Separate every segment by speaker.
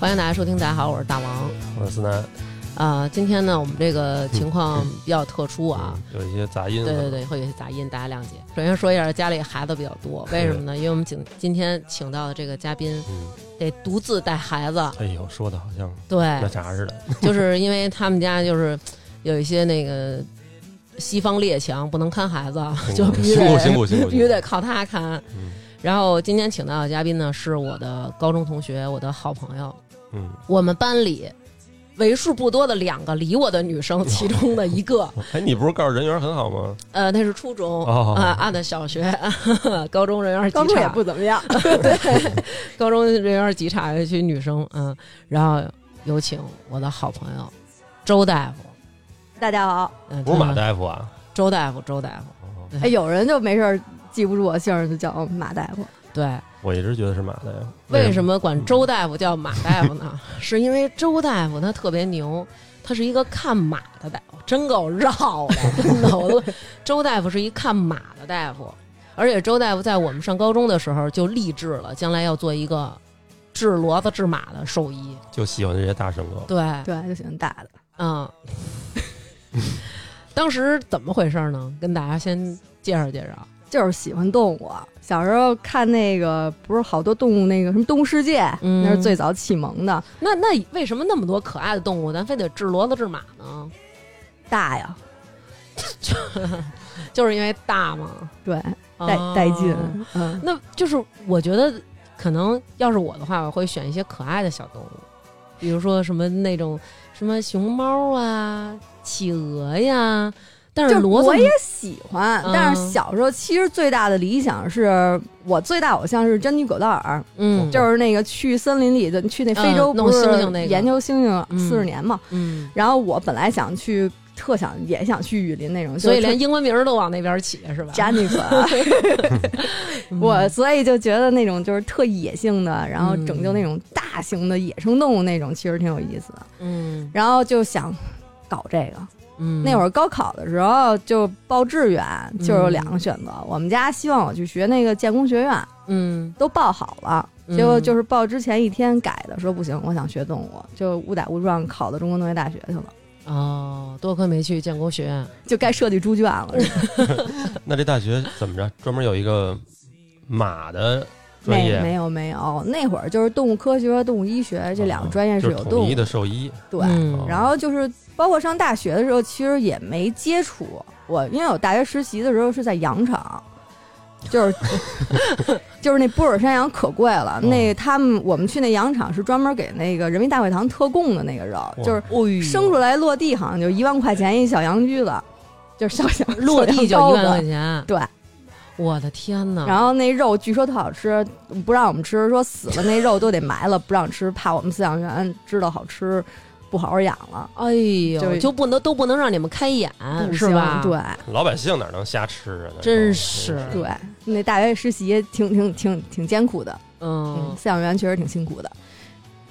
Speaker 1: 欢迎大家收听，大家好，我是大王。
Speaker 2: 我是思南，
Speaker 1: 啊、今天呢，我们这个情况比较特殊啊，
Speaker 2: 嗯，有一些杂音，
Speaker 1: 对对，对，会有些杂音，大家谅解。首先说一下，家里孩子比较 多，为什么呢？因为我们请今天请到的这个嘉宾
Speaker 2: 嗯，
Speaker 1: 得独自带孩 子，
Speaker 2: 哎呦，说的好像
Speaker 1: 对
Speaker 2: 那，啥似的，
Speaker 1: 就是因为他们家就是有一些那个西方列强不能看孩子，啊 就必须
Speaker 2: 哦辛苦
Speaker 1: 得
Speaker 2: 辛苦辛苦，
Speaker 1: 必须得靠他看。
Speaker 2: 嗯
Speaker 1: 然后今天请到的嘉宾呢，是我的高中同学，我的好朋友，
Speaker 2: 嗯，
Speaker 1: 我们班里为数不多的两个理我的女生，其中的一 个，
Speaker 2: 哎，你不是告诉人缘很好吗？
Speaker 1: 呃，那是初中啊、
Speaker 2: 哦
Speaker 1: 按的小学， 高中人缘极
Speaker 3: 高中也
Speaker 1: 差，
Speaker 3: 不怎么样，
Speaker 1: 高中人缘极差，尤其女生，嗯，然后有请我的好朋友周 大夫，
Speaker 3: 大家好。
Speaker 1: 嗯，
Speaker 2: 不是马大夫啊，
Speaker 1: 周大夫，周大夫，
Speaker 2: 哦
Speaker 3: 哎，有人就没事儿记不住我姓儿，就叫马大夫。
Speaker 1: 对，
Speaker 2: 我一直觉得是马大夫，
Speaker 1: 为什
Speaker 2: 么？
Speaker 1: 么管周大夫叫马大夫呢？是因为周大夫他特别牛，他是一个看马的大夫，真够绕的，真的。我都周大夫是一看马的大夫，而且周大夫在我们上高中的时候就立志了，将来要做一个治骡子、治马的兽医。
Speaker 2: 就喜欢这些大牲口，
Speaker 1: 对，
Speaker 3: 对，就喜欢大的。
Speaker 1: 嗯， 当时怎么回事呢？跟大家先介绍介绍。
Speaker 3: 就是喜欢动物。小时候看那个，不是好多动物那个什么《动物世界》
Speaker 1: 嗯
Speaker 3: 那是最早启蒙的。
Speaker 1: 那那为什么那么多可爱的动物，咱非得治骡子、治马呢？
Speaker 3: 大呀，
Speaker 1: 就是因为大嘛。
Speaker 3: 对，带带劲
Speaker 1: 哦。
Speaker 3: 嗯，
Speaker 1: 那就是我觉得，可能要是我的话，我会选一些可爱的小动物，比如说什么那种什么熊猫啊、企鹅呀。但
Speaker 3: 就是是
Speaker 1: 骡
Speaker 3: 我也
Speaker 1: 子，
Speaker 3: 喜欢，
Speaker 1: 嗯
Speaker 3: 但是小时候其实最大的理想是我最大偶像是珍妮·葛道尔，
Speaker 1: 嗯，
Speaker 3: 就是那个去森林里的去那非洲
Speaker 1: 嗯弄
Speaker 3: 不是
Speaker 1: 猩猩那个
Speaker 3: 研究猩
Speaker 1: 嗯
Speaker 3: 猩四十年嘛，
Speaker 1: 嗯，
Speaker 3: 然后我本来想去，特想也想去雨林那种，
Speaker 1: 所以
Speaker 3: 就是
Speaker 1: 连英文名儿都往那边起是吧？嗯
Speaker 3: 詹妮弗，啊我所以就觉得那种就是特野性的，然后拯救那种大型的野生动物那种，其实挺有意思的。
Speaker 1: 嗯
Speaker 3: 然后就想搞这个。
Speaker 1: 嗯，
Speaker 3: 那会
Speaker 1: 儿
Speaker 3: 儿高考的时候就报志愿，
Speaker 1: 嗯
Speaker 3: 就有两个选择。我们家希望我去学那个建工学院，
Speaker 1: 嗯，
Speaker 3: 都报好了。
Speaker 1: 嗯
Speaker 3: 结果就是报之前一天改的，说不行，我想学动物，就误打误撞考到中国农业大学去了，
Speaker 1: 哦，多亏没去建国学院，
Speaker 3: 就该设计猪圈了。
Speaker 2: 那这大学怎么着？专门有一个马的专
Speaker 3: 没
Speaker 2: 业，
Speaker 3: 没有没有，那会儿就是动物科学和动物医学这两个专业
Speaker 2: 哦嗯就是是
Speaker 3: 有
Speaker 2: 统
Speaker 3: 动
Speaker 2: 一
Speaker 3: 物
Speaker 2: 的兽医，
Speaker 3: 对，
Speaker 1: 嗯
Speaker 2: 哦
Speaker 3: 然后就是包括上大学的时候，其实也没接触我，因为我大学实习的时候是在羊场，就是 就是那波尔山羊可贵了，
Speaker 2: 哦
Speaker 3: 那他们我们去那羊场是专门给那个人民大会堂特供的那个肉，
Speaker 2: 哎
Speaker 3: 就是生出来落地好像就一万块钱一小羊驹子，就是小羊
Speaker 1: 落地就
Speaker 3: 小羊
Speaker 1: 一
Speaker 3: 羔
Speaker 1: 万
Speaker 3: 子
Speaker 1: 块钱，
Speaker 3: 对。
Speaker 1: 我的天哪！
Speaker 3: 然后那肉据说特好吃，不让我们吃，说死了那肉都得埋了，不让吃，怕我们饲养员知道好吃，不好好养了，
Speaker 1: 哎呦，
Speaker 3: 就
Speaker 1: 就不能都不能让你们开眼
Speaker 3: 不
Speaker 1: 嗯是
Speaker 3: 行
Speaker 1: 吧？
Speaker 3: 对
Speaker 2: 老百姓哪能瞎吃啊？那
Speaker 1: 真是
Speaker 3: 对，那大学实习挺挺挺挺艰苦的，嗯
Speaker 1: 嗯，
Speaker 3: 饲养员确实挺辛苦的，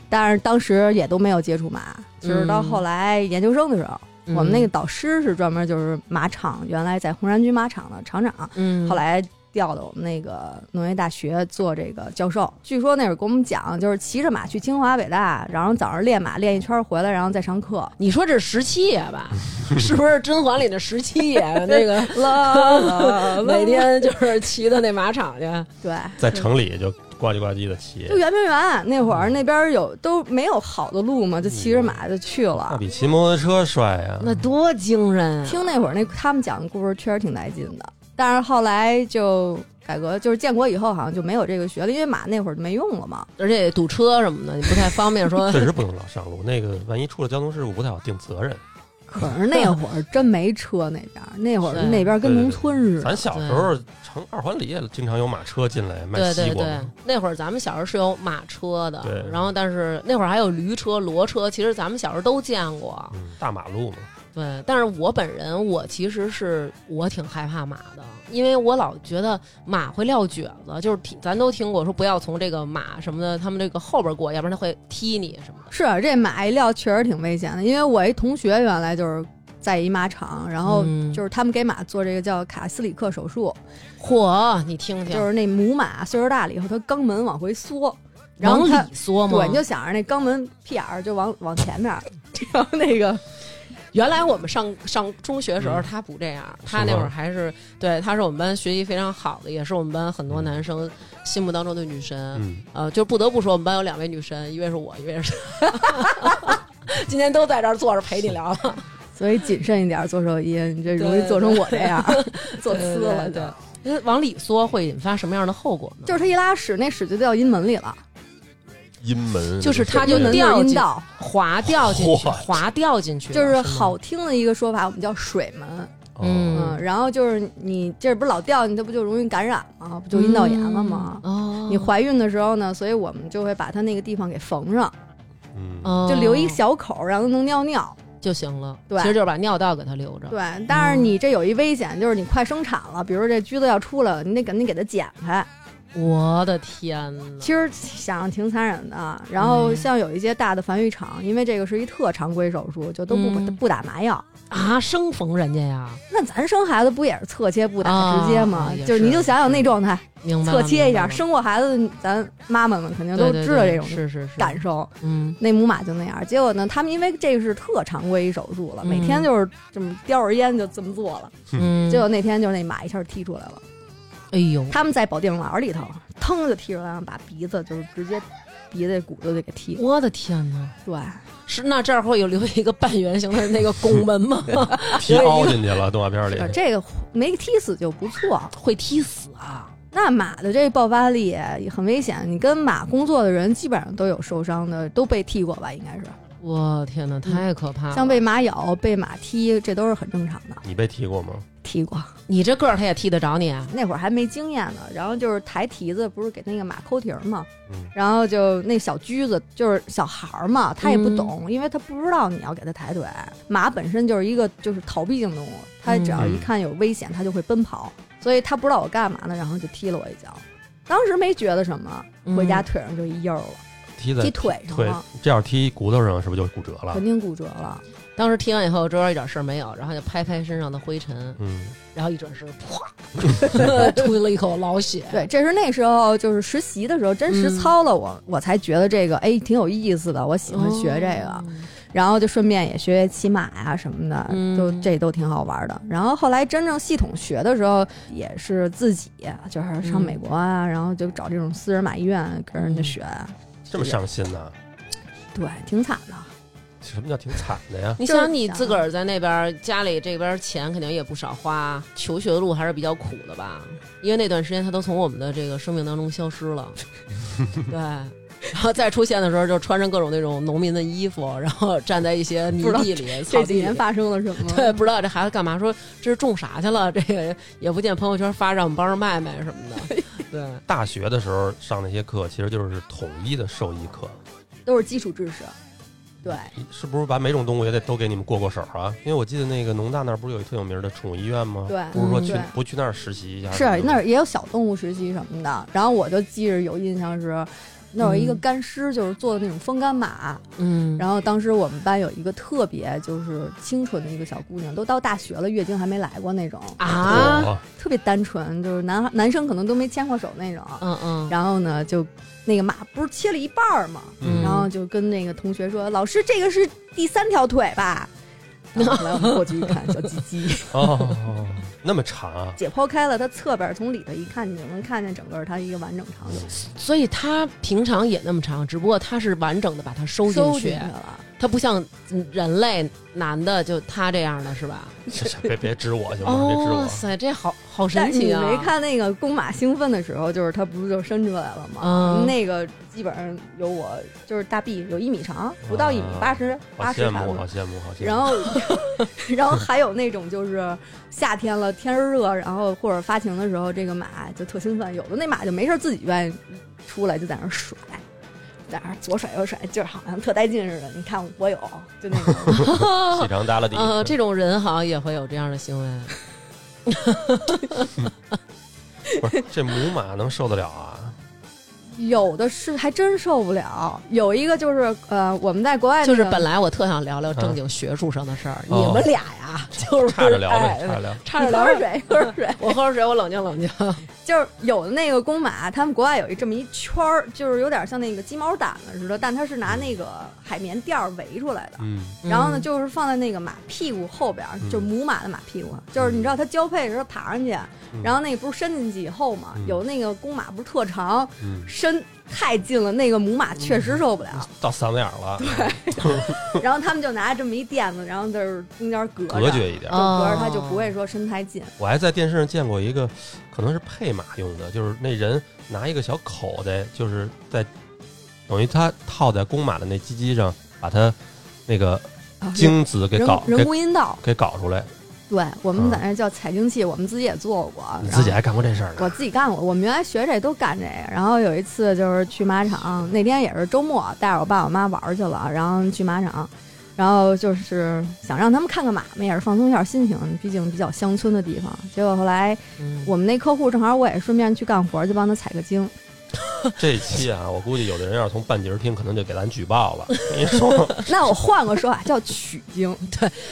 Speaker 3: 但是当时也都没有接触马，就是到
Speaker 1: 嗯
Speaker 3: 后来研究生的时候，
Speaker 1: 嗯
Speaker 3: 我们那个导师是专门就是马场，原来在红山区马场的厂长，
Speaker 1: 嗯，
Speaker 3: 后来调到我们那个农业大学做这个教授。据说那会儿给我们讲，就是骑着马去清华、北大，然后早上练马练一圈儿回来，然后再 上课。
Speaker 1: 你说这是十七爷 吧？是不是《甄嬛》里的十七 爷？那个
Speaker 3: 啦啦
Speaker 1: 每天就是骑到那马场去，
Speaker 3: 对，
Speaker 2: 在城里就呱唧呱唧的骑
Speaker 3: 就，圆明园那会儿那边儿有都没有好的路嘛，就骑着马就去
Speaker 2: 那
Speaker 3: 了。
Speaker 1: 嗯
Speaker 2: 比骑摩托车帅啊呀！
Speaker 1: 那多惊人啊！
Speaker 3: 听那会儿那他们讲的故事确实挺带劲的，但是后来就改革，就是建国以后好像就没有这个学了，因为马那会儿就没用了嘛。
Speaker 1: 而且堵车什么的，你不太方便 说。
Speaker 2: 确实不能老上路，那个万一出了交通事故不太好定责任。
Speaker 3: 可是那会儿真没车那边儿，那会
Speaker 1: 是
Speaker 3: 儿那边儿跟农村似的。
Speaker 2: 咱小时候城二环里也经常有马车进来卖
Speaker 1: 对
Speaker 2: 西
Speaker 1: 对
Speaker 2: 瓜
Speaker 1: 对
Speaker 2: 嘛，，
Speaker 1: 那会儿咱们小时候是有马车的
Speaker 2: 对，
Speaker 1: 然后但是那会儿还有驴车、骡车，其实咱们小时候都见过。
Speaker 2: 嗯，大马路嘛，
Speaker 1: 对，但是我本人我其实是我挺害怕马的，因为我老觉得马会撂蹶子，就是听咱都听过说不要从这个马什么的他们这个后边过，要不然它会踢你什么的。
Speaker 3: 是这马一撂确实挺危险的，因为我一同学原来就是在一马场，然后
Speaker 1: 嗯
Speaker 3: 就是他们给马做这个叫卡斯里克手术，
Speaker 1: 嚯，你听听，
Speaker 3: 就是那母马岁数大了以后，它肛门往回缩，然后
Speaker 1: 往
Speaker 3: 他
Speaker 1: 里缩吗？
Speaker 3: 对，你就想着那肛门屁眼儿就往往前面儿，然后那个
Speaker 1: 原来我们上上中学时候，
Speaker 2: 嗯
Speaker 1: 他不这样，
Speaker 2: 是
Speaker 1: 他
Speaker 2: 吗
Speaker 1: 那会儿还是对，他是我们班学习非常好的，也是我们班很多男生心目当中的女神。
Speaker 2: 嗯，
Speaker 1: 呃，就不得不说，我们班有两位女神，一位是我，一位是， 今天都在这儿坐着陪你聊，
Speaker 3: 所以谨慎一点儿做兽医，你这容易
Speaker 1: 对
Speaker 3: 做成我这样儿， 做
Speaker 1: 对
Speaker 3: 呲了
Speaker 1: 对
Speaker 3: 就。
Speaker 1: 对对往里缩会引发什么样的后果呢？
Speaker 3: 就是他一拉屎，那屎就掉阴门里了，
Speaker 2: 阴门
Speaker 1: 就是他就
Speaker 3: 阴门
Speaker 1: 掉
Speaker 3: 就是阴
Speaker 1: 进
Speaker 3: 道，
Speaker 1: 滑掉进去，
Speaker 2: 嚯
Speaker 1: 滑掉进去了，
Speaker 3: 就是
Speaker 1: 吗
Speaker 3: 好听的一个说法，我们叫水门。
Speaker 2: 哦
Speaker 1: 嗯
Speaker 3: 嗯，然后就是你这不是老掉，你这不就容易感染吗？不就阴道炎了吗？
Speaker 1: 嗯嗯哦，
Speaker 3: 你怀孕的时候呢，所以我们就会把它那个地方给缝上，
Speaker 2: 嗯
Speaker 1: 哦
Speaker 3: 就留一小口，让它能尿尿。
Speaker 1: 就行了，
Speaker 3: 对
Speaker 1: 其实就是把尿道给它留着，
Speaker 3: 对，但是你这有一危险，就是你快生产了，比如说这橘子要出来了，你得赶紧给它剪开。
Speaker 1: 嗯我的天呐，
Speaker 3: 其实想想挺残忍的。然后
Speaker 1: 嗯
Speaker 3: 像有一些大的繁育场，因为这个是一特常规手术，就都不、
Speaker 1: 嗯
Speaker 3: 不打麻药。
Speaker 1: 啊，生缝人家呀，
Speaker 3: 那咱生孩子不也是侧切不打
Speaker 1: 啊
Speaker 3: 直接吗？
Speaker 1: 也
Speaker 3: 就是你就想想那状态，
Speaker 1: 明白了，
Speaker 3: 侧切一下，
Speaker 1: 明白了
Speaker 3: 生过孩子的咱妈妈们肯定都
Speaker 1: 对对
Speaker 3: 知道
Speaker 1: 对
Speaker 3: 这种
Speaker 1: 是是是
Speaker 3: 感，受。
Speaker 1: 嗯，
Speaker 3: 那母马就那样，结果呢，他们因为这个是特常规手术了，
Speaker 1: 嗯
Speaker 3: 每天就是这么叼着烟就这么做了。
Speaker 1: 嗯
Speaker 3: 结果那天就是那马一下踢出来了，
Speaker 1: 哎呦，
Speaker 3: 他们在保定栏里头，啊腾就踢出来了，把鼻子就是直接鼻子骨头就给踢。
Speaker 1: 我的天呐，
Speaker 3: 对，
Speaker 1: 是那这儿会有留一个半圆形的那个拱门 吗？
Speaker 2: 踢 凹进去了，动画片
Speaker 3: 是
Speaker 2: 里
Speaker 3: 这个没踢死就不错。
Speaker 1: 会踢死啊！
Speaker 3: 那马的这爆发力也很危险，你跟马工作的人基本上都有受伤的，都被踢过吧？应该是
Speaker 1: 我天呐，太可怕了！
Speaker 3: 像被马咬、被马踢，这都是很正常的。
Speaker 2: 你被踢过吗？
Speaker 3: 踢 过，
Speaker 1: 你这个儿，他也踢得着你啊，
Speaker 3: 那会儿还没经验呢。然后就是抬蹄子，不是给那个马抠蹄儿嘛，
Speaker 2: 嗯
Speaker 3: 然后就那小驹子就是小孩儿嘛，他也不懂，
Speaker 1: 嗯
Speaker 3: 因为他不知道你要给他抬腿。马本身就是一个就是逃避性动物，它只
Speaker 2: 嗯
Speaker 3: 要一看有危险，它就会奔跑，所以它不知道我干嘛呢，然后就踢了我一脚。当时没觉得什么，
Speaker 1: 嗯
Speaker 3: 回家腿上就一印儿了，
Speaker 2: 踢在
Speaker 3: 踢腿上
Speaker 2: 腿
Speaker 3: 了，，
Speaker 2: 这要踢骨头上是不是就骨折了
Speaker 3: 肯？定骨折了。
Speaker 1: 当时踢完以后，周儿一点事儿没有，然后就拍拍身上的灰尘，
Speaker 2: 嗯，
Speaker 1: 然后一转身， 啪，吐了一口老血。
Speaker 3: 对，这是那时候就是实习的时候，真实
Speaker 1: 嗯
Speaker 3: 操了我，我才觉得这个哎挺有意思的，我喜欢学这个。
Speaker 1: 哦
Speaker 3: 然后就顺便也学学骑马呀、什么的，
Speaker 1: 嗯
Speaker 3: 就这都挺好玩的。然后后来真正系统学的时候，也是自己就是上美国啊，然后就找这种私人马医院跟人家学，
Speaker 2: 这么伤心呐？
Speaker 3: 对，挺惨的。
Speaker 2: 什么叫挺惨的呀？
Speaker 1: 你
Speaker 3: 就是
Speaker 1: 想，你
Speaker 3: 想
Speaker 1: 自个儿在那边儿，家里这边儿钱肯定也不少花，求学的路还是比较苦的吧？因为那段时间他都从我们的这个生命当中消失了，对。然后再出现的时候，就穿着各种那种农民的衣服，然后站在一些泥
Speaker 3: 不知道
Speaker 1: 地里、草
Speaker 3: 这
Speaker 1: 地
Speaker 3: 几年
Speaker 1: 里。
Speaker 3: 发生了什么？
Speaker 1: 对，不知道这孩子干嘛，说这是种啥去了，这个也不见朋友圈发，让我们帮着卖卖什么的。对，
Speaker 2: 大学的时候上那些课，其实就是统一的兽医课，
Speaker 3: 都是基础知识。对，
Speaker 2: 是不是把每种动物也得都给你们过过手啊？因为我记得那个农大那儿不是有一特有名的宠物医院吗？
Speaker 3: 对
Speaker 2: 哦不是说
Speaker 1: 嗯
Speaker 2: 去
Speaker 3: 对
Speaker 2: 不去那儿实习一下
Speaker 3: 是
Speaker 2: 什么的吗？
Speaker 3: 那儿也有小动物实习什么的。然后我就记着有印象是，那有一个
Speaker 1: 嗯
Speaker 3: 干尸，就是做的那种风干马。
Speaker 1: 嗯，
Speaker 3: 然后当时我们班有一个特别就是清纯的一个小姑娘，都到大学了，月经还没来过那种，
Speaker 1: 啊，
Speaker 2: 哇
Speaker 3: 特别单纯，就是男孩男生可能都没牵过手那种。
Speaker 1: 嗯嗯，
Speaker 3: 然后呢，就那个马不是切了一半儿吗？
Speaker 1: 嗯
Speaker 3: 然后就跟那个同学说：“老师，这个是第三条 腿吧？”然后后来我们过去一看，小鸡鸡
Speaker 2: 哦，那么长啊！
Speaker 3: 解剖开了，它侧边儿从里头一看，你就能看见整个儿它一个完整长度，
Speaker 1: 所以他平常也那么长，只不过他是完整的把它收
Speaker 3: 收
Speaker 1: 进
Speaker 3: 进去
Speaker 1: 去，
Speaker 3: 了。
Speaker 1: 他不像人类男的就他这样的是吧？
Speaker 2: 别别指我行吗？别指
Speaker 1: 哦，
Speaker 2: 我
Speaker 1: 哇。塞，这好好神
Speaker 3: 但
Speaker 1: 奇
Speaker 3: 你
Speaker 1: 啊！
Speaker 3: 没看那个公马兴奋的时候，就是它不是就伸出来了吗？
Speaker 1: 嗯
Speaker 3: 那个基本上有我就是大臂有一米长，不到一米
Speaker 2: 啊
Speaker 3: 八十
Speaker 2: 好
Speaker 3: 八十
Speaker 2: 羡
Speaker 3: 长
Speaker 2: 慕，
Speaker 3: 度
Speaker 2: 好。羡慕，好羡慕！
Speaker 3: 然后， 然后还有那种就是夏天了，天儿热，然后或者发情的时候，这个马就特兴奋。有的那马就没事儿自己愿意出来，就在那儿甩，在那儿左甩右甩，就是好像特带劲似的。你看我有，就那种。
Speaker 2: 细长耷拉地，
Speaker 1: 呃，这种人好像也会有这样的行为。
Speaker 2: 不是这母马能受得了啊？
Speaker 3: 有的是还真受不了。有一个就是呃，我们在国外那
Speaker 1: 就是
Speaker 3: 个
Speaker 1: 本来我特想聊聊正经学术上的事儿，你们俩呀、 就是
Speaker 2: 嗯哦差着聊呗，
Speaker 1: 哎
Speaker 2: 差着聊。
Speaker 1: 差着
Speaker 3: 你
Speaker 1: 聊
Speaker 3: 喝
Speaker 1: 着
Speaker 3: 点水，喝点水。
Speaker 1: 我喝口水，我冷静冷静。
Speaker 3: 就是有的那个公马，他们国外有一这么一圈儿，就是有点像那个鸡毛掸子似的，但它是拿那个海绵垫儿围出来的。
Speaker 2: 嗯，
Speaker 3: 然后呢，
Speaker 1: 嗯
Speaker 3: 就是放在那个马屁股后边儿，
Speaker 2: 嗯
Speaker 3: 就是母马的马屁股，就是你知道它交配的时候爬上去，啊
Speaker 2: 嗯
Speaker 3: 然后那个不是伸进去以后嘛，
Speaker 2: 嗯
Speaker 3: 有那个公马不是特长，
Speaker 2: 嗯，
Speaker 3: 伸太近了，那个母马确实受不了，
Speaker 2: 到嗓子眼儿了，
Speaker 3: 然后他们就拿这么一垫子，然后就是中间隔着，
Speaker 2: 嗯隔绝一点
Speaker 3: 就
Speaker 2: 儿。
Speaker 3: 隔着它就不会说伸太近。
Speaker 2: 我还在电视上见过一个，可能是配马用的，就是那人拿一个小口袋，就是在等于他套在公马的那鸡鸡上，把它那个
Speaker 3: 啊
Speaker 2: 精子给
Speaker 3: 人
Speaker 2: 搞
Speaker 3: 人
Speaker 2: 给
Speaker 3: 工阴道，
Speaker 2: 给搞出来。
Speaker 3: 对我们
Speaker 2: 嗯
Speaker 3: 在那叫采精器，我们自己也做过，
Speaker 2: 你
Speaker 3: 然
Speaker 2: 自己
Speaker 3: 后
Speaker 2: 还干过这事儿呢？
Speaker 3: 啊我自己干过，我们原来学这都干这个。然后有一次就是去马场，那天也是周末，带着我爸我妈玩儿去了，然后去马场，然后就是想让他们看看马嘛，也是放松一下心情，毕竟比较乡村的地方。结果后来
Speaker 1: 嗯
Speaker 3: 我们那客户正好我也顺便去干活儿，就帮他采个精。
Speaker 2: 这期啊，我估计有的人要是从半截儿听，可能就给咱举报 了。跟你说，
Speaker 3: 那我换个说法叫取经，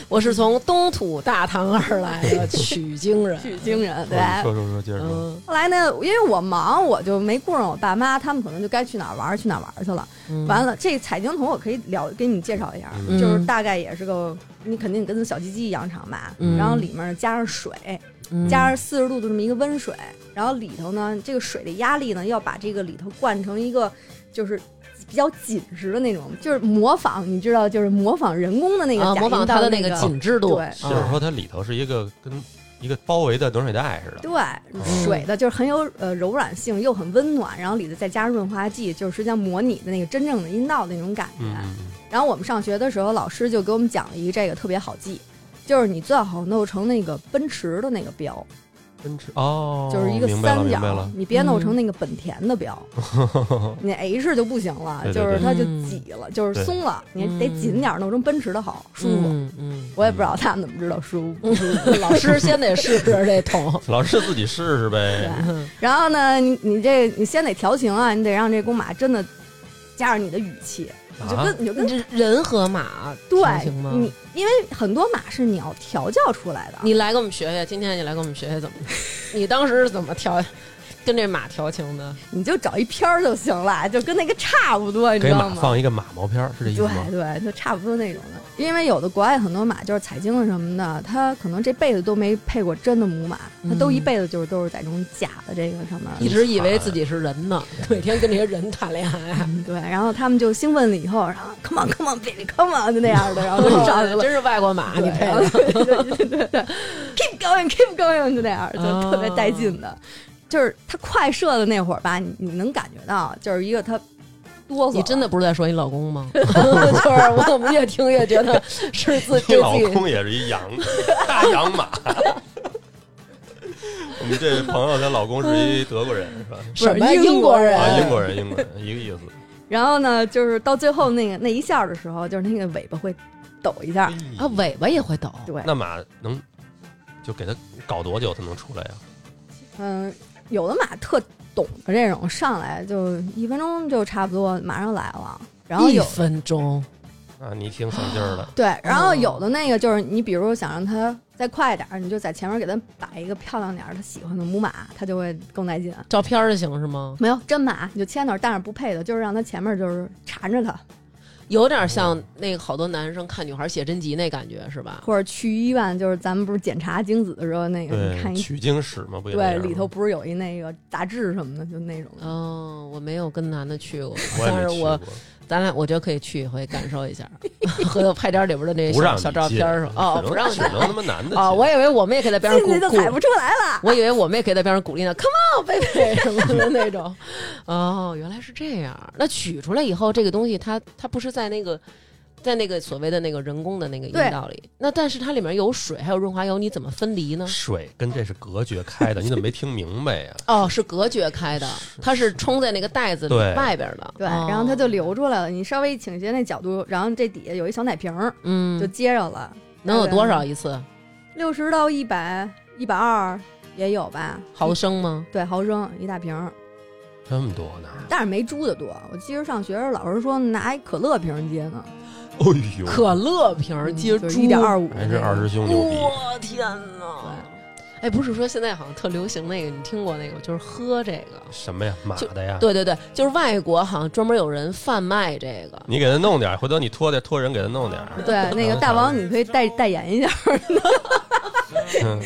Speaker 1: 我是从东土大唐而来 的取经人，
Speaker 3: 取经人对。
Speaker 2: 说说说，接着说，
Speaker 1: 嗯
Speaker 3: 后来呢，因为我忙，我就没顾上我爸妈，他们可能就该去哪儿玩儿去哪儿玩儿去了。
Speaker 1: 嗯，
Speaker 3: 完了，这采精桶我可以聊，给你们介绍一下，
Speaker 2: 嗯
Speaker 3: 就是大概也是个，你肯定跟小鸡鸡一样长吧，
Speaker 1: 嗯
Speaker 3: 然后里面加上水，
Speaker 1: 嗯
Speaker 3: 加上四十度的这么一个温水，然后里头呢，这个水的压力呢，要把这个里头灌成一个就是比较紧实的那种，就是模仿，你知道，就是模仿人工的那个
Speaker 1: 啊
Speaker 3: 假
Speaker 1: 模
Speaker 3: 阴
Speaker 1: 仿
Speaker 3: 道
Speaker 1: 它的
Speaker 3: 那
Speaker 1: 个紧致度，
Speaker 3: 对
Speaker 1: 啊
Speaker 2: 就是说它里头是一个跟一个包围的暖水袋似的。
Speaker 3: 对，啊
Speaker 1: 嗯
Speaker 3: 水的就是很有呃柔软性，又很温暖，然后里头再加上润滑剂，就是实际上模拟的那个真正的阴道的那种感觉。
Speaker 2: 嗯嗯嗯
Speaker 3: 然后我们上学的时候，老师就给我们讲了一个这个特别好记，就是你最好弄成那个奔驰的那个标，
Speaker 2: 奔驰哦，
Speaker 3: 就是一个
Speaker 2: 明白了
Speaker 3: 三
Speaker 2: 明
Speaker 3: 角，
Speaker 2: 白了。
Speaker 3: 你别弄成那个本田的 标，你 H 就不行了，
Speaker 2: 对对嗯
Speaker 3: 就是
Speaker 2: 对
Speaker 3: 它就挤了，就是松了，你得紧点儿弄成奔驰的好舒服。
Speaker 1: 嗯嗯，
Speaker 3: 我也不知道他们怎么知道舒
Speaker 2: 嗯
Speaker 3: 服。
Speaker 1: 老师先得试试这桶，
Speaker 2: 老师自己试试呗。
Speaker 1: 嗯
Speaker 3: 然后呢，你你这你先得调情啊，你得让这公马真的加上你的语气，你就
Speaker 2: 啊
Speaker 3: 跟、你就跟
Speaker 1: 这人和马同
Speaker 3: 对
Speaker 1: 行吗？
Speaker 3: 你，因为很多马是你要调教出来的。
Speaker 1: 你来给我们学学，今天你来给我们学 学怎么，你当时是怎么调，跟这马调情的？
Speaker 3: 你就找一片儿就行了，就跟那个差不多，你知
Speaker 2: 给
Speaker 3: 道
Speaker 2: 马
Speaker 3: 吗？
Speaker 2: 放一个马毛片儿，是这意思吗
Speaker 3: 对？对，就差不多那种的。因为有的国外很多马就是采精了什么的，它可能这辈子都没配过真的母马，它都一辈子就是都是在这种假的这个上面。
Speaker 1: 一直以为自己是人呢， 每天跟这些人谈恋爱，
Speaker 3: 嗯对，然后他们就兴奋了以后，然后 come on come on baby come on 就那样的，然后就上去了。
Speaker 1: 真是外国马，你
Speaker 3: 对
Speaker 1: 配
Speaker 3: 然
Speaker 1: 的
Speaker 3: 后对对对对，keep going keep going 就那样，就特别带劲的。就是它快射的那会儿吧，你你能感觉到，就是一个它哆嗦了，
Speaker 1: 你真的不是在说你老公吗？ 就是我怎么越听越觉得是自
Speaker 2: 你
Speaker 1: 对
Speaker 2: 老
Speaker 1: 自己
Speaker 2: 公也是一 羊，大洋马。 我们这位朋友她老公是一德国人，是吧？
Speaker 1: 什么
Speaker 3: 不是
Speaker 1: 英国人
Speaker 2: 啊，
Speaker 1: 哎
Speaker 2: 英国人，英国人，一个意思。
Speaker 3: 然后呢，就是到最后那个那一下的时候，就是那个尾巴会抖一下，
Speaker 1: 啊，尾巴也会抖，
Speaker 3: 对，
Speaker 2: 那马能就给它搞多久才能出来呀？
Speaker 3: 嗯，有的马特懂的这种，上来就一分钟就差不多，马上来了。然后
Speaker 1: 一
Speaker 3: 有
Speaker 1: 分钟，
Speaker 2: 啊，你挺省劲儿的。
Speaker 3: 对，然后
Speaker 1: 哦
Speaker 3: 有的那个就是你，比如想让它再快点儿，你就在前面给它摆一个漂亮点儿它喜欢的母马，它就会更带劲。
Speaker 1: 照片儿就行是吗？
Speaker 3: 没有真马，你就牵那儿，但是不配的，就是让它前面就是缠着它，
Speaker 1: 有点像那个好多男生看女孩写真集那感觉是吧？
Speaker 3: 或者去医院，就是咱们不是检查精子的时候，那
Speaker 1: 哎
Speaker 3: 个你
Speaker 2: 对，
Speaker 3: 看一
Speaker 2: 取经史嘛，不也那
Speaker 3: 对
Speaker 2: 样吗
Speaker 3: 里头不是有一那个杂志什么的，就那种的。
Speaker 1: 哦，我没有跟男的去过，
Speaker 2: 我也
Speaker 1: 但
Speaker 2: 没
Speaker 1: 是
Speaker 2: 去
Speaker 1: 我
Speaker 2: 过
Speaker 1: 咱俩我觉得可以去一回感受一下， 回头拍点里边的那
Speaker 2: 不让
Speaker 1: 小
Speaker 2: 你
Speaker 1: 小照
Speaker 2: 进
Speaker 1: 片儿是吧？哦，
Speaker 2: 只能
Speaker 1: 不让
Speaker 2: 只
Speaker 1: 去
Speaker 2: 能他妈男的
Speaker 1: 哦，
Speaker 2: 进
Speaker 1: 我以为我们也可以在边上
Speaker 3: 进去就
Speaker 1: 鼓
Speaker 3: 踩
Speaker 1: 鼓，
Speaker 3: 不出来了。
Speaker 1: 我以为我们也可以在边上鼓励呢，Come on baby 什么的那种。哦，原来是这样。那取出来以后，这个东西它它不是在那个。在那个所谓的那个人工的那个
Speaker 3: 对
Speaker 1: 阴道里，那但是它里面有水，还有润滑油，你怎么分离呢？
Speaker 2: 水跟这是隔绝开的，你怎么没听明白呀？
Speaker 1: 哦，是隔绝开的，它是冲在那个袋子里
Speaker 2: 对
Speaker 1: 外边的。
Speaker 3: 对，
Speaker 1: 哦
Speaker 3: 然后它就流出来了。你稍微一倾斜那角度，然后这底下有一小奶瓶儿，
Speaker 1: 嗯
Speaker 3: 就，接上了。
Speaker 1: 能有多少一次
Speaker 3: 六十到一百、一百二也有吧？
Speaker 1: 毫升吗？
Speaker 3: 对毫升一大瓶儿，
Speaker 2: 这么多呢？
Speaker 3: 但是没猪的多。我记着上学时候老师说拿一可乐瓶儿接呢，
Speaker 2: 哎呦，
Speaker 1: 可乐瓶儿接珠，
Speaker 3: 嗯一点 二五，
Speaker 2: 还是二师兄牛逼，
Speaker 1: 我天哪！哎，不是说现在好像特流行那个，你听过那个，就是喝这个。
Speaker 2: 什么呀，马的呀？
Speaker 1: 对对对，就是外国好像专门有人贩卖这个。
Speaker 2: 你给他弄点儿，回头你托点托人给他弄点儿。
Speaker 3: 对，那个大王，你可以代代言一下。
Speaker 2: 嗯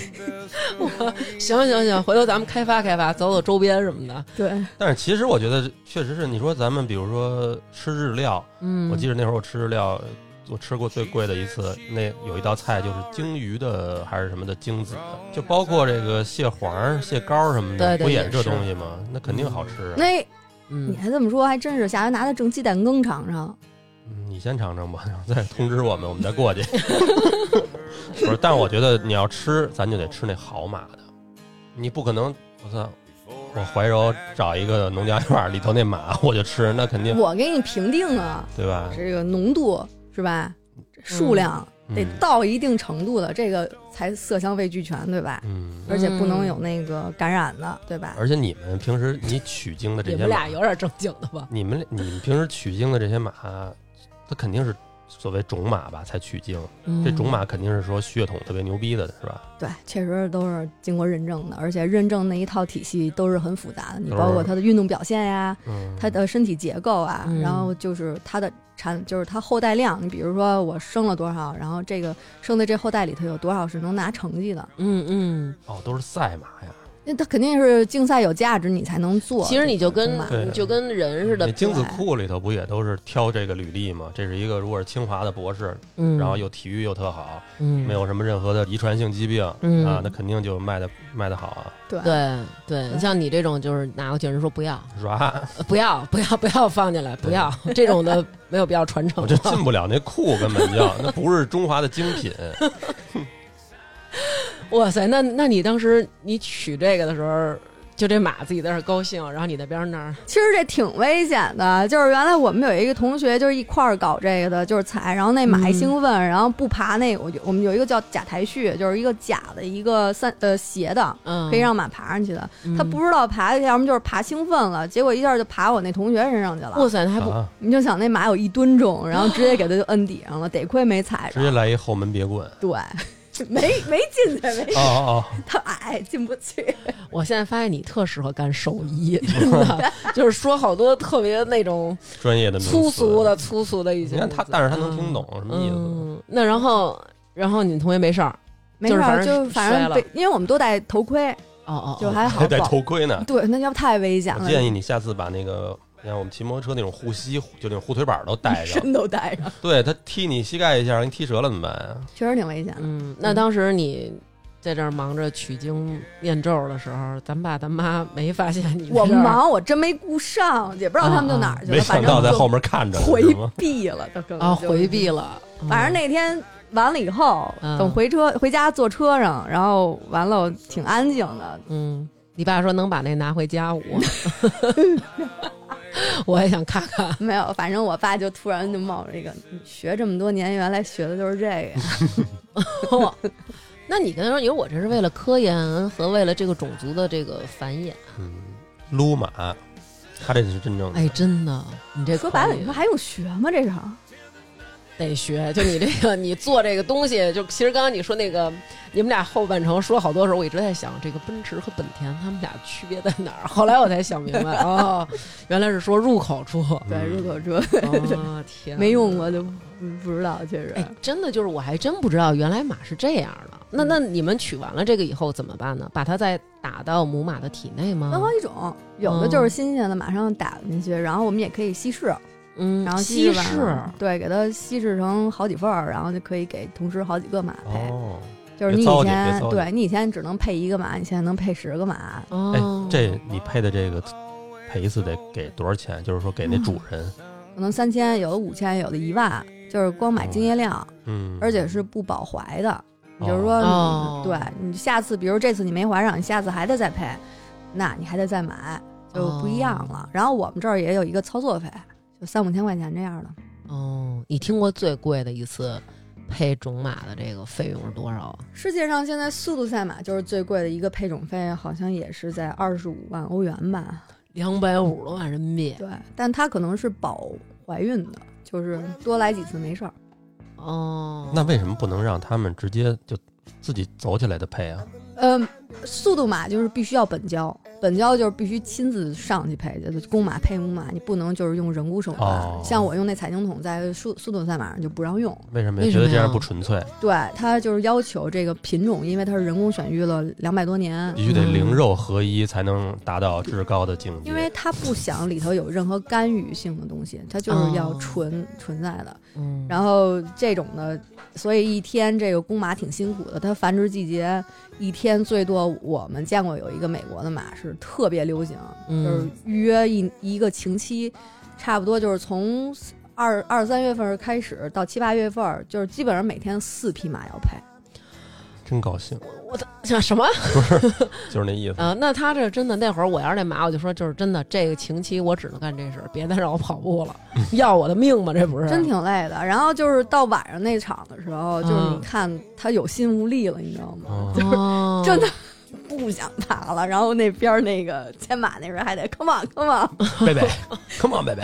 Speaker 1: 行行行，回头咱们开发开发，走走周边什么的。
Speaker 3: 对，
Speaker 2: 但是其实我觉得确实是，你说咱们比如说吃日料，
Speaker 1: 嗯，
Speaker 2: 我记得那会儿我吃日料，我吃过最贵的一次，那有一道菜就是鲸鱼的还是什么的精子，就包括这个蟹黄、蟹膏什么
Speaker 1: 对
Speaker 2: 的，
Speaker 1: 对
Speaker 2: 不也是这
Speaker 1: 也是
Speaker 2: 东西吗？那肯定好吃啊。
Speaker 3: 那
Speaker 1: 嗯
Speaker 3: 你，还这么说，还真是下回拿它蒸鸡蛋羹尝尝。
Speaker 2: 嗯你先尝尝吧，然后再通知我们，我们再过去。 不是，但是我觉得你要吃，咱就得吃那好码的，你不可能，我操，我怀柔找一个农家院儿里头那码，我就吃，那肯定
Speaker 3: 我给你评定啊，
Speaker 2: 对吧？
Speaker 3: 这个浓度是吧？
Speaker 1: 嗯
Speaker 3: 数量得
Speaker 2: 嗯
Speaker 3: 到一定程度的，这个才色香味俱全，对吧？
Speaker 2: 嗯，
Speaker 3: 而且不能有那个感染的，对吧？
Speaker 2: 而且你们平时你取经的这
Speaker 1: 你
Speaker 2: 些
Speaker 1: 们
Speaker 2: 马
Speaker 1: 俩，有点正经的吧？
Speaker 2: 你们你们平时取经的这些马，它肯定是所谓种马吧才取经，
Speaker 1: 嗯
Speaker 2: 这种马肯定是说血统特别牛逼的，是吧？
Speaker 3: 对，确实都是经过认证的，而且认证那一套体系都是很复杂的，你
Speaker 2: 都
Speaker 3: 包括
Speaker 2: 是
Speaker 3: 它的运动表现呀、
Speaker 2: 嗯，
Speaker 3: 它的身体结构啊，
Speaker 1: 嗯
Speaker 3: 然后就是它的产，就是它后代量。你比如说我生了多少，然后这个生的这后代里头有多少是能拿成绩的，
Speaker 1: 嗯嗯，
Speaker 2: 哦都是赛马呀，
Speaker 3: 那它肯定是竞赛有价值，你才能做。
Speaker 1: 其实你就跟
Speaker 3: 嘛
Speaker 2: 对
Speaker 1: 你就跟人似
Speaker 2: 那
Speaker 1: 的，
Speaker 2: 精子库里头不也都是挑这个履历吗？这是一个如果是清华的博士，
Speaker 1: 嗯，
Speaker 2: 然后又体育又特好，
Speaker 1: 嗯
Speaker 2: 没有什么任何的遗传性疾病
Speaker 1: 嗯
Speaker 2: 啊，那肯定就卖的卖的好啊，
Speaker 3: 对
Speaker 1: 对对，像你这种就是拿过去人说不要
Speaker 2: 软，
Speaker 1: 呃不要不要不要放进来，不要这种的没有必要传承啊
Speaker 2: 我。这进不了那库，根本就那不是中华的精品。
Speaker 1: 哇塞，那那你当时你取这个的时候，就这马自己在那儿高兴，然后你在边上那儿，
Speaker 3: 其实这挺危险的，就是原来我们有一个同学就是一块儿搞这个的，就是踩，然后那马一兴奋，然后不爬那我就我们有一个叫假台序，就是一个假的一个三呃斜的，
Speaker 1: 嗯，
Speaker 3: 可以让马爬上去的。
Speaker 1: 嗯
Speaker 3: 他不知道爬，要么就是爬兴奋了，结果一下就爬我那同学身上去了。
Speaker 1: 哇 塞，那还不
Speaker 2: 啊，
Speaker 3: 你就想那马有一吨重，然后直接给他就摁底上了，得亏没踩
Speaker 2: 直接
Speaker 3: 着。
Speaker 2: 来一后门 别棍。
Speaker 3: 对， 没没进去，没
Speaker 2: 哦哦，
Speaker 3: 他矮进不去。
Speaker 1: 我现在发现你特适合干兽 医，真的，就是说好多特别那种
Speaker 2: 哦专业的名词
Speaker 1: 粗俗。的、粗俗的一些
Speaker 2: 你
Speaker 1: 名
Speaker 2: 看
Speaker 1: 字。
Speaker 2: 他，但是他能听懂什么意思？
Speaker 1: 嗯，那然后，然后你同学没事儿，
Speaker 3: 没事
Speaker 1: 就是反
Speaker 3: 儿，就
Speaker 1: 正
Speaker 3: 反
Speaker 1: 摔
Speaker 3: 正
Speaker 1: 了
Speaker 3: 被，因为我们都戴头盔，
Speaker 1: 哦哦，
Speaker 3: 就还好
Speaker 2: 还戴
Speaker 3: 保。
Speaker 2: 头盔呢。
Speaker 3: 对，那要不太危险
Speaker 2: 我
Speaker 3: 了。
Speaker 2: 建议你下次把那个，你看我们骑摩托车那种护膝，就那种护腿板都带上。
Speaker 3: 身都带上，
Speaker 2: 对他踢你膝盖一下，给你踢折了怎么办啊？
Speaker 3: 确实挺危险的。
Speaker 1: 嗯，那当时你在这儿忙着取经念咒的时候，咱爸咱妈没发现你
Speaker 3: 我
Speaker 1: 在这儿
Speaker 3: 忙，我真没顾上，也不知道他们就哪儿去
Speaker 2: 啊没
Speaker 3: 了，反
Speaker 2: 想
Speaker 3: 正
Speaker 2: 到在
Speaker 3: 就
Speaker 2: 后面看着呢，
Speaker 3: 回
Speaker 2: 是吗
Speaker 3: 避了，他可能
Speaker 1: 啊，
Speaker 3: 就
Speaker 1: 回避了。嗯
Speaker 3: 反正那天完了以后，
Speaker 1: 嗯
Speaker 3: 等回车回家坐车上，然后完了挺安静的。
Speaker 1: 嗯，你爸说能把那拿回家，我 我也想看看。
Speaker 3: 没有，反正我爸就突然就冒着一个，你学这么多年，原来学的就是这个呀。
Speaker 1: 那你跟他说，你说我这是为了科研和为了这个种族的这个繁衍，
Speaker 2: 嗯，撸马，他这是真正的。
Speaker 1: 哎，真的，你这
Speaker 3: 说白了，
Speaker 1: 口语
Speaker 3: 你说还用学吗？这是啊
Speaker 2: 嗯
Speaker 1: 得学，就你这个，你做这个东西，就其实刚刚你说那个， 你们俩后半程说好多时候，我一直在想这个奔驰和本田他们俩区别在哪儿。后来我才想明 白，哦，原来是说入口处。
Speaker 3: 哎对入口车
Speaker 1: 哦、天，
Speaker 3: 没用。过就不不知道，确实
Speaker 1: 哎，真的就是我还真不知道，原来马是这样的。那那你们取完了这个以后怎么办呢？把它再打到母马的体内
Speaker 3: 分
Speaker 1: 吗
Speaker 3: 好？几种，有的就是新鲜的，马上打进去，然后我们也可以稀释，
Speaker 1: 嗯，啊
Speaker 3: 然后
Speaker 1: 稀
Speaker 3: 完
Speaker 1: 释
Speaker 3: 了，对，给它稀释成好几份儿，然后就可以给同时好几个马配。
Speaker 2: 哦，
Speaker 3: 就是
Speaker 2: 别
Speaker 3: 你以
Speaker 2: 糟践别
Speaker 3: 前
Speaker 2: 糟践
Speaker 3: 对你以前只能配一个马，你现在能配十个马，
Speaker 2: 哎
Speaker 1: 哦，，
Speaker 2: 这你配的这个配一次得给多少钱？就是说给那主人，
Speaker 3: 可能三千，有的五千，有的一万，就是光买精液量，
Speaker 2: 嗯，
Speaker 3: 而且是不保怀的。你就是说，
Speaker 1: 哦
Speaker 3: 你对你下次，比如这次你没怀上，你下次还得再配，那你还得再买，就不一样
Speaker 1: 哦
Speaker 3: 了。然后我们这儿也有一个操作费，就三五千块钱这样的。
Speaker 1: 哦，你听过最贵的一次配种马的这个费用是多少啊？
Speaker 3: 世界上现在速度赛马就是最贵的一个配种费，好像也是在二十五万欧元吧。
Speaker 1: 两百五十多万人民币。
Speaker 3: 对，但它可能是保怀孕的，就是多来几次没事儿。
Speaker 1: 哦，
Speaker 2: 那为什么不能让他们直接就自己走起来的配啊？
Speaker 3: 嗯，速度马就是必须要本交，本交就是必须亲自上去配，就是公马配母马，你不能就是用人工手段。
Speaker 2: 哦
Speaker 3: 像我用那彩晶筒在速速度赛马上就不让用，
Speaker 2: 为什么
Speaker 1: 为
Speaker 2: 呀
Speaker 1: 什
Speaker 2: 觉
Speaker 1: 么
Speaker 2: 得这样
Speaker 1: 呀
Speaker 2: 不纯粹？
Speaker 3: 对，它就是要求这个品种，因为它是人工选育了两百多年，
Speaker 2: 必须得灵肉合一才能达到至高的境界。
Speaker 3: 嗯因为它不想里头有任何干预性的东西，它就是要
Speaker 1: 哦
Speaker 3: 纯、纯在的。
Speaker 1: 嗯，
Speaker 3: 然后这种的，所以一天这个公马挺辛苦的。它繁殖季节一天最多，我们见过有一个美国的马是特别流行，
Speaker 1: 嗯
Speaker 3: 就是 预约一一个晴期，差不多就是从二二三月份开始到七八月份，就是基本上每天四匹马要配。
Speaker 2: 真高兴，
Speaker 1: 后什么
Speaker 2: 就是那意思。
Speaker 1: 啊？那他这真的那会儿，我要是那马，我就说就是真的，这个晴期我只能干这事儿，别再让我跑步了，要我的命吗？这不是啊
Speaker 3: 真挺累的，然后就是到晚上那场的时候，就是你
Speaker 1: 嗯
Speaker 3: 看他有心无力了，你知道吗？
Speaker 2: 哦
Speaker 1: 哦
Speaker 3: 真的不想爬了。然后那边儿那个牵马那人还得 come on come on，
Speaker 2: 贝贝，Come on，贝贝，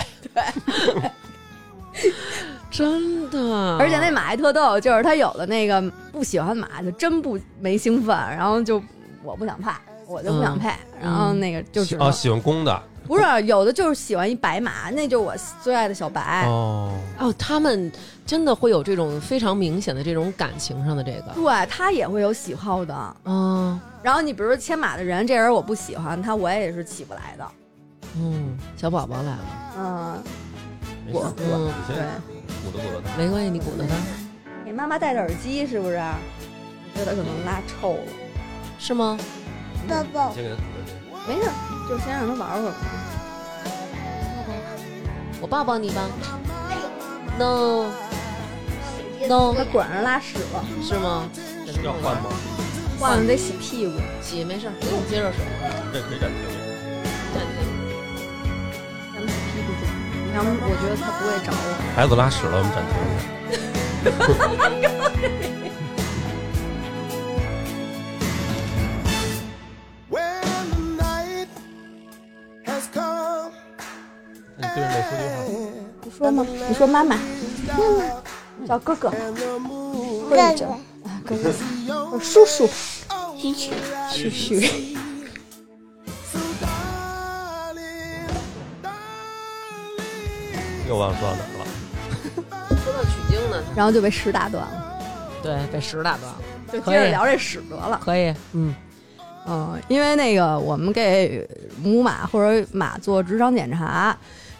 Speaker 1: 真的，
Speaker 2: 嗯
Speaker 3: 而且那马还特逗，就是他有的那个不喜欢马就真不没兴奋，然后就我不想怕，我就不想配，然后那个就只能、
Speaker 2: 啊，嗯喜欢公的
Speaker 3: 不是有的就是喜欢一白马，那就是我最爱的小白。
Speaker 2: 哦，
Speaker 1: 哦，他们真的会有这种非常明显的这种感情上的这个，
Speaker 3: 对他也会有喜好的，
Speaker 1: 嗯
Speaker 3: 然后你比如说牵马的人，这人我不喜欢他，我也是起不来的。
Speaker 1: 嗯，小宝宝来了，
Speaker 3: 嗯，
Speaker 2: 没事
Speaker 3: 我
Speaker 1: 嗯
Speaker 3: 我
Speaker 2: 你
Speaker 3: 对，
Speaker 2: 先鼓捣鼓捣他。
Speaker 1: 没关系，你鼓捣他，
Speaker 3: 给妈妈戴的耳机是不是？我觉得可能拉臭了，
Speaker 1: 是吗？
Speaker 4: 抱抱
Speaker 2: 你，先给他鼓捣。
Speaker 3: 没事，就先让他玩会儿吧。
Speaker 1: 我抱抱你吧
Speaker 4: 哎呦
Speaker 1: ，no
Speaker 4: 别
Speaker 1: no，
Speaker 3: 他果然拉屎了，
Speaker 1: 是吗？
Speaker 2: 要换吗？
Speaker 3: 忘了得洗屁股。
Speaker 1: 洗没事儿，给你接热水，
Speaker 2: 这可以暂停。
Speaker 1: 暂停。
Speaker 3: 咱们洗屁股去，要不我觉得他不会找我。
Speaker 2: 孩子拉屎了，我们暂停一下。
Speaker 4: When the night has come
Speaker 2: 那你对着那说句话。
Speaker 3: 你说嘛？你说妈妈，叫哥哥，
Speaker 4: and the moon
Speaker 3: 跪着，哥哥，叔叔，嘘嘘嘘。
Speaker 4: So darling, darling,
Speaker 2: 又忘说到哪儿了？
Speaker 1: 说到取经呢，
Speaker 3: 然后就被屎打断了。
Speaker 1: 对，被屎打断了，
Speaker 3: 就
Speaker 1: 接着聊
Speaker 3: 这屎得了。
Speaker 1: 可以，嗯
Speaker 3: 嗯，因为那个我们给母马或者马做直肠检查，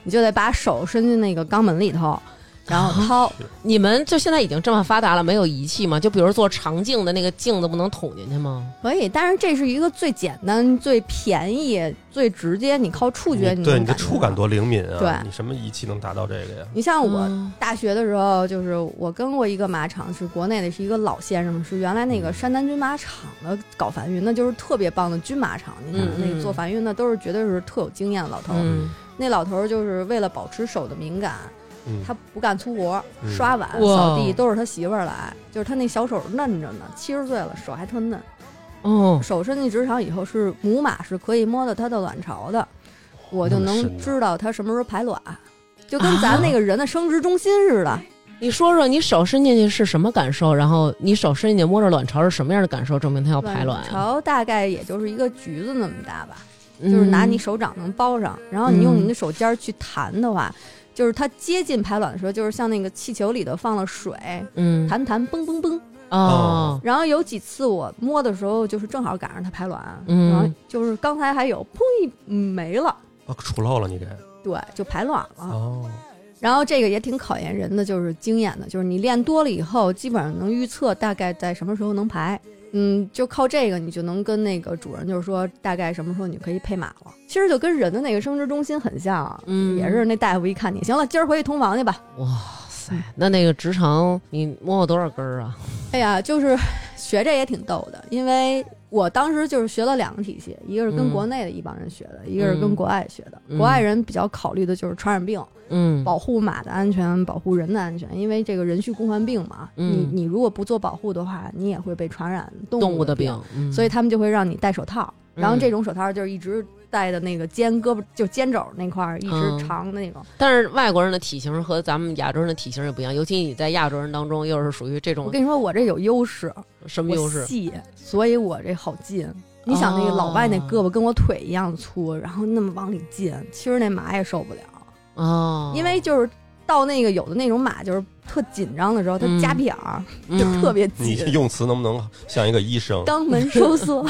Speaker 3: 你就得把手伸进那个肛门里头，然后
Speaker 2: 嗯
Speaker 3: 掏。
Speaker 1: 你们就现在已经这么发达了，没有仪器吗？就比如做肠镜的那个镜子，不能捅进去吗？
Speaker 3: 可以，但是这是一个最简单、最便宜、最直接，你靠触觉
Speaker 2: 你
Speaker 3: 能
Speaker 2: 对你的
Speaker 3: 觉
Speaker 2: 触感
Speaker 3: 到
Speaker 2: 多灵敏啊！
Speaker 3: 对
Speaker 2: 你什么仪器能达到这个呀？
Speaker 3: 你像我
Speaker 1: 嗯
Speaker 3: 大学的时候，就是我跟过一个马场，是国内的，是一个老先生，是原来那个山南军马场的搞繁育，那就是特别棒的军马场。你看
Speaker 1: 嗯嗯
Speaker 3: 那做繁育那都是绝对是特有经验的老头儿。
Speaker 1: 嗯，
Speaker 3: 那老头儿就是为了保持手的敏感，
Speaker 2: 嗯，
Speaker 3: 他不干粗活儿，
Speaker 2: 嗯
Speaker 3: 刷碗、
Speaker 1: 哇
Speaker 3: 扫地都是他媳妇儿来，就是他那小手嫩着呢，七十岁了手还特嫩。
Speaker 1: 哦，
Speaker 3: 手伸进直肠以后是母马是可以摸到它的卵巢的，我就
Speaker 2: 那么
Speaker 3: 能
Speaker 2: 深呢
Speaker 3: 知道它什么时候排卵，就跟咱那个人的生殖中心似的。
Speaker 1: 你说说你手伸进去是什么感受？然后你手伸进去摸着卵巢是什么样的感受？证明它要排卵
Speaker 3: 卵
Speaker 1: 啊，
Speaker 3: 巢大概也就是一个橘子那么大吧，
Speaker 1: 嗯
Speaker 3: 就是拿你手掌能包上，然后你用
Speaker 1: 嗯
Speaker 3: 你的手尖儿去弹的话，就是它接近排卵的时候，就是像那个气球里头放了水，
Speaker 1: 嗯
Speaker 3: 弹弹蹦蹦蹦。
Speaker 1: 哦，
Speaker 3: 然后有几次我摸的时候，就是正好赶上它排卵，
Speaker 1: 嗯
Speaker 3: 然后就是刚才还有砰一嗯没了，
Speaker 2: 啊，杵漏了你给
Speaker 3: 对，就排卵了。
Speaker 2: 哦，
Speaker 3: 然后这个也挺考验人的，就是经验的，就是你练多了以后，基本上能预测大概在什么时候能排。嗯，就靠这个，你就能跟那个主人就是说，大概什么时候你可以配马了。其实就跟人的那个生殖中心很像，啊
Speaker 1: 嗯
Speaker 3: 也是那大夫一看你，行了，今儿回去通房去吧。
Speaker 1: 哇塞，那那个直肠你摸过多少根儿啊？
Speaker 3: 哎呀，就是学这也挺逗的，因为我当时就是学了两个体系，一个是跟
Speaker 1: 嗯
Speaker 3: 国内的一帮人学的，一个是跟
Speaker 1: 嗯
Speaker 3: 国外学的。
Speaker 1: 嗯
Speaker 3: 国外人比较考虑的就是传染病，
Speaker 1: 嗯，
Speaker 3: 保护马的安全，保护人的安全，因为这个人畜共患病嘛，
Speaker 1: 嗯
Speaker 3: 你你如果不做保护的话，你也会被传染动
Speaker 1: 动
Speaker 3: 物
Speaker 1: 物的
Speaker 3: 病，
Speaker 1: 病，嗯
Speaker 3: 所以他们就会让你戴手套，然后
Speaker 1: 嗯
Speaker 3: 这种手套就是一直带的那个肩胳膊就肩肘那块儿一直
Speaker 1: 嗯
Speaker 3: 长的那种。
Speaker 1: 但是外国人的体型和咱们亚洲人的体型也不一样，尤其你在亚洲人当中又是属于这
Speaker 3: 我
Speaker 1: 种
Speaker 3: 跟你说，我这有优势，
Speaker 1: 什么
Speaker 3: 我
Speaker 1: 优势？
Speaker 3: 细，所以我这好进。你想那个老外那胳膊跟我腿一样粗，然后那么往里进，其实那马也受不了，
Speaker 1: 哦，
Speaker 3: 因为就是到那个有的那种马就是特紧张的时候，它
Speaker 1: 嗯
Speaker 3: 夹屁眼儿
Speaker 1: 嗯
Speaker 3: 就特别
Speaker 2: 你
Speaker 3: 紧，
Speaker 2: 用词能不能像一个医生？
Speaker 3: 肛门收缩，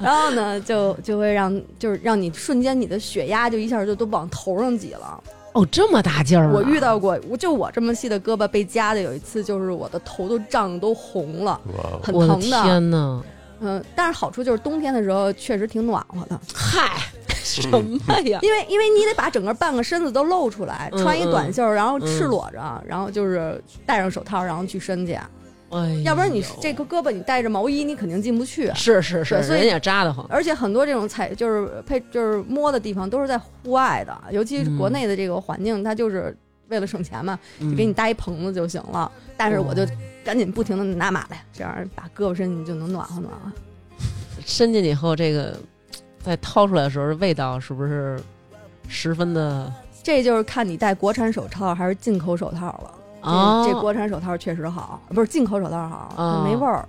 Speaker 3: 然后呢就就会让就是让你瞬间你的血压就一下就都往头上挤了。
Speaker 1: 哦这么大劲儿啊，
Speaker 3: 我遇到过，我就我这么细的胳膊被夹的有一次，就是我的头都胀都红了。
Speaker 2: 哇
Speaker 3: 很
Speaker 1: 我的
Speaker 3: 疼的
Speaker 1: 天呐，
Speaker 3: 嗯，但是好处就是冬天的时候确实挺暖和的，
Speaker 1: 嗯嗨，什么呀？
Speaker 3: 因为因为你得把整个半个身子都露出来，
Speaker 1: 嗯
Speaker 3: 穿一
Speaker 1: 嗯
Speaker 3: 短袖，然后赤
Speaker 1: 嗯
Speaker 3: 裸着，然后就是戴上手套，然后去伸去，啊
Speaker 1: 哎呦
Speaker 3: 要不然你这个胳膊你带着毛衣你肯定进不去。啊
Speaker 1: 是是是，
Speaker 3: 对所以
Speaker 1: 人也扎得慌。
Speaker 3: 而且很多这种采就是配就是摸的地方都是在户外的，尤其是国内的这个环境，它就是为了省钱嘛，
Speaker 1: 嗯哦
Speaker 3: 给你搭一棚子就行了。但是我就赶紧不停的拿马来，这样把胳膊伸进去就能暖和暖和。
Speaker 1: 伸进去以后，这个再掏出来的时候，味道是不是十分的
Speaker 3: 这就是看你戴国产手套还是进口手套了。
Speaker 1: 啊？
Speaker 3: 这这国产手套确实好，不是进口手套好，
Speaker 1: 哦
Speaker 3: 它没味儿。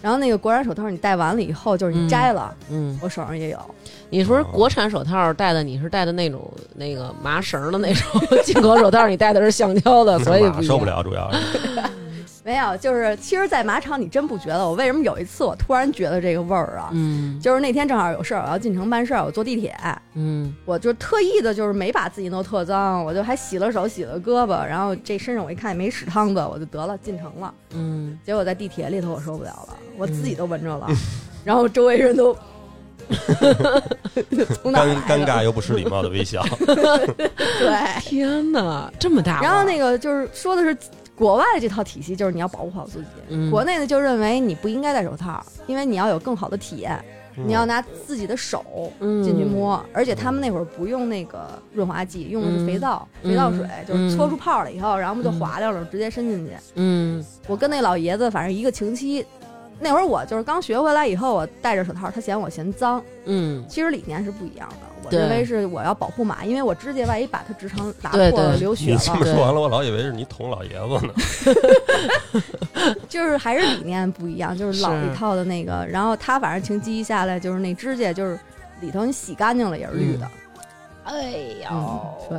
Speaker 3: 然后那个国产手套你戴完了以后，就是你摘了，
Speaker 1: 嗯，
Speaker 3: 我手上也有，
Speaker 1: 你说
Speaker 2: 啊
Speaker 1: 国产手套戴的，你是戴的那种那个麻绳儿的那种，进口手套你戴的是橡胶 的，所以
Speaker 2: 马
Speaker 1: 一样
Speaker 2: 受不。了，主要是
Speaker 3: 没有？就是其实，在马场你真不觉得。我为什么有一次我突然觉得这个味儿啊？
Speaker 1: 嗯
Speaker 3: 就是那天正好有事儿，我要进城办事儿，我坐地铁，
Speaker 1: 嗯，
Speaker 3: 我就特意的，就是没把自己弄特脏，我就还洗了手、洗了胳膊，然后这身上我一看也没屎汤子，我就得了，进城了。
Speaker 1: 嗯，
Speaker 3: 结果在地铁里头我受不了了，我自己都闻着了，
Speaker 2: 嗯
Speaker 3: 然后周围人都 从哪
Speaker 2: 尴
Speaker 3: 儿来
Speaker 2: 尴
Speaker 3: 的
Speaker 2: 尬又不失礼貌的微笑。
Speaker 3: 对。
Speaker 1: 天哪，这么大！
Speaker 3: 然后那个就是说的是国外这套体系，就是你要保护好自己。
Speaker 1: 嗯
Speaker 3: 国内的就认为你不应该戴手套，因为你要有更好的体验，你
Speaker 2: 嗯
Speaker 3: 要拿自己的手
Speaker 1: 嗯
Speaker 3: 进去摸，而且他们那会儿不用那个润滑剂，用的是肥皂、
Speaker 1: 嗯
Speaker 3: 肥皂水，
Speaker 1: 嗯
Speaker 3: 就是搓出泡了以后，然后就滑溜了，直接伸进去。
Speaker 1: 嗯
Speaker 3: 我跟那老爷子反正一个情期，那会儿我就是刚学回来以后，我戴着手套，他嫌我嫌脏，
Speaker 1: 嗯，
Speaker 3: 其实理念是不一样的。我
Speaker 1: 对
Speaker 3: 认为是我要保护马，因为我指甲万一把它直肠打破
Speaker 1: 对对
Speaker 3: 了流血
Speaker 2: 你
Speaker 3: 了，
Speaker 2: 这么说完了，我老以为是你捅老爷子呢。
Speaker 3: 就是还是理念不一样，就是老
Speaker 1: 是
Speaker 3: 一套的那个。然后他反正情急一下来，就是那指甲就是里头你洗干净了也是绿的。
Speaker 1: 哎
Speaker 3: 嗯，对，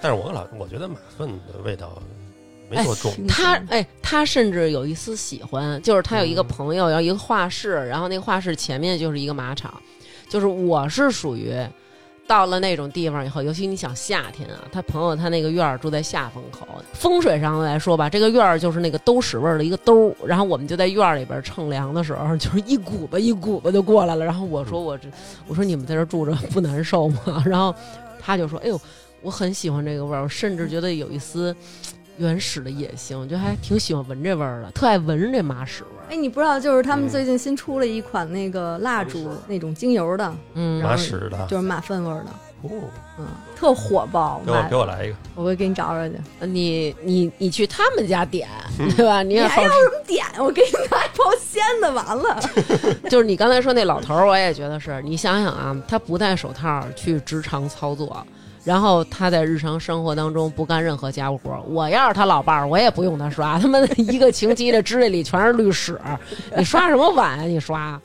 Speaker 2: 但是我老我觉得马粪的味道没多重，
Speaker 3: 挺
Speaker 1: 他哎，他甚至有一丝喜欢，就是他有一个朋友，然后一个画室，然后那个画室前面就是一个马场，就是我是属于到了那种地方以后，尤其你想夏天啊，他朋友他那个院儿住在下风口，风水上来说吧，这个院儿就是那个兜屎味儿的一个兜儿，然后我们就在院儿里边乘凉的时候，就是一股子一股子就过来了，然后我说我这我说你们在这儿住着 不难受吗？ 然后他就说，哎呦。我很喜欢这个味儿，我甚至觉得有一丝原始的野性，我觉得还挺喜欢闻这味儿的，特爱闻这马屎味儿。
Speaker 3: 哎，你不知道，就是他
Speaker 2: 嗯
Speaker 3: 们最近新出了一款那个蜡烛，那种精油的，
Speaker 1: 嗯，
Speaker 2: 马屎的。
Speaker 3: 就是马粪味儿的，
Speaker 2: 哦，
Speaker 3: 嗯，特火爆。
Speaker 2: 给我
Speaker 3: 买
Speaker 2: 给，我来一个，
Speaker 3: 我会给你找找去。
Speaker 1: 你你你去他们家点，对吧？你也
Speaker 3: 你还
Speaker 1: 好
Speaker 3: 要，什么点？我给你拿一包鲜的，完 了。
Speaker 1: 就是你刚才说那老头儿，我也觉得是你想想啊，他不戴手套去职场操作。然后他在日常生活当中不干任何家务活儿，我要是他老伴儿，我也不用他刷，他妈的 一个情期这指甲里全是绿屎，你刷什么碗啊？你刷，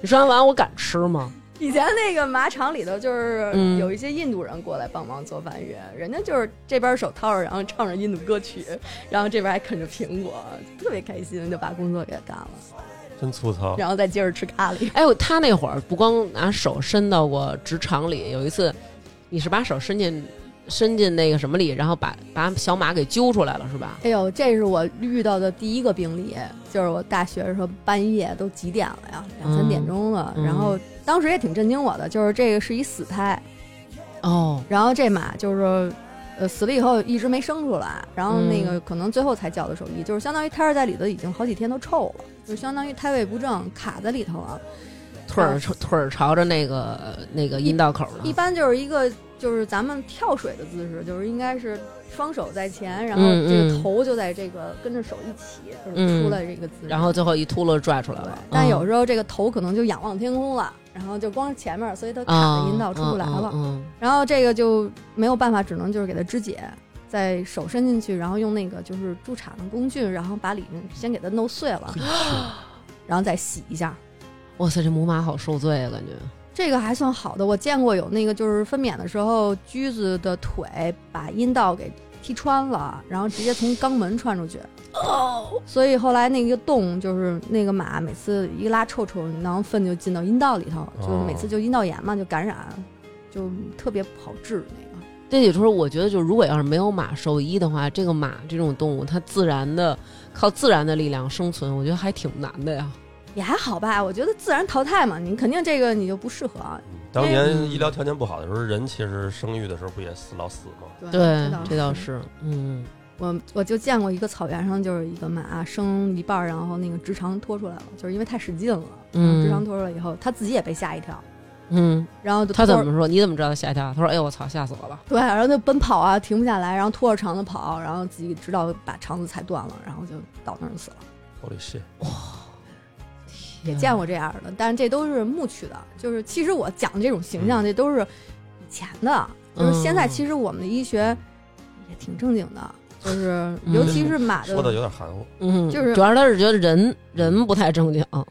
Speaker 1: 你刷完碗我敢吃吗？
Speaker 3: 以前那个马场里头，就是
Speaker 1: 嗯
Speaker 3: 有一些印度人过来帮忙做饭员，人家就是这边手套，然后唱着印度歌曲，然后这边还啃着苹果，特别开心，就把工作给干了，
Speaker 2: 真粗糙。
Speaker 3: 然后再接着吃咖喱。
Speaker 1: 哎，我他那会儿不光拿手伸到过职场里，有一次，你是把手伸进伸进那个什么里，然后把把小马给揪出来了，是吧？
Speaker 3: 哎呦，这是我遇到的第一个病例，就是我大学的时候半夜都几点了呀，两三点钟了，
Speaker 1: 嗯
Speaker 3: 然后当时也挺震惊我的，就是这个是一死胎，
Speaker 1: 哦，
Speaker 3: 然后这马就是。呃，死了以后一直没生出来，然后那
Speaker 1: 嗯
Speaker 3: 个可能最后才叫的手艺，就是相当于胎儿在里头已经好几天都臭了，就相当于胎位不正卡在里头了。
Speaker 1: 腿腿儿腿儿朝着那个那个阴道口
Speaker 3: 一
Speaker 1: 呢。
Speaker 3: 般就是一个就是咱们跳水的姿势，就是应该是双手在前，然后
Speaker 1: 嗯
Speaker 3: 这个
Speaker 1: 嗯
Speaker 3: 头就在这个跟着手一起，就是
Speaker 1: 嗯
Speaker 3: 出了这个姿势。
Speaker 1: 然后最后一秃噜拽出来
Speaker 3: 对
Speaker 1: 了，，
Speaker 3: 但
Speaker 1: 嗯
Speaker 3: 有时候这个头可能就仰望天空了，然后就光前面儿，所以它卡着阴道出不来了。
Speaker 1: 啊嗯
Speaker 3: 然后这个就没有办法，只能就是给它肢解，再手伸进去，然后用那个就是助产的工具，然后把里面先给它弄碎
Speaker 2: 哎
Speaker 3: 了，然后再洗一下。
Speaker 1: 哇塞，这母马好受罪啊，感觉。
Speaker 3: 这个还算好的，我见过有那个就是分娩的时候，驹子的腿把阴道给踢穿了，然后直接从肛门穿出去。哦，所以后来那个洞就是那个马每次一拉臭臭，然后粪就进到阴道里头，就是每次就阴道炎嘛，就感染，就特别不好治那个。
Speaker 1: 这也就是说，我觉得，就如果要是没有马兽医的话，这个马这种动物，它自然的靠自然的力量生存，我觉得还挺难的呀。
Speaker 3: 也还好吧，我觉得自然淘汰嘛，你肯定这个你就不适合。
Speaker 2: 嗯当年
Speaker 1: 嗯
Speaker 2: 医疗条件不好的时候，人其实生育的时候不也死老死吗？
Speaker 3: 嗯
Speaker 1: 对，这
Speaker 3: 这
Speaker 1: 倒。是，嗯，
Speaker 3: 我我就见过一个草原上，就是一个马生一半儿，然后那个直肠脱出来了，就是因为太使劲了，
Speaker 1: 嗯
Speaker 3: 然后直肠脱出来以后，他自己也被吓一跳，
Speaker 1: 嗯，
Speaker 3: 然后就
Speaker 1: 他
Speaker 3: 拖
Speaker 1: 怎
Speaker 3: 着
Speaker 1: 么说？你怎么知道他吓一跳？他说：“哎呦，我操，吓死我了！
Speaker 3: 对，然后就奔跑啊，停不下来，然后拖着肠子跑，然后自己直到把肠子踩断了，然后就倒那儿死了。
Speaker 2: 我的谢，
Speaker 3: 也
Speaker 1: 嗯
Speaker 3: 见过这样的，但是这都是牧区的，就是其实我讲这种形象，
Speaker 2: 嗯
Speaker 3: 这都是以前的，就是现在
Speaker 1: 嗯
Speaker 3: 其实我们的医学也挺正经的，就是尤其是马的
Speaker 2: 说的有点含糊。
Speaker 1: 嗯，
Speaker 3: 就是嗯
Speaker 1: 主要他是觉得人人不太 正经，嗯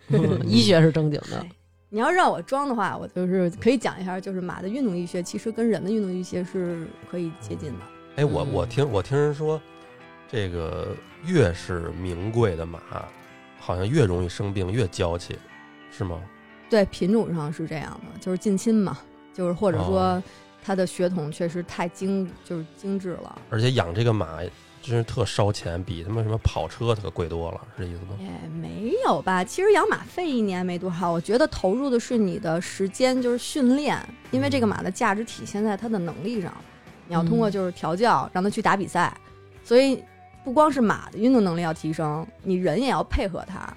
Speaker 1: 医学是正经的。
Speaker 3: 你要让我装的话，我就是可以讲一下，就是马的运动医学其实跟人的运动医学是可以接近的。
Speaker 2: 哎，我
Speaker 1: 嗯
Speaker 2: 我听我听人说，这个越是名贵的马，好像越容易生病，越娇气，是吗？
Speaker 3: 对，品种上是这样的，就是近亲嘛，就是或者说
Speaker 2: 哦
Speaker 3: 它的血统确实太精，就是精致了，
Speaker 2: 而且养这个马真是特烧钱，比他妈什么跑车可贵多了，是这意思吗？
Speaker 3: 也没有吧。其实养马费一年没多少，我觉得投入的是你的时间，就是训练，因为这个马的价值体现在它的能力上，你要通过
Speaker 1: 嗯
Speaker 3: 就是调教让它去打比赛，所以不光是马的运动能力要提升，你人也要配合它。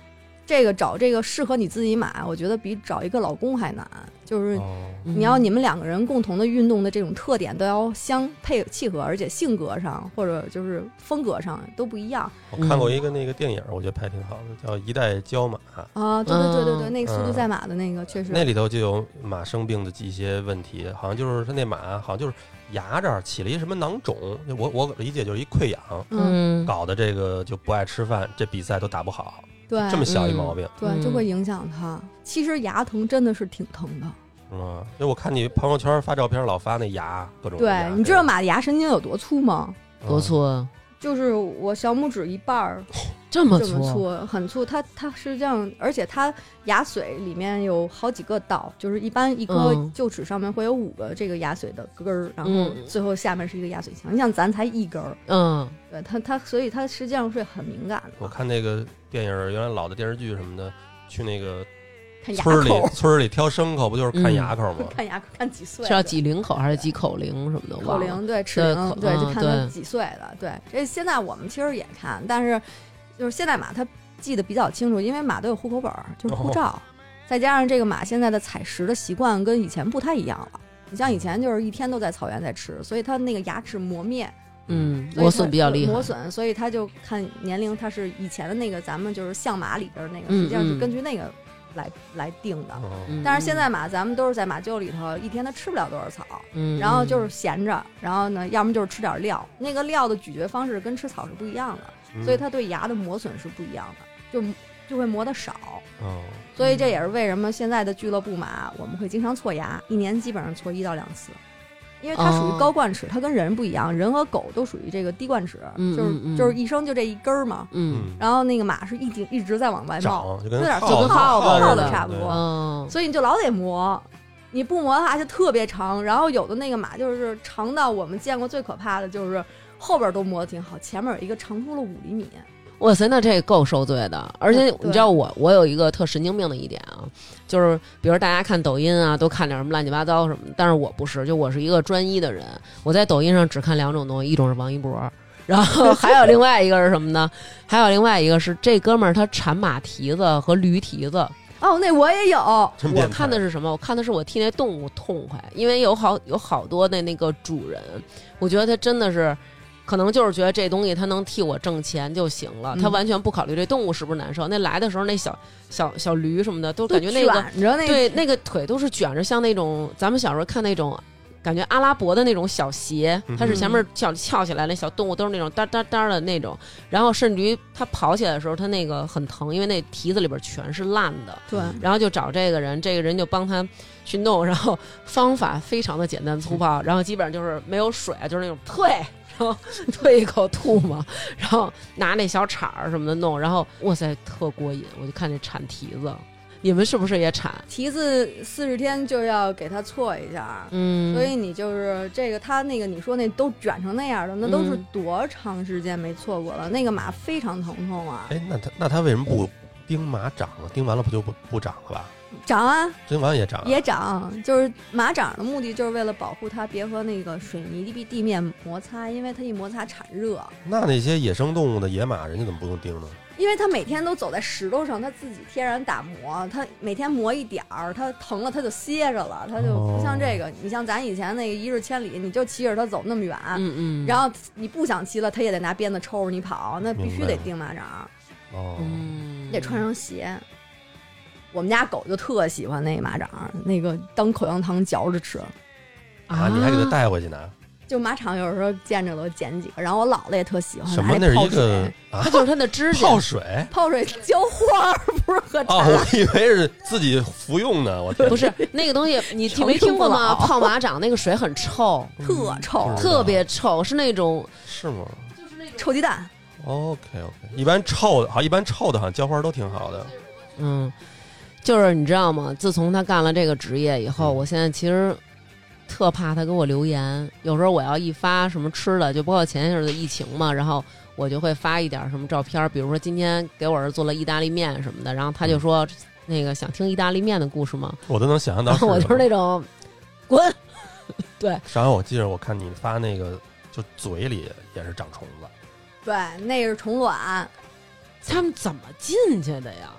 Speaker 3: 这个找这个适合你自己马，我觉得比找一个老公还难，就是
Speaker 2: 哦，
Speaker 1: 嗯
Speaker 3: 你要你们两个人共同的运动的这种特点都要相配契合，而且性格上或者就是风格上都不一样
Speaker 2: 我看过一个那个电影，我觉得拍挺好的，叫《一代骄马》，
Speaker 3: 啊！对对对对对，
Speaker 1: 嗯
Speaker 3: 那个《速度赛马》的那个确实
Speaker 2: 那里头就有马生病的一些问题，好像就是他那马好像就是牙这儿起了一什么囊肿，我我理解就是一溃疡，
Speaker 3: 嗯，
Speaker 2: 搞得这个就不爱吃饭，这比赛都打不好，
Speaker 3: 对
Speaker 2: 这么小一毛病
Speaker 3: 对，就会影响他。其实牙疼真的是挺疼的，
Speaker 2: 是
Speaker 3: 嗯
Speaker 2: 吗？因为我看你朋友圈发照片，老发那牙各种哦牙嗯
Speaker 3: 对，你知道马的牙神经有多粗吗？
Speaker 1: 多？粗啊，
Speaker 3: 就是我小拇指一半儿
Speaker 1: 这么
Speaker 3: 这么粗，很粗。它它是这样，而且它牙髓里面有好几个道，就是一般一颗
Speaker 1: 嗯
Speaker 3: 臼齿上面会有五个这个牙髓的根儿，然后
Speaker 1: 嗯
Speaker 3: 最后下面是一个牙髓腔。你像咱才一根儿，
Speaker 1: 嗯，
Speaker 3: 对它它，所以它实际上是很敏感
Speaker 2: 我
Speaker 3: 的。
Speaker 2: 看那个电影，原来老的电视剧什么的，去那个
Speaker 3: 看牙
Speaker 2: 村儿里
Speaker 3: 口，
Speaker 2: 村儿里挑牲口，不就是看
Speaker 1: 嗯
Speaker 2: 牙口吗？
Speaker 3: 看牙口，看几岁
Speaker 1: 是要几零口还是几口零什么的？
Speaker 3: 口
Speaker 1: 忘了
Speaker 3: 龄对齿
Speaker 1: 对
Speaker 3: 龄
Speaker 1: 口
Speaker 3: 对，就
Speaker 1: 嗯
Speaker 3: 看他
Speaker 1: 对
Speaker 3: 几岁了。对，这现在我们其实也看，但是就是现代马它记得比较清楚，因为马都有户口本儿，就是护
Speaker 2: 哦
Speaker 3: 照，再加上这个马现在的采食的习惯跟以前不太一样了。你像以前就是一天都在草原在吃，所以它那个牙齿磨灭，
Speaker 1: 嗯，
Speaker 3: 所以
Speaker 1: 磨
Speaker 3: 它
Speaker 1: 损比较厉害，
Speaker 3: 磨损，所以它就看年龄，它是以前的那个咱们就是象马里边儿那个，
Speaker 1: 嗯
Speaker 3: 实际上是
Speaker 1: 嗯
Speaker 3: 根据那个来来定的。
Speaker 2: 嗯
Speaker 1: 嗯。
Speaker 3: 但是现在马咱们都是在马厩里头，一天它吃不了多少草，
Speaker 1: 嗯，嗯，
Speaker 3: 然后就是闲着，然后呢，要么就是吃点料，那个料的咀嚼方式跟吃草是不一样的，
Speaker 2: 嗯
Speaker 3: 所以它对牙的磨损是不一样的，就就会磨得少。
Speaker 2: 哦
Speaker 3: 所
Speaker 1: 嗯
Speaker 3: 以这也是为什么现在的俱乐部马我们会经常错牙，一年基本上错一到两次，因为它属
Speaker 1: 哦
Speaker 3: 于高冠齿，它跟人不一样，人和狗都属于这个低冠齿，
Speaker 1: 嗯
Speaker 3: 就是
Speaker 1: 嗯嗯
Speaker 3: 就是一生就这一根儿嘛。
Speaker 1: 嗯
Speaker 2: 嗯，
Speaker 3: 然后那个马是一直一直在往外冒，
Speaker 2: 长就
Speaker 3: 有
Speaker 2: 跟
Speaker 3: 点
Speaker 2: 耗
Speaker 1: 子
Speaker 3: 跟耗
Speaker 1: 耗子
Speaker 3: 耗
Speaker 1: 似的
Speaker 3: 差不
Speaker 2: 对
Speaker 3: 多。
Speaker 1: 哦，
Speaker 3: 所以你就老得磨，你不磨的话就特别长。然后有的那个马就是长到我们见过最可怕的就是后边都磨得挺好，前面有一个长出了五厘米。
Speaker 1: 哇塞，那这够受罪的。而且
Speaker 3: 嗯对
Speaker 1: 你知道我，我有一个特神经病的一点啊，就是比如大家看抖音啊，都看点什么乱七八糟什么的，但是我不是，就我是一个专一的人，我在抖音上只看两种东西，一种是王一博。然 后还有另外一个是什么呢？还有另外一个是这哥们儿他产马蹄子和驴蹄子，
Speaker 3: 哦，那我也有，
Speaker 2: 真
Speaker 1: 我
Speaker 2: 变态
Speaker 1: 看的是什么？我看的是我替那动物痛快，因为有好有好多的那个主人，我觉得他真的是，可能就是觉得这东西他能替我挣钱就行了，他
Speaker 3: 嗯
Speaker 1: 完全不考虑这动物是不是难受。那来的时候，那小小小驴什么的，都感觉那
Speaker 3: 都
Speaker 1: 个
Speaker 3: 卷着那
Speaker 1: 对那个腿都是卷着，像那种咱们小时候看那种。感觉阿拉伯的那种小鞋，
Speaker 2: 嗯
Speaker 1: 它是前面翘翘起来，那小动物都是那种哒哒哒的那种。然后甚至于它跑起来的时候，它那个很疼，因为那蹄子里边全是烂的。
Speaker 3: 对，
Speaker 1: 然后就找这个人，这个人就帮他去弄，然后方法非常的简单粗 暴，然后基本上就是没有水啊，就是那种退， 然后退一口吐嘛，然后拿那小铲儿什么的弄，然后哇塞特过瘾，我就看这铲蹄子，你们是不是也铲？
Speaker 3: 蹄子四十天就要给它搓一下。
Speaker 1: 嗯，
Speaker 3: 所以你就是这个，它那个你说那都卷成那样的，那都是
Speaker 1: 嗯
Speaker 3: 多长时间没错过了？那个马非常疼痛啊，
Speaker 2: 哎，那他那他为什么不钉马掌啊？钉完了不就不不长了吧？
Speaker 3: 长啊，
Speaker 2: 钉完也长啊、
Speaker 3: 也长，就是马掌的目的就是为了保护它别和那个水泥地地面摩擦，因为它一摩擦产热，
Speaker 2: 那那些野生动物的野马，人家怎么不用钉呢？
Speaker 3: 因为它每天都走在石头上，它自己天然打磨，它每天磨一点儿，它疼了它就歇着了，它就不像这个，
Speaker 2: 哦
Speaker 3: 你像咱以前那个一日千里，你就骑着它走那么远，
Speaker 1: 嗯嗯，
Speaker 3: 啊然后你不想骑了，它也得拿鞭子抽着你跑，那必须
Speaker 2: 明白
Speaker 3: 得
Speaker 2: 了
Speaker 3: 钉马掌，
Speaker 2: 哦，
Speaker 1: 嗯
Speaker 3: 得穿上鞋。我们家狗就特喜欢那马掌，那个当口香糖嚼着吃。
Speaker 2: 啊，你还给它带回去呢？
Speaker 3: 就马场有时候见着了我捡几个，然后我姥姥也特
Speaker 1: 哦
Speaker 3: 喜欢
Speaker 2: 什么？
Speaker 3: 拿
Speaker 2: 那是
Speaker 3: 泡
Speaker 2: 一
Speaker 3: 水，
Speaker 2: 个啊
Speaker 1: 它，就是它的指甲
Speaker 2: 泡，水
Speaker 3: 泡水浇花儿， 不是 喝茶。
Speaker 2: 哦，我以为是自己服用呢。我天，
Speaker 1: 不是那个东西，你你没
Speaker 3: 长生
Speaker 1: 听过
Speaker 3: 不
Speaker 1: 吗？
Speaker 3: 老
Speaker 1: 泡马掌那个水很臭，
Speaker 3: 特臭
Speaker 2: 嗯，
Speaker 1: 特别臭，是那种
Speaker 2: 是吗
Speaker 3: 臭鸡蛋。
Speaker 2: ？OK OK，一般臭的，好，一般臭的，好像浇花都挺好的。
Speaker 1: 嗯，就是你知道吗？自从他干了这个职业以后，
Speaker 2: 嗯
Speaker 1: 我现在其实特怕他给我留言。有时候我要一发什么吃的，就包括前一阵子疫情嘛，然后我就会发一点什么照片儿，比如说今天给我儿子做了意大利面什么的，然后他就说、那个想听意大利面的故事吗？
Speaker 2: 我都能想象到
Speaker 1: 然
Speaker 2: 什
Speaker 1: 后
Speaker 2: 么。
Speaker 1: 我就是那啊种滚。
Speaker 2: 上回我记着，我看你发那个，就嘴里也是长虫子，
Speaker 3: 对，那是虫卵，
Speaker 1: 他们怎么进去的呀？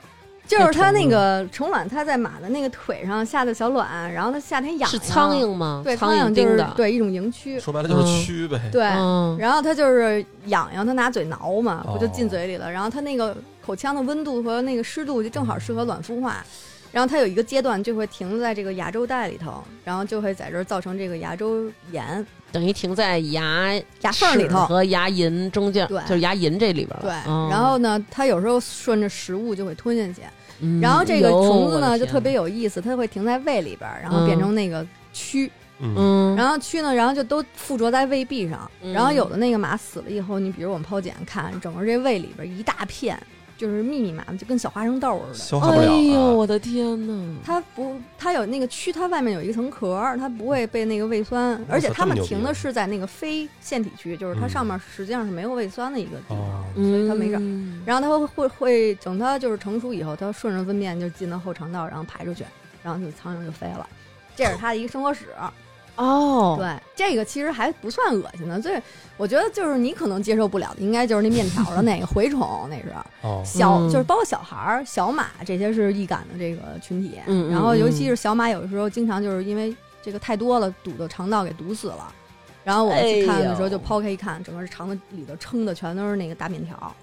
Speaker 3: 就是它那个虫卵，它在马的那个腿上下的小卵，然后它夏天痒
Speaker 1: 是
Speaker 3: 痒
Speaker 1: 苍，蝇吗？
Speaker 3: 对，
Speaker 1: 苍
Speaker 3: 苍蝇就
Speaker 1: 叮
Speaker 3: 是
Speaker 1: 的。
Speaker 3: 对一种蝇蛆，
Speaker 2: 说白了就是蛆呗。
Speaker 3: 对。
Speaker 1: 嗯，
Speaker 3: 然后它就是痒痒，它拿嘴挠嘛，
Speaker 2: 哦
Speaker 3: 不就进嘴里了？然后它那个口腔的温度和那个湿度就正好适合卵孵化，然后它有一个阶段就会停在这个牙周袋里头，然后就会在这儿造成这个牙周炎、
Speaker 1: 等于停在牙
Speaker 3: 牙缝里
Speaker 1: 齿
Speaker 3: 头。
Speaker 1: 和牙龈中间，
Speaker 3: 对
Speaker 1: 就是牙龈这里边儿
Speaker 3: 对
Speaker 1: 了。，嗯
Speaker 3: 然后呢，它有时候顺着食物就会吞进去，
Speaker 1: 嗯
Speaker 3: 然后这个
Speaker 1: 哎呦
Speaker 3: 虫子
Speaker 1: 我
Speaker 3: 呢
Speaker 1: 的
Speaker 3: 就
Speaker 1: 天
Speaker 3: 特别有意思，它会停在胃里边儿，然后变
Speaker 1: 嗯
Speaker 3: 成那个蛆，
Speaker 2: 嗯，
Speaker 1: 嗯，
Speaker 3: 然后蛆呢，然后就都附着在胃壁上，
Speaker 1: 嗯
Speaker 3: 然后有的那个马死了以后，你比如我们剖检看，整个这胃里边一大片，就是密密麻麻，就跟小花生豆似的。
Speaker 2: 消化不了、啊。
Speaker 1: 哎呦，我的天呐！
Speaker 3: 它不，它有那个蛆，它外面有一层壳儿，它不会被那个胃酸，而且它们停的是在那个非腺体区，就是它上面实际上是没有胃酸的一个地方。
Speaker 2: 哦，
Speaker 1: 所
Speaker 3: 以它没事
Speaker 1: 事。
Speaker 3: 然后它会会会等它就是成熟以后，它顺着粪便就进到后肠道，然后排出去，然后那苍蝇就飞了。这是它的一个生活史。
Speaker 1: 哦，
Speaker 3: 对，这个其实还不算恶心的，最我觉得就是你可能接受不了的，应该就是那面条的那个蛔虫，那是
Speaker 2: 哦，
Speaker 3: 小，
Speaker 1: 嗯
Speaker 3: 就是包括小孩儿、小马这些是易感的这个群体。
Speaker 1: 嗯嗯
Speaker 3: 然后尤其是小马，有时候经常就是因为这个太多了，堵的肠道给堵死了。然后我们去看的时候，
Speaker 1: 哎呦
Speaker 3: 就剖开一看，整个肠子里头撑的全都是那个大面条。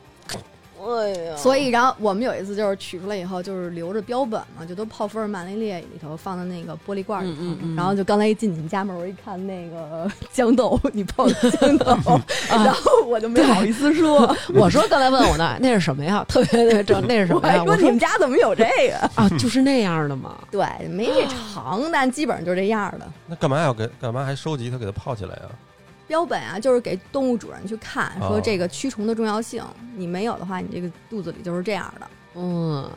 Speaker 1: 哎呀，
Speaker 3: 所以，然后我们有一次就是取出来以后，就是留着标本嘛，就都泡芙尔曼雷列里头放到那个玻璃罐里头。
Speaker 1: 嗯嗯嗯
Speaker 3: 然后就刚才一进你们家门，我一看那个 豇豆，你泡的豇豆，
Speaker 1: 嗯
Speaker 3: 然后我就没好意思说，
Speaker 1: 我说刚才问我那那是什么呀？特别那这那是什
Speaker 3: 我
Speaker 1: 么
Speaker 3: 还
Speaker 1: 呀？
Speaker 3: 说
Speaker 1: 我
Speaker 3: 你们家怎么有这 个？
Speaker 1: 啊，就是那样的 嘛。
Speaker 3: 对，没这长，但基本上就这样的。
Speaker 2: 那干嘛要给干嘛还收集它给它泡起来呀、
Speaker 3: 标本啊，就是给动物主人去看，说
Speaker 2: 哦
Speaker 3: 这个驱虫的重要性，你没有的话，你这个肚子里就是这样的。
Speaker 1: 嗯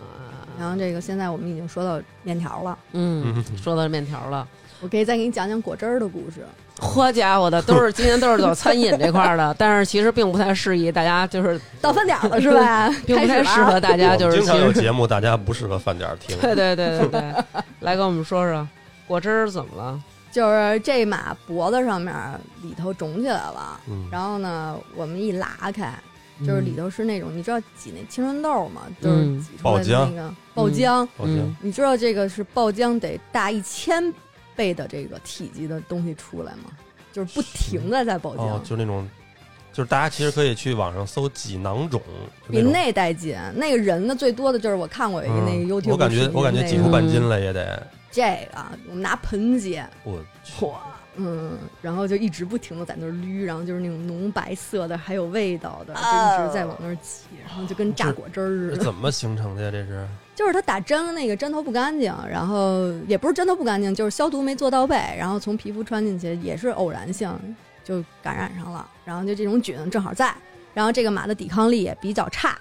Speaker 3: 然后这个现在我们已经说到面条了，
Speaker 1: 嗯，
Speaker 2: 嗯
Speaker 1: 说到面条了，
Speaker 3: 我可以再给你讲讲果汁儿的故事。
Speaker 1: 好家伙的， 都是今天都是走餐饮这块儿的，但是其实并不太适宜大家，就是
Speaker 3: 到饭点 儿了是吧？
Speaker 1: 并不太
Speaker 3: 开始
Speaker 1: 适
Speaker 3: 了
Speaker 1: 合大家，就
Speaker 2: 我们
Speaker 1: 是其
Speaker 2: 经常有
Speaker 1: 实
Speaker 2: 节目，大家不适合饭点儿 听。
Speaker 1: 对对对对对， 来跟我们说说果汁儿怎么了？
Speaker 3: 就是这马脖子上面里头肿起来了，
Speaker 2: 嗯，
Speaker 3: 然后呢，我们一拉开，就是里头是那种你知道挤那青春豆吗？就是
Speaker 1: 嗯
Speaker 3: 挤出来的那个爆浆，
Speaker 2: 我觉得
Speaker 1: 嗯
Speaker 3: 你知道这个是爆浆得大一千倍的这个体积的东西出来吗？就是不停的在爆
Speaker 2: 哦
Speaker 3: 浆，，
Speaker 2: 就那种，就是大家其实可以去网上搜挤囊肿，就
Speaker 3: 比
Speaker 2: 种
Speaker 3: 那带劲。那个人的最多的就是我看过有一个
Speaker 2: 嗯
Speaker 3: 那个 YouTube，
Speaker 2: 我感觉
Speaker 3: 视频
Speaker 2: 我感觉
Speaker 3: 那
Speaker 2: 挤
Speaker 3: 个
Speaker 2: 出半斤来也得，
Speaker 3: 这个，我们拿盆接，
Speaker 2: 我去，
Speaker 3: 嚯，嗯，然后就一直不停的在那儿捋，然后就是那种浓白色的，还有味道的，就一
Speaker 2: 哦
Speaker 3: 直在往那儿挤，然后就跟榨果汁儿
Speaker 2: 这
Speaker 3: 似的。
Speaker 2: 怎么形成的呀？这是
Speaker 3: 就是他打针的那个针头不干净，然后也不是针头不干净，就是消毒没做到位，然后从皮肤穿进去也是偶然性就感染上了，然后就这种菌正好在，然后这个马的抵抗力也比较差，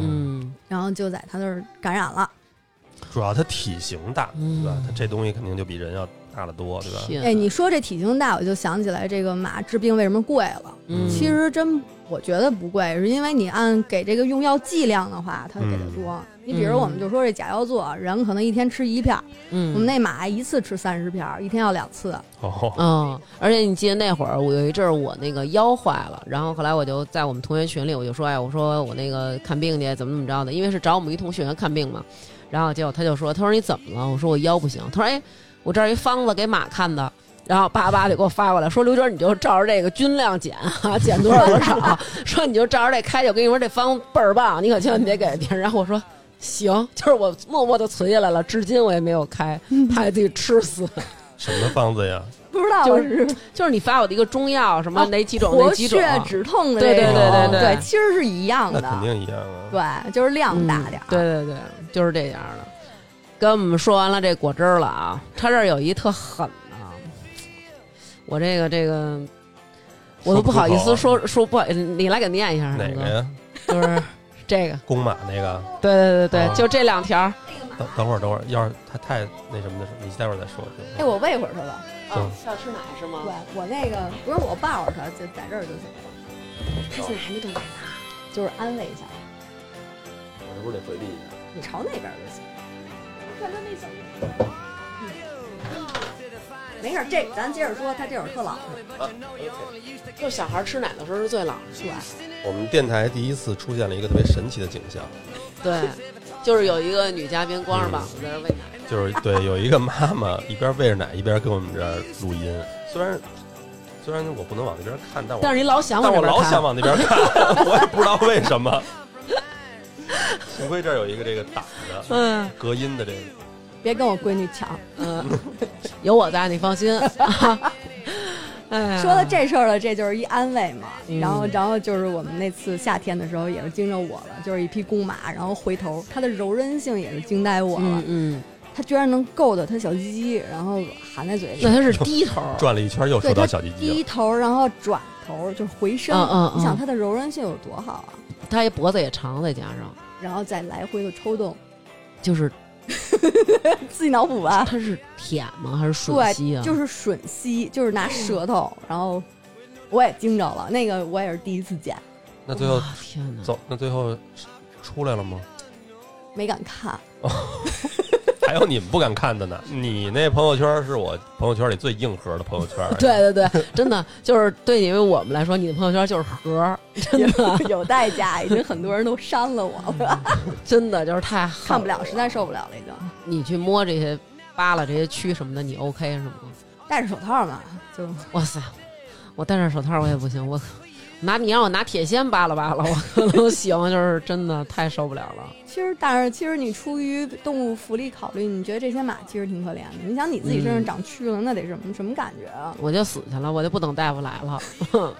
Speaker 1: 嗯
Speaker 3: 然后就在他那儿感染了。
Speaker 2: 主要它体型大，对吧？它这东西肯定就比人要大得多，对吧？
Speaker 1: 天，
Speaker 3: 哎，你说这体型大，我就想起来这个马治病为什么贵了。
Speaker 1: 嗯
Speaker 3: 其实真我觉得不贵，是因为你按给这个用药剂量的话，它给的多。
Speaker 1: 嗯
Speaker 3: 你比如我们就说这甲硝唑，人可能一天吃一片儿，
Speaker 1: 嗯
Speaker 3: 我们那马一次吃三十片儿，一天要两次。
Speaker 2: 哦，
Speaker 1: 嗯，而且你记得那会儿，我有一阵儿我那个腰坏了，然后后来我就在我们同学群里，我就说，哎，我说我那个看病去，怎么怎么着的，因为是找我们一同学看病嘛。然后结果他就说，他说你怎么了？我说我腰不行。他说，哎，我这儿一方子给马看的。然后叭叭就给我发过来，说刘娟你就照着这个均量减啊，减多少多少， 说你就照着这开，我跟你说这方倍儿棒，你可千万别给别人。然后我说行，就是我默默的存下来了，至今我也没有开，怕自己吃死。
Speaker 2: 什么方子呀？
Speaker 3: 不知道
Speaker 1: 就是就是你发我的一个中药，什么
Speaker 3: 啊
Speaker 1: 哪几种、哪
Speaker 3: 活
Speaker 1: 几种，
Speaker 3: 血止痛的
Speaker 1: 对
Speaker 3: 那
Speaker 1: 对
Speaker 3: 种，
Speaker 1: 对对
Speaker 3: 对
Speaker 1: 哦对
Speaker 3: 其实是一样
Speaker 2: 那
Speaker 3: 的，
Speaker 2: 肯定一样啊。
Speaker 3: 对，就是量大点儿、
Speaker 1: 嗯对对对，就是这样的。跟我们说完了这果汁儿了啊，他这儿有一特狠的，我这个这个我都不好意思
Speaker 2: 说
Speaker 1: 说说不好，你来给念一下
Speaker 2: 哪个呀？
Speaker 1: 哥就是这个，啊
Speaker 2: 公马那个？
Speaker 1: 对对对对，
Speaker 2: 哦
Speaker 1: 就这两条儿。
Speaker 2: 等等会儿，等会儿，要是他太那什么的时候，你待会儿再说。嗯
Speaker 3: 哎，我喂会儿它吧。
Speaker 2: 行
Speaker 1: 要啊吃奶是吗
Speaker 3: 对，我那个不是我抱着它，就在这儿就行了，
Speaker 1: 他现在还没动奶呢。
Speaker 3: 就是安慰一下，
Speaker 2: 我是不是得回避一下？
Speaker 3: 你朝那边儿就行。看它那小。嗯没事儿，这咱接着说，它这会儿特老实，
Speaker 1: 就小孩吃奶的时候是最老实
Speaker 3: 对，
Speaker 2: 我们电台第一次出现了一个特别神奇的景象，
Speaker 1: 对，就是有一个女嘉宾光着膀子在那儿喂奶，
Speaker 2: 就是对，有一个妈妈一边喂着奶一边跟我们这儿录音。虽然虽然我不能往那边看，但我
Speaker 1: 但是你老想
Speaker 2: 但
Speaker 1: 往
Speaker 2: 我
Speaker 1: 这边
Speaker 2: 老
Speaker 1: 看
Speaker 2: 想。往那边 看，我也不知道为什么。幸亏这儿有一个这个挡着
Speaker 1: 嗯。
Speaker 2: 隔音的这个，
Speaker 3: 别跟我闺女抢。
Speaker 1: 嗯，有我在，你放心。啊 哎呀，
Speaker 3: 嗯说到这事儿了，这就是一安慰嘛。
Speaker 1: 嗯
Speaker 3: 然后，然后就是我们那次夏天的时候，也是惊着我了，就是一匹公马，然后回头，它的柔韧性也是惊呆我了
Speaker 1: 嗯，嗯，
Speaker 3: 它居然能够到它小鸡鸡，然后含在嘴里
Speaker 1: 那，他是低头，
Speaker 2: 转了一圈又
Speaker 3: 对
Speaker 2: 说
Speaker 3: 它
Speaker 2: 到小鸡鸡
Speaker 3: 低
Speaker 2: 了，
Speaker 3: 头，然后转头就是回身，
Speaker 1: 嗯嗯嗯
Speaker 3: 你想它的柔韧性有多好啊？
Speaker 1: 他也脖子也长，再加上
Speaker 3: 然后再来回的抽动，
Speaker 1: 就是
Speaker 3: 自己脑补 吧。
Speaker 1: 他是舔吗？还是吮吸
Speaker 3: 对，
Speaker 1: 啊？
Speaker 3: 就，是吮吸，就是拿舌头，然后我也惊着了，那个我也是第一次见，
Speaker 2: 那最后
Speaker 1: 天哪，
Speaker 2: 走，那最后出来了吗？
Speaker 3: 没敢看。
Speaker 2: 还有你们不敢看的呢。你那朋友圈是我朋友圈里最硬核的朋友圈。啊
Speaker 1: 对对对， 真的就是对你们我们来说，你的朋友圈就是盒儿， 真的啊嗯
Speaker 3: 有代价，已经很多人都删了我了，
Speaker 1: 真的就是太狠
Speaker 3: 看不了，实在受不了了已经。
Speaker 1: 你去摸这些扒拉这些蛆什么的，你 OK 是吗？
Speaker 3: 戴着手套嘛，就
Speaker 1: 哇塞，我戴上手套我也不行，我拿你让我拿铁锨扒拉扒拉，我可能 行，就是真的太受不了了。
Speaker 3: 其实，但是其实你出于动物福利考虑，你觉得这些马其实挺可怜的。你想你自己身
Speaker 1: 嗯
Speaker 3: 上长蛆了，那得什么什么感觉啊？
Speaker 1: 我就死去了，我就不等大夫来了，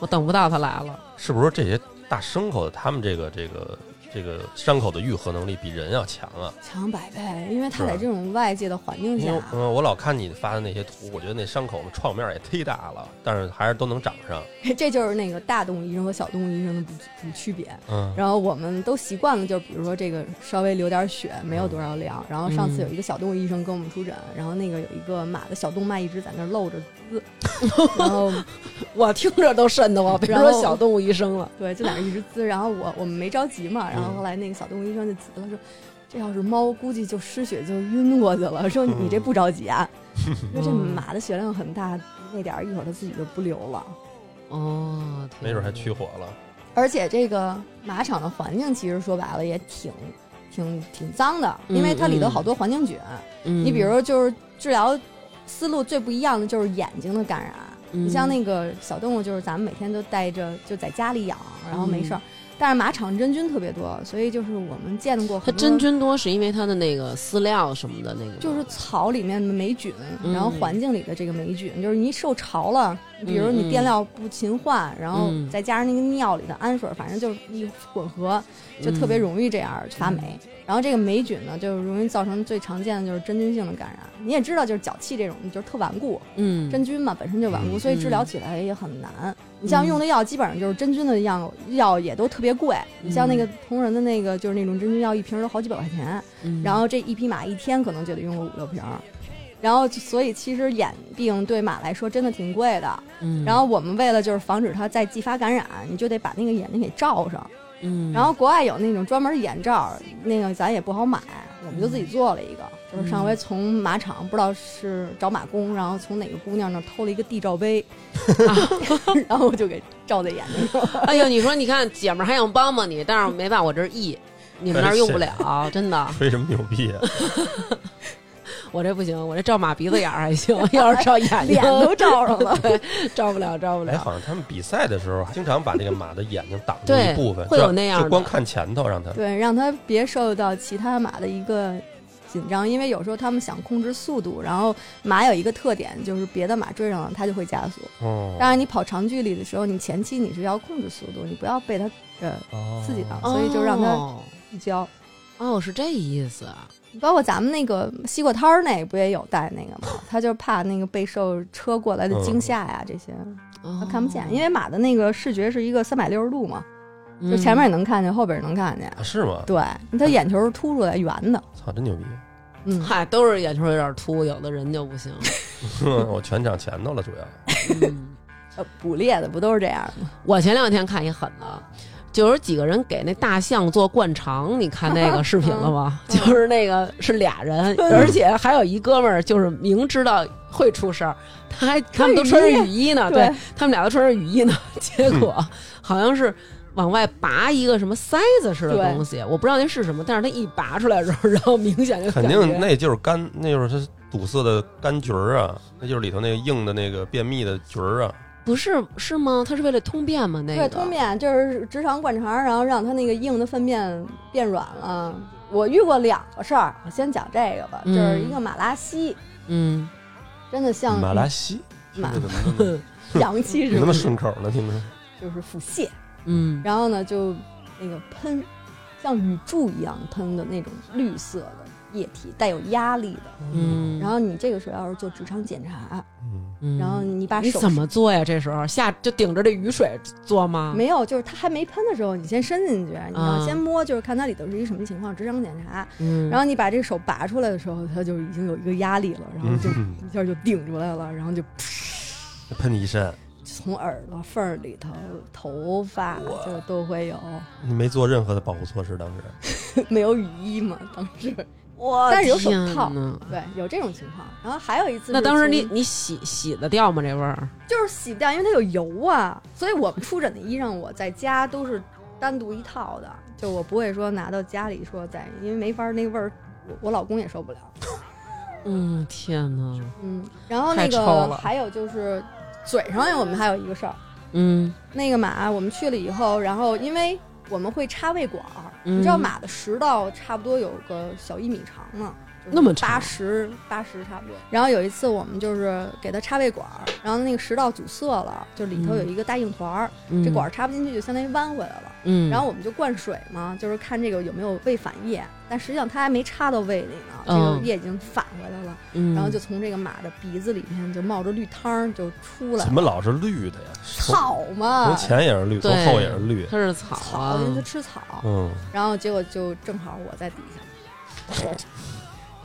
Speaker 1: 我等不到他来了。
Speaker 2: 是不是这些大牲口的他们这个这个这个伤口的愈合能力比人要强啊？
Speaker 3: 强百倍，因为它
Speaker 2: 是
Speaker 3: 在这种外界的环
Speaker 2: 因
Speaker 3: 境
Speaker 2: 为
Speaker 3: 下，
Speaker 2: 嗯，我老看你发的那些图，我觉得那伤口创面也忒大了，但是还是都能长上。
Speaker 3: 这就是那个大动物医生和小动物医生的不不区别。
Speaker 2: 嗯，
Speaker 3: 然后我们都习惯了，就比如说这个稍微流点血，没有
Speaker 2: 嗯
Speaker 3: 多少量。然后上次有一个小动物医生跟我们出诊，然后那个有一个马的小动脉一直在那儿露着 滋，然后
Speaker 1: 我听着都瘆得慌，别
Speaker 3: 然
Speaker 1: 说
Speaker 3: 后
Speaker 1: 小动物医生了。
Speaker 3: 对，就在那儿一直滋。然后我我们没着急嘛，
Speaker 2: 嗯
Speaker 3: 然后后来那个小动物医生就急了，说。这要是猫，估计就失血就晕过去了。说你
Speaker 2: 嗯
Speaker 3: 这不着急啊，因为这马的血量很大，那点儿一会儿它自己就不流了。
Speaker 1: 哦，天哪
Speaker 2: 没准还。驱火了。
Speaker 3: 而且这个马场的环境其实说白了也挺挺挺脏的，因为它里头好多环境菌。
Speaker 1: 嗯
Speaker 3: 你比如就是治疗思路最不一样的就是眼睛的感染。
Speaker 1: 嗯
Speaker 3: 你像那个小动物，就是咱们每天都带着就在家里养，然后
Speaker 1: 嗯
Speaker 3: 没事儿。但是马场真菌特别多，所以就是我们见过
Speaker 1: 它
Speaker 3: 很多
Speaker 1: 真菌多是因为它的那个饲料什么的那个吗，
Speaker 3: 就是草里面的霉菌，
Speaker 1: 嗯
Speaker 3: 然后环境里的这个霉菌，就是你一受潮了，比如
Speaker 1: 嗯
Speaker 3: 你垫料不勤换，然后
Speaker 1: 嗯
Speaker 3: 再加上那个尿里的氨水，反正就是一混合，就特别
Speaker 1: 嗯
Speaker 3: 容易这样发霉。然后这个霉菌呢，就容易造成最常见的就是真菌性的感染。你也知道，就是脚气这种，就是特顽固，
Speaker 1: 嗯
Speaker 3: 真菌嘛本身就顽固，
Speaker 2: 嗯
Speaker 3: 所以治疗起来也很难。你
Speaker 1: 嗯
Speaker 3: 像用的药，基本上就是真菌的药，药也都特别贵。你像那个同仁的那个，就是那种真菌药，一瓶都好几百块钱。
Speaker 1: 嗯
Speaker 3: 然后这一匹马一天可能就得用个五六瓶儿，然后就所以其实眼病对马来说真的挺贵的。
Speaker 1: 嗯
Speaker 3: 然后我们为了就是防止它再继发感染，你就得把那个眼睛给罩上。
Speaker 1: 嗯
Speaker 3: 然后国外有那种专门的眼罩，那个咱也不好买，我们就自
Speaker 1: 嗯
Speaker 3: 己做了一个。就是上回从马场不知道是找马工，然后从哪个姑娘那儿偷了一个地 罩杯，然后我就给罩在眼睛上。
Speaker 1: 哎呦，你说你看姐们儿还想帮帮你，但是没办法，我这儿溢，你们那儿用不了，真的，
Speaker 2: 吹什么牛逼啊？
Speaker 1: 我这不行，我这照马鼻子眼儿 还行，要是照眼睛
Speaker 3: 脸都罩上 了，
Speaker 1: 照不了，照不
Speaker 2: 哎，
Speaker 1: 了。
Speaker 2: 好像他们比赛的时候，经常把那个马的眼睛挡住
Speaker 1: 对
Speaker 2: 一部分，
Speaker 1: 会
Speaker 2: 就
Speaker 1: 有那样的
Speaker 2: 就光看前头让它。
Speaker 3: 对，让它别受到其他马的一个紧张，因为有时候他们想控制速度，然后马有一个特点就是别的马追上了，它就会加速。
Speaker 2: 哦，
Speaker 3: 当然，你跑长距离的时候，你前期你是要控制速度，你不要被它呃
Speaker 2: 哦
Speaker 3: 刺激到所以就让它
Speaker 1: 哦
Speaker 3: 一跤。
Speaker 1: 哦，是这意思。啊
Speaker 3: 包括咱们那个西瓜摊儿那不也有带那个吗？他就是怕那个被受车过来的惊吓呀，这些
Speaker 1: 哦
Speaker 3: 他看不见，因为马的那个视觉是一个三百六十度嘛，
Speaker 1: 嗯
Speaker 3: 就前面也能看见，后边也能看见。
Speaker 2: 啊是吗？
Speaker 3: 对，它眼球是凸出来圆的，
Speaker 2: 操，真牛逼！
Speaker 3: 嗯，
Speaker 1: 嗨，都是眼球有点凸，有的人就不行。
Speaker 2: 哼 我全抢前头了，主要。
Speaker 1: 嗯
Speaker 3: 呃捕猎的不都是这样的吗？
Speaker 1: 我前两天看一狠的，就是几个人给那大象做灌肠，你看那个视频了吗？
Speaker 3: 嗯
Speaker 1: 就是那个是俩人，而且还有一哥们儿，就是明知道会出事儿，他还他们都穿着雨衣呢，
Speaker 3: 对嗯
Speaker 1: 对他们俩都穿着雨衣呢，结果好像是。往外拔一个什么塞子似的
Speaker 3: 对
Speaker 1: 东西，我不知道那是什么，但是他一拔出来之后，然后明显 就
Speaker 2: 肯
Speaker 1: 感觉
Speaker 2: 定那就是干，那就是它堵塞的柑橘儿啊，那就是里头那个硬的那个便秘的橘儿啊。
Speaker 1: 不是是吗？他是为了通便吗？那个
Speaker 3: 对，通便就是直肠灌肠，然后让它那个硬的粪便变软了。我遇过两个事儿，我先讲这个吧，
Speaker 1: 嗯
Speaker 3: 就是一个马拉稀，
Speaker 1: 嗯，
Speaker 3: 真的像
Speaker 2: 马拉稀，听
Speaker 3: 马
Speaker 2: 着怎么 那么
Speaker 3: 洋气
Speaker 2: 怎么那
Speaker 3: 是吧
Speaker 2: 么？顺口呢？听着，
Speaker 3: 就是腹泻，
Speaker 1: 嗯
Speaker 3: 然后呢就那个喷，像雨柱一样喷的那种绿色的液体，带有压力的。
Speaker 1: 嗯，
Speaker 3: 然后你这个时候要是做直肠检查，
Speaker 2: 嗯，
Speaker 1: 嗯
Speaker 3: 然后你把
Speaker 1: 你
Speaker 3: 手
Speaker 1: 怎么做啊呀？这时候下就顶着这雨水做吗？
Speaker 3: 没有，就是它还没喷的时候，你先伸进去，你要
Speaker 1: 啊
Speaker 3: 先摸，就是看它里头是一什么情况，直肠检查。
Speaker 1: 嗯，
Speaker 3: 然后你把这手拔出来的时候，它就已经有一个压力了，然后就
Speaker 2: 嗯
Speaker 3: 一下就顶出来了，然后就
Speaker 2: 喷你一身，
Speaker 3: 从耳朵缝儿里头、头发就都会有，
Speaker 2: 你没做任何的保护措施，当时。
Speaker 3: 没有雨衣嘛，当时
Speaker 1: 我
Speaker 3: 但是有手套
Speaker 1: 天哪
Speaker 3: 对有这种情况。然后还有一次是从，
Speaker 1: 那当时你你洗洗得掉吗？这味儿？
Speaker 3: 就是洗不掉，因为它有油啊，所以我们出诊的衣裳我在家都是单独一套的，就我不会说拿到家里说在，因为没法儿那个味儿，我我老公也受不了。
Speaker 1: 嗯，天哪，
Speaker 3: 嗯，然后
Speaker 1: 太
Speaker 3: 那
Speaker 1: 臭
Speaker 3: 个
Speaker 1: 了
Speaker 3: 还有就是嘴上我们还有一个事儿。
Speaker 1: 嗯
Speaker 3: 那个马，我们去了以后，然后因为我们会插胃管儿，
Speaker 1: 嗯
Speaker 3: 你知道马的食道差不多有个小一米长嘛，
Speaker 1: 那么长
Speaker 3: 八十八十差不多。然后有一次我们就是给它插胃管儿，然后那个食道阻塞了，就里头有一个大硬团儿，
Speaker 1: 嗯，
Speaker 3: 这管儿插不进去，就相当于弯回来了。
Speaker 1: 嗯，
Speaker 3: 然后我们就灌水嘛，就是看这个有没有胃反液，但实际上它还没插到胃里呢，这个
Speaker 1: 嗯
Speaker 3: 液已经反回来了，
Speaker 1: 嗯，
Speaker 3: 然后就从这个马的鼻子里面就冒着绿汤儿就出
Speaker 2: 怎
Speaker 3: 来了，啊
Speaker 2: 么老是绿的呀？从
Speaker 3: 草嘛
Speaker 2: 从，前也是绿，从
Speaker 1: 对
Speaker 2: 后也是绿。
Speaker 1: 它是草
Speaker 3: 草
Speaker 1: 啊，
Speaker 3: 因为它吃草，
Speaker 2: 嗯，
Speaker 3: 然后结果就正好我在底下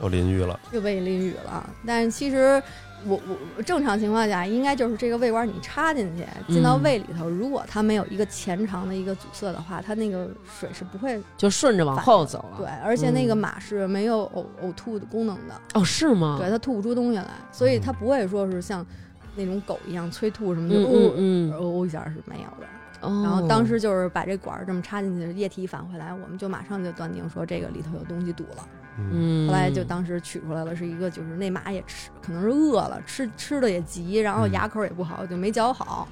Speaker 2: 又淋浴了。
Speaker 3: 又被淋雨了。但是其实我我我正常情况下应该就是这个胃管你插进去，进
Speaker 1: 嗯
Speaker 3: 到胃里头，如果它没有一个前肠的一个阻塞的话，它那个水是不会
Speaker 1: 就顺着往后走
Speaker 2: 啊
Speaker 3: 对
Speaker 1: 了。，
Speaker 3: 而且那个
Speaker 1: 嗯
Speaker 3: 马是没有呕呕吐的功能的，
Speaker 1: 哦，是
Speaker 2: 啊
Speaker 1: 吗？
Speaker 3: 对，它吐不出东西来，所以它
Speaker 2: 嗯
Speaker 3: 不会说是像那种狗一样催吐什么就
Speaker 1: 嗯
Speaker 3: 呜
Speaker 1: 嗯
Speaker 3: 哦呜一下是没有的。
Speaker 1: 嗯，然
Speaker 3: 然后
Speaker 2: 哦
Speaker 3: 当时就是把这管儿这么插进去，液体一返回来，我们就马上就断定说这个里头有东西堵了。
Speaker 2: 嗯
Speaker 1: 嗯，
Speaker 3: 后来就当时取出来了，是一个就是那马也吃，可能是饿了，吃吃的也急，然后
Speaker 2: 嗯
Speaker 3: 牙口也不好，就没嚼好，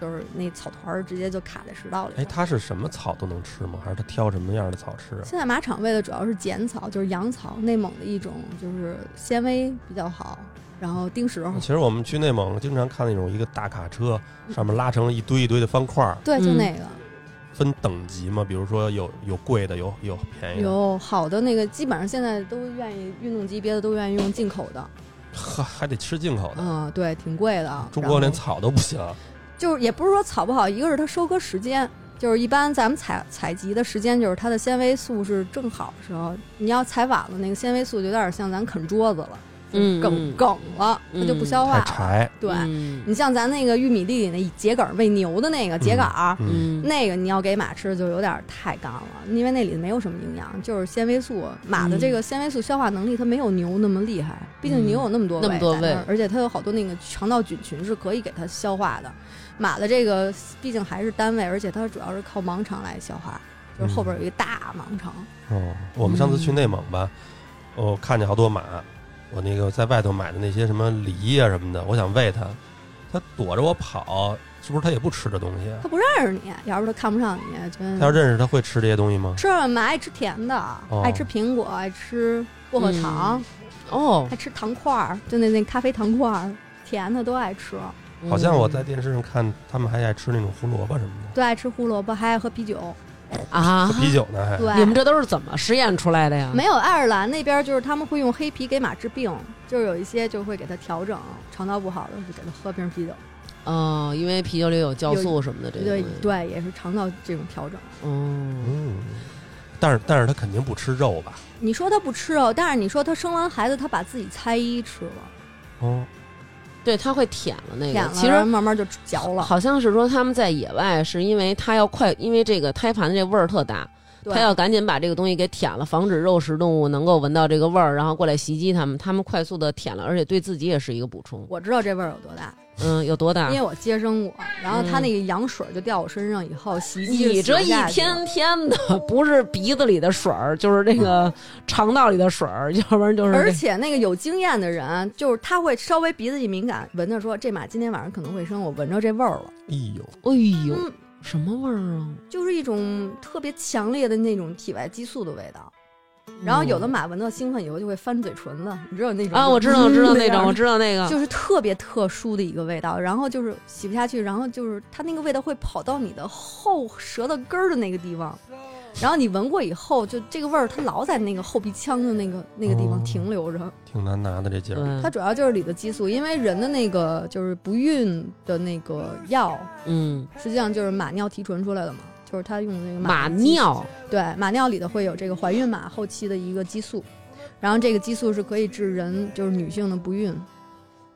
Speaker 3: 就是那草团儿直接就卡在食道里
Speaker 2: 哎，
Speaker 3: 了。
Speaker 2: 它是什么草都能吃吗？还是它挑什么样的草吃啊？
Speaker 3: 现在马场喂的主要是碱草，就是羊草，内蒙的一种，就是纤维比较好，然后丁石
Speaker 2: 其实我们去内蒙经常看那种一个大卡车上面拉成一堆一堆的方块儿，
Speaker 3: 对，就
Speaker 1: 嗯
Speaker 3: 那个、
Speaker 2: 分等级嘛，比如说有有贵的，有有便宜的，
Speaker 3: 有好的那个，基本上现在都愿意运动级别的都愿意用进口的，
Speaker 2: 呵，还得吃进口的。
Speaker 3: 嗯，对，挺贵的。
Speaker 2: 中国
Speaker 3: 然
Speaker 2: 连
Speaker 3: 后
Speaker 2: 草都不行，
Speaker 3: 就是也不是说草不好，一个是它收割时间，就是一般咱们采采集的时间就是它的纤维素是正好的时候，你要采晚了，那个纤维素就有点像咱啃桌子了，
Speaker 1: 嗯
Speaker 3: 梗梗了，它就不消化
Speaker 2: 太
Speaker 3: 了。
Speaker 2: 柴。
Speaker 3: 对，
Speaker 1: 嗯
Speaker 3: 你像咱那个玉米地里那秸秆儿喂牛的那个秸秆儿。
Speaker 2: 嗯，
Speaker 1: 嗯
Speaker 3: 那个你要给马吃就有点太干了，因为那里没有什么营养，就是纤维素。马
Speaker 1: 嗯
Speaker 3: 的这个纤维素消化能力它没有牛那么厉害，毕竟牛有那么多
Speaker 1: 那么多
Speaker 3: 在
Speaker 1: 胃
Speaker 3: 那儿而且它有好多那个肠道菌群是可以给它消化的。马的这个毕竟还是单位，而且它主要是靠盲肠来消化，就是后边有一个大盲肠。
Speaker 2: 哦，我们上次去内蒙吧，我、看见好多马，我那个在外头买的那些什么梨啊呀、什么的，我想喂它，它躲着我跑，是不是它也不吃这东西啊？
Speaker 3: 它不认识你，要不它看不上你，就
Speaker 2: 它要
Speaker 1: 嗯
Speaker 2: 认识它会吃这些东西吗？
Speaker 3: 嗯吃了马爱吃甜的，
Speaker 2: 哦
Speaker 3: 爱吃苹果，爱吃薄
Speaker 1: 嗯
Speaker 3: 荷糖，
Speaker 1: 哦
Speaker 3: 爱，吃糖块儿，就那那咖啡糖块儿，甜的都爱吃。
Speaker 2: 好像我在电视上看，他们还爱吃那种胡萝卜什么的，
Speaker 3: 对，爱吃胡萝卜，还爱喝啤酒。
Speaker 1: 啊
Speaker 2: 喝，啤酒呢还。
Speaker 3: 对，
Speaker 1: 你们这都是怎么实验出来的呀？
Speaker 3: 没有爱尔兰那边就是他们会用黑啤给马治病，就是有一些就会给它调整，肠道不好的就给它喝瓶啤酒。
Speaker 1: 哦，因为啤酒里有酵素什么的，这个
Speaker 3: 对
Speaker 1: 东西，
Speaker 3: 对，也是肠道这种调整。
Speaker 1: 嗯
Speaker 2: 嗯，但是但是它肯定不吃肉吧？
Speaker 3: 你说它不吃肉，但是你说它生完孩子，它把自己猜衣吃了，
Speaker 2: 哦，
Speaker 1: 对，它会舔了那
Speaker 3: 舔
Speaker 1: 个。
Speaker 3: 了，
Speaker 1: 其
Speaker 3: 然
Speaker 1: 实
Speaker 3: 后慢慢就嚼了。
Speaker 1: 好像是说他们在野外是因为它要快，因为这个胎盘的这味儿特大，
Speaker 3: 对
Speaker 1: 它要赶紧把这个东西给舔了，防止肉食动物能够闻到这个味儿，然后过来袭击它们。它们快速的舔了，而且对自己也是一个补充。
Speaker 3: 我知道这味儿有多大，
Speaker 1: 嗯，有 多大
Speaker 3: 因为？我接生过，然后它
Speaker 1: 嗯
Speaker 3: 那个羊水就掉我身上以后，洗衣机
Speaker 1: 你
Speaker 3: 是
Speaker 1: 这
Speaker 3: 洗不
Speaker 1: 一
Speaker 3: 下去的
Speaker 1: 天天的，不是鼻子里的水儿，就是这个肠道里的水儿， 要不然就是
Speaker 3: 而
Speaker 1: 这
Speaker 3: 且那个有经验的人，就是他会稍微鼻子一敏感，闻着说这马今天晚上可能会生，我闻着这味儿了，
Speaker 2: 哎呦，
Speaker 1: 哎呦，
Speaker 3: 嗯，
Speaker 1: 什么味儿啊？
Speaker 3: 就是一种特别强烈的那种体外激素的味道。然后有的马闻到兴奋以后就会翻嘴唇子，你知道那
Speaker 1: 嗯
Speaker 3: 种
Speaker 1: 啊，我知道，
Speaker 3: 嗯
Speaker 1: 我知道那
Speaker 3: 样
Speaker 1: 种，我知道那个，
Speaker 3: 就是特别特殊的一个味道，然后就是洗不下去，然后就是它那个味道会跑到你的后舌头根儿的那个地方，然后你闻过以后，就这个味儿它老在那个后鼻腔的那个那个地
Speaker 2: 哦
Speaker 3: 方停留着。
Speaker 1: 嗯
Speaker 2: 挺难拿的这劲儿。
Speaker 1: 对
Speaker 3: 它主要啊就是里的激素，因为人的那个就是不孕的那个药，
Speaker 1: 嗯，
Speaker 3: 实际上就是马尿提纯出来的嘛，就是它用的那个
Speaker 1: 马
Speaker 3: 的激素，
Speaker 1: 尿，
Speaker 3: 对，马尿里头会有这个怀孕马后期的一个激素，然后这个激素是可以治人就是女性的不孕，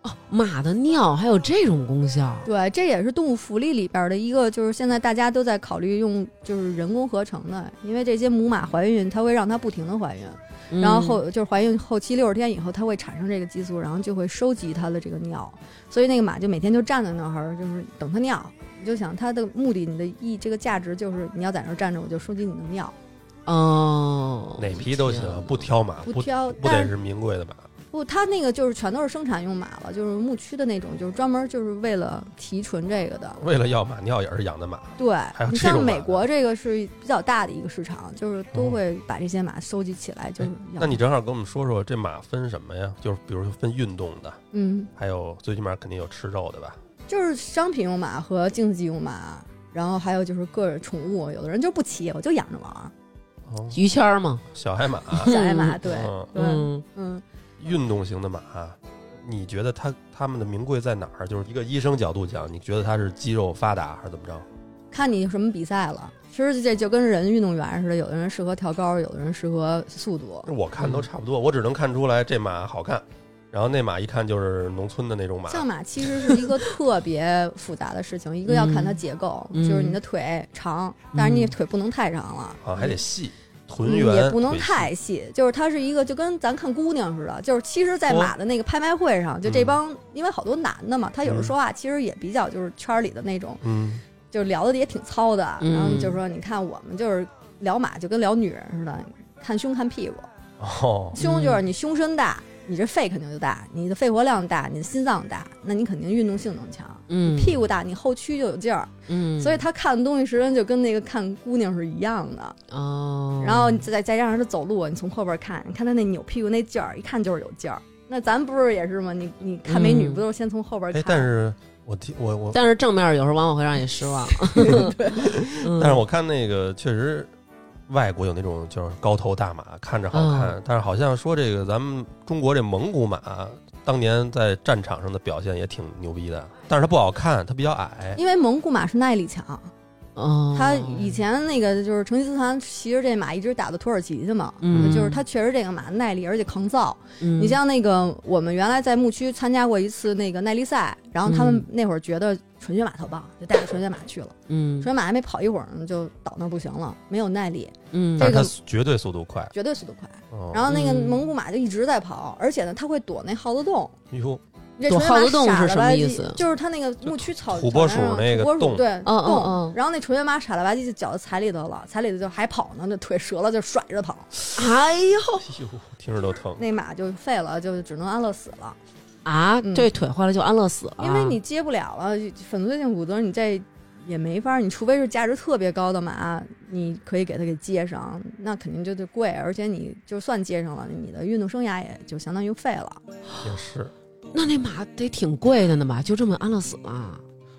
Speaker 1: 哦马的尿还有这种功效，
Speaker 3: 对，这也是动物福利里边儿的一个，就是现在大家都在考虑用就是人工合成的，因为这些母马怀孕，它会让它不停的怀孕，
Speaker 1: 嗯
Speaker 3: 然后后就是怀孕后期六十天以后，它会产生这个激素，然后就会收集它的这个尿，所以那个马就每天就站在那儿，就是等它尿。你就想它的目的，你的意这个价值就是你要在那儿站着，我就收集你的尿，
Speaker 1: 嗯哦，
Speaker 2: 哪批都
Speaker 1: 天哪
Speaker 2: 行，不挑马，
Speaker 3: 不
Speaker 2: 不
Speaker 3: 挑
Speaker 2: 不
Speaker 3: 但
Speaker 2: 得
Speaker 3: 是
Speaker 2: 是名贵的马。
Speaker 3: 不，它那个就是全都是生产用马了，就是牧区的那种，就是专门就是为了提纯这个的。
Speaker 2: 为了要马尿也是养的马，
Speaker 3: 对
Speaker 2: 还有，
Speaker 3: 你
Speaker 2: 这
Speaker 3: 像
Speaker 2: 种马
Speaker 3: 美
Speaker 2: 呢
Speaker 3: 国这个是比较大的一个市场，就是都
Speaker 2: 哦哎
Speaker 3: 会把这些马收集起来，就是要。
Speaker 2: 那你正好跟我们说说这马分什么呀？就是比如说分运动的，
Speaker 3: 嗯，
Speaker 2: 还有最起码肯定有吃肉的吧？
Speaker 3: 就是商品用马和竞技用马，然后还有就是个人宠物，有的人就不骑，我就养着玩儿，
Speaker 2: 哦，
Speaker 1: 于谦儿嘛，
Speaker 2: 小海马，
Speaker 3: 小爱马， 对
Speaker 2: 嗯，
Speaker 3: 对，
Speaker 1: 嗯，
Speaker 3: 嗯，
Speaker 2: 运动型的马，你觉得它它们的名贵在哪儿？就是一个医生角度讲，你觉得它是肌肉发达还是怎么着？
Speaker 3: 看你什么比赛了。其实这就跟人运动员似的，有的人适合跳高，有的人适合速度。
Speaker 2: 我看
Speaker 3: 嗯
Speaker 2: 都差不多，我只能看出来这马好看，然后那马一看就是农村的那种马。
Speaker 3: 像马其实是一个特别复杂的事情，一个要看它结构，
Speaker 1: 嗯
Speaker 3: 就是你的腿长，但是你
Speaker 1: 嗯
Speaker 3: 腿不能太长了，
Speaker 2: 啊，还得细，臀
Speaker 3: 嗯
Speaker 2: 圆、
Speaker 3: 也不能
Speaker 2: 腿细
Speaker 3: 太细，就是它是一个就跟咱看姑娘似的，就是其实，在
Speaker 2: 哦
Speaker 3: 马的那个拍卖会上，就这帮、因为好多男的嘛，他有时候
Speaker 2: 嗯
Speaker 3: 说话其实也比较就是圈儿里的那种，
Speaker 2: 嗯，
Speaker 3: 就聊的也挺糙的，
Speaker 1: 嗯
Speaker 3: 然后就说你看我们就是聊马就跟聊女人似的，看胸看屁股，
Speaker 1: 嗯
Speaker 2: 哦，
Speaker 3: 胸就是你胸身大，你这肺肯定就大，你的肺活量大，你的心脏大，那你肯定运动性能强。
Speaker 1: 嗯，
Speaker 3: 屁股大，你后屈就有劲儿，
Speaker 1: 嗯，
Speaker 3: 所以他看的东西时间就跟那个看姑娘是一样的。
Speaker 1: 哦，
Speaker 3: 然后你再再加上他走路，你从后边看，你看他那扭屁股那劲儿，一看就是有劲儿。那咱不是也是吗？你你看美女
Speaker 1: 嗯
Speaker 3: 不都是先从后边看？
Speaker 2: 哎，但是我听我我，
Speaker 1: 但是正面有时候往往会让你失 望。 嗯
Speaker 2: 但是我看那个确实。外国有那种就是高头大马，看着好看，
Speaker 3: 嗯
Speaker 2: 但是好像说这个咱们中国这蒙古马当年在战场上的表现也挺牛逼的，但是它不好看，它比较矮。
Speaker 3: 因为蒙古马是耐力强，
Speaker 1: 哦，
Speaker 3: 他以前那个就是成吉思汗骑着这马一直打到土耳其去嘛，
Speaker 1: 嗯
Speaker 3: 就是他确实这个马耐力，而且抗造。
Speaker 1: 嗯
Speaker 3: 你像那个我们原来在牧区参加过一次那个耐力赛，然后他们
Speaker 1: 嗯
Speaker 3: 那会儿觉得纯血马特棒，就带着纯血马去了，
Speaker 1: 嗯
Speaker 3: 纯血马还没跑一会儿呢就倒那儿不行了，没有耐力，
Speaker 1: 嗯
Speaker 2: 但是它
Speaker 3: 这个
Speaker 2: 绝对速度快。
Speaker 3: 绝对速度快。
Speaker 2: 哦、
Speaker 3: 然后那个
Speaker 1: 嗯
Speaker 3: 蒙古马就一直在跑，而且呢，它会躲那耗子洞。
Speaker 2: 哟，
Speaker 3: 这
Speaker 1: 躲
Speaker 3: 纯血
Speaker 1: 耗
Speaker 3: 马
Speaker 1: 子洞
Speaker 3: 傻
Speaker 1: 是
Speaker 3: 了
Speaker 1: 什么
Speaker 3: 吧
Speaker 1: 意
Speaker 3: 唧
Speaker 1: 思
Speaker 3: 就是它那个牧区草
Speaker 2: 土拨
Speaker 3: 草
Speaker 2: 鼠
Speaker 3: 原上
Speaker 2: 那
Speaker 3: 土
Speaker 2: 个
Speaker 3: 拨鼠
Speaker 2: 洞
Speaker 3: 对
Speaker 1: 嗯嗯
Speaker 3: 洞。
Speaker 1: 嗯
Speaker 3: 然后那纯血马傻了吧唧就脚就踩里头了，踩里头就还跑呢，这腿折了就甩着跑，
Speaker 1: 哎呦
Speaker 2: 哟，听着都疼。
Speaker 3: 那马就废了，就只能安乐死了。
Speaker 1: 啊，
Speaker 3: 嗯
Speaker 1: 这腿坏了就安乐死了，
Speaker 3: 因为你接不了了，粉碎性骨折你这也没法儿，你除非是价值特别高的马，你可以给它给接上，那肯定就得贵，而且你就算接上了，你的运动生涯也就相当于废了。
Speaker 2: 也是，
Speaker 1: 那那马得挺贵的呢吧？就这么安乐死了，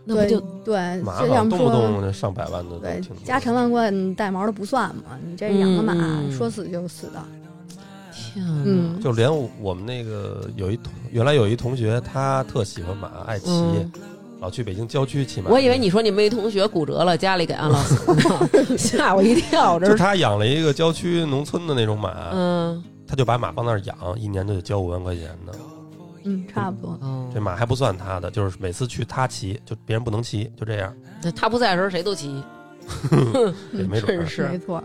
Speaker 1: 那不
Speaker 3: 对
Speaker 1: 就
Speaker 3: 对，
Speaker 2: 马
Speaker 3: 这
Speaker 2: 好像
Speaker 3: 样
Speaker 2: 动不
Speaker 3: 说。
Speaker 2: 动就上百万的都
Speaker 3: 对
Speaker 2: 挺，多。
Speaker 3: 家产万贯带毛的不算嘛，你这养个马、
Speaker 1: 嗯嗯
Speaker 3: 说死就死的，
Speaker 1: 天哪？
Speaker 3: 嗯，
Speaker 2: 就连我我们那个有一同原来有一同学，他特喜欢马，爱骑，
Speaker 1: 嗯
Speaker 2: 老去北京郊区骑马。
Speaker 1: 我以为你说你们一同学骨折了， 家里给安 乐死了，吓我一跳！我这
Speaker 2: 就是
Speaker 1: 是
Speaker 2: 他养了一个郊区农村的那种马，
Speaker 1: 嗯
Speaker 2: 他就把马放那儿养，一年就得交五万块钱呢。
Speaker 3: 嗯，差不多。
Speaker 1: 哦
Speaker 2: 这马还不算他的，就是每次去他骑，就别人不能骑，就这样，
Speaker 1: 那他不在的时候谁都骑，真
Speaker 2: 也没准儿。
Speaker 3: 嗯没
Speaker 1: 是
Speaker 3: 错，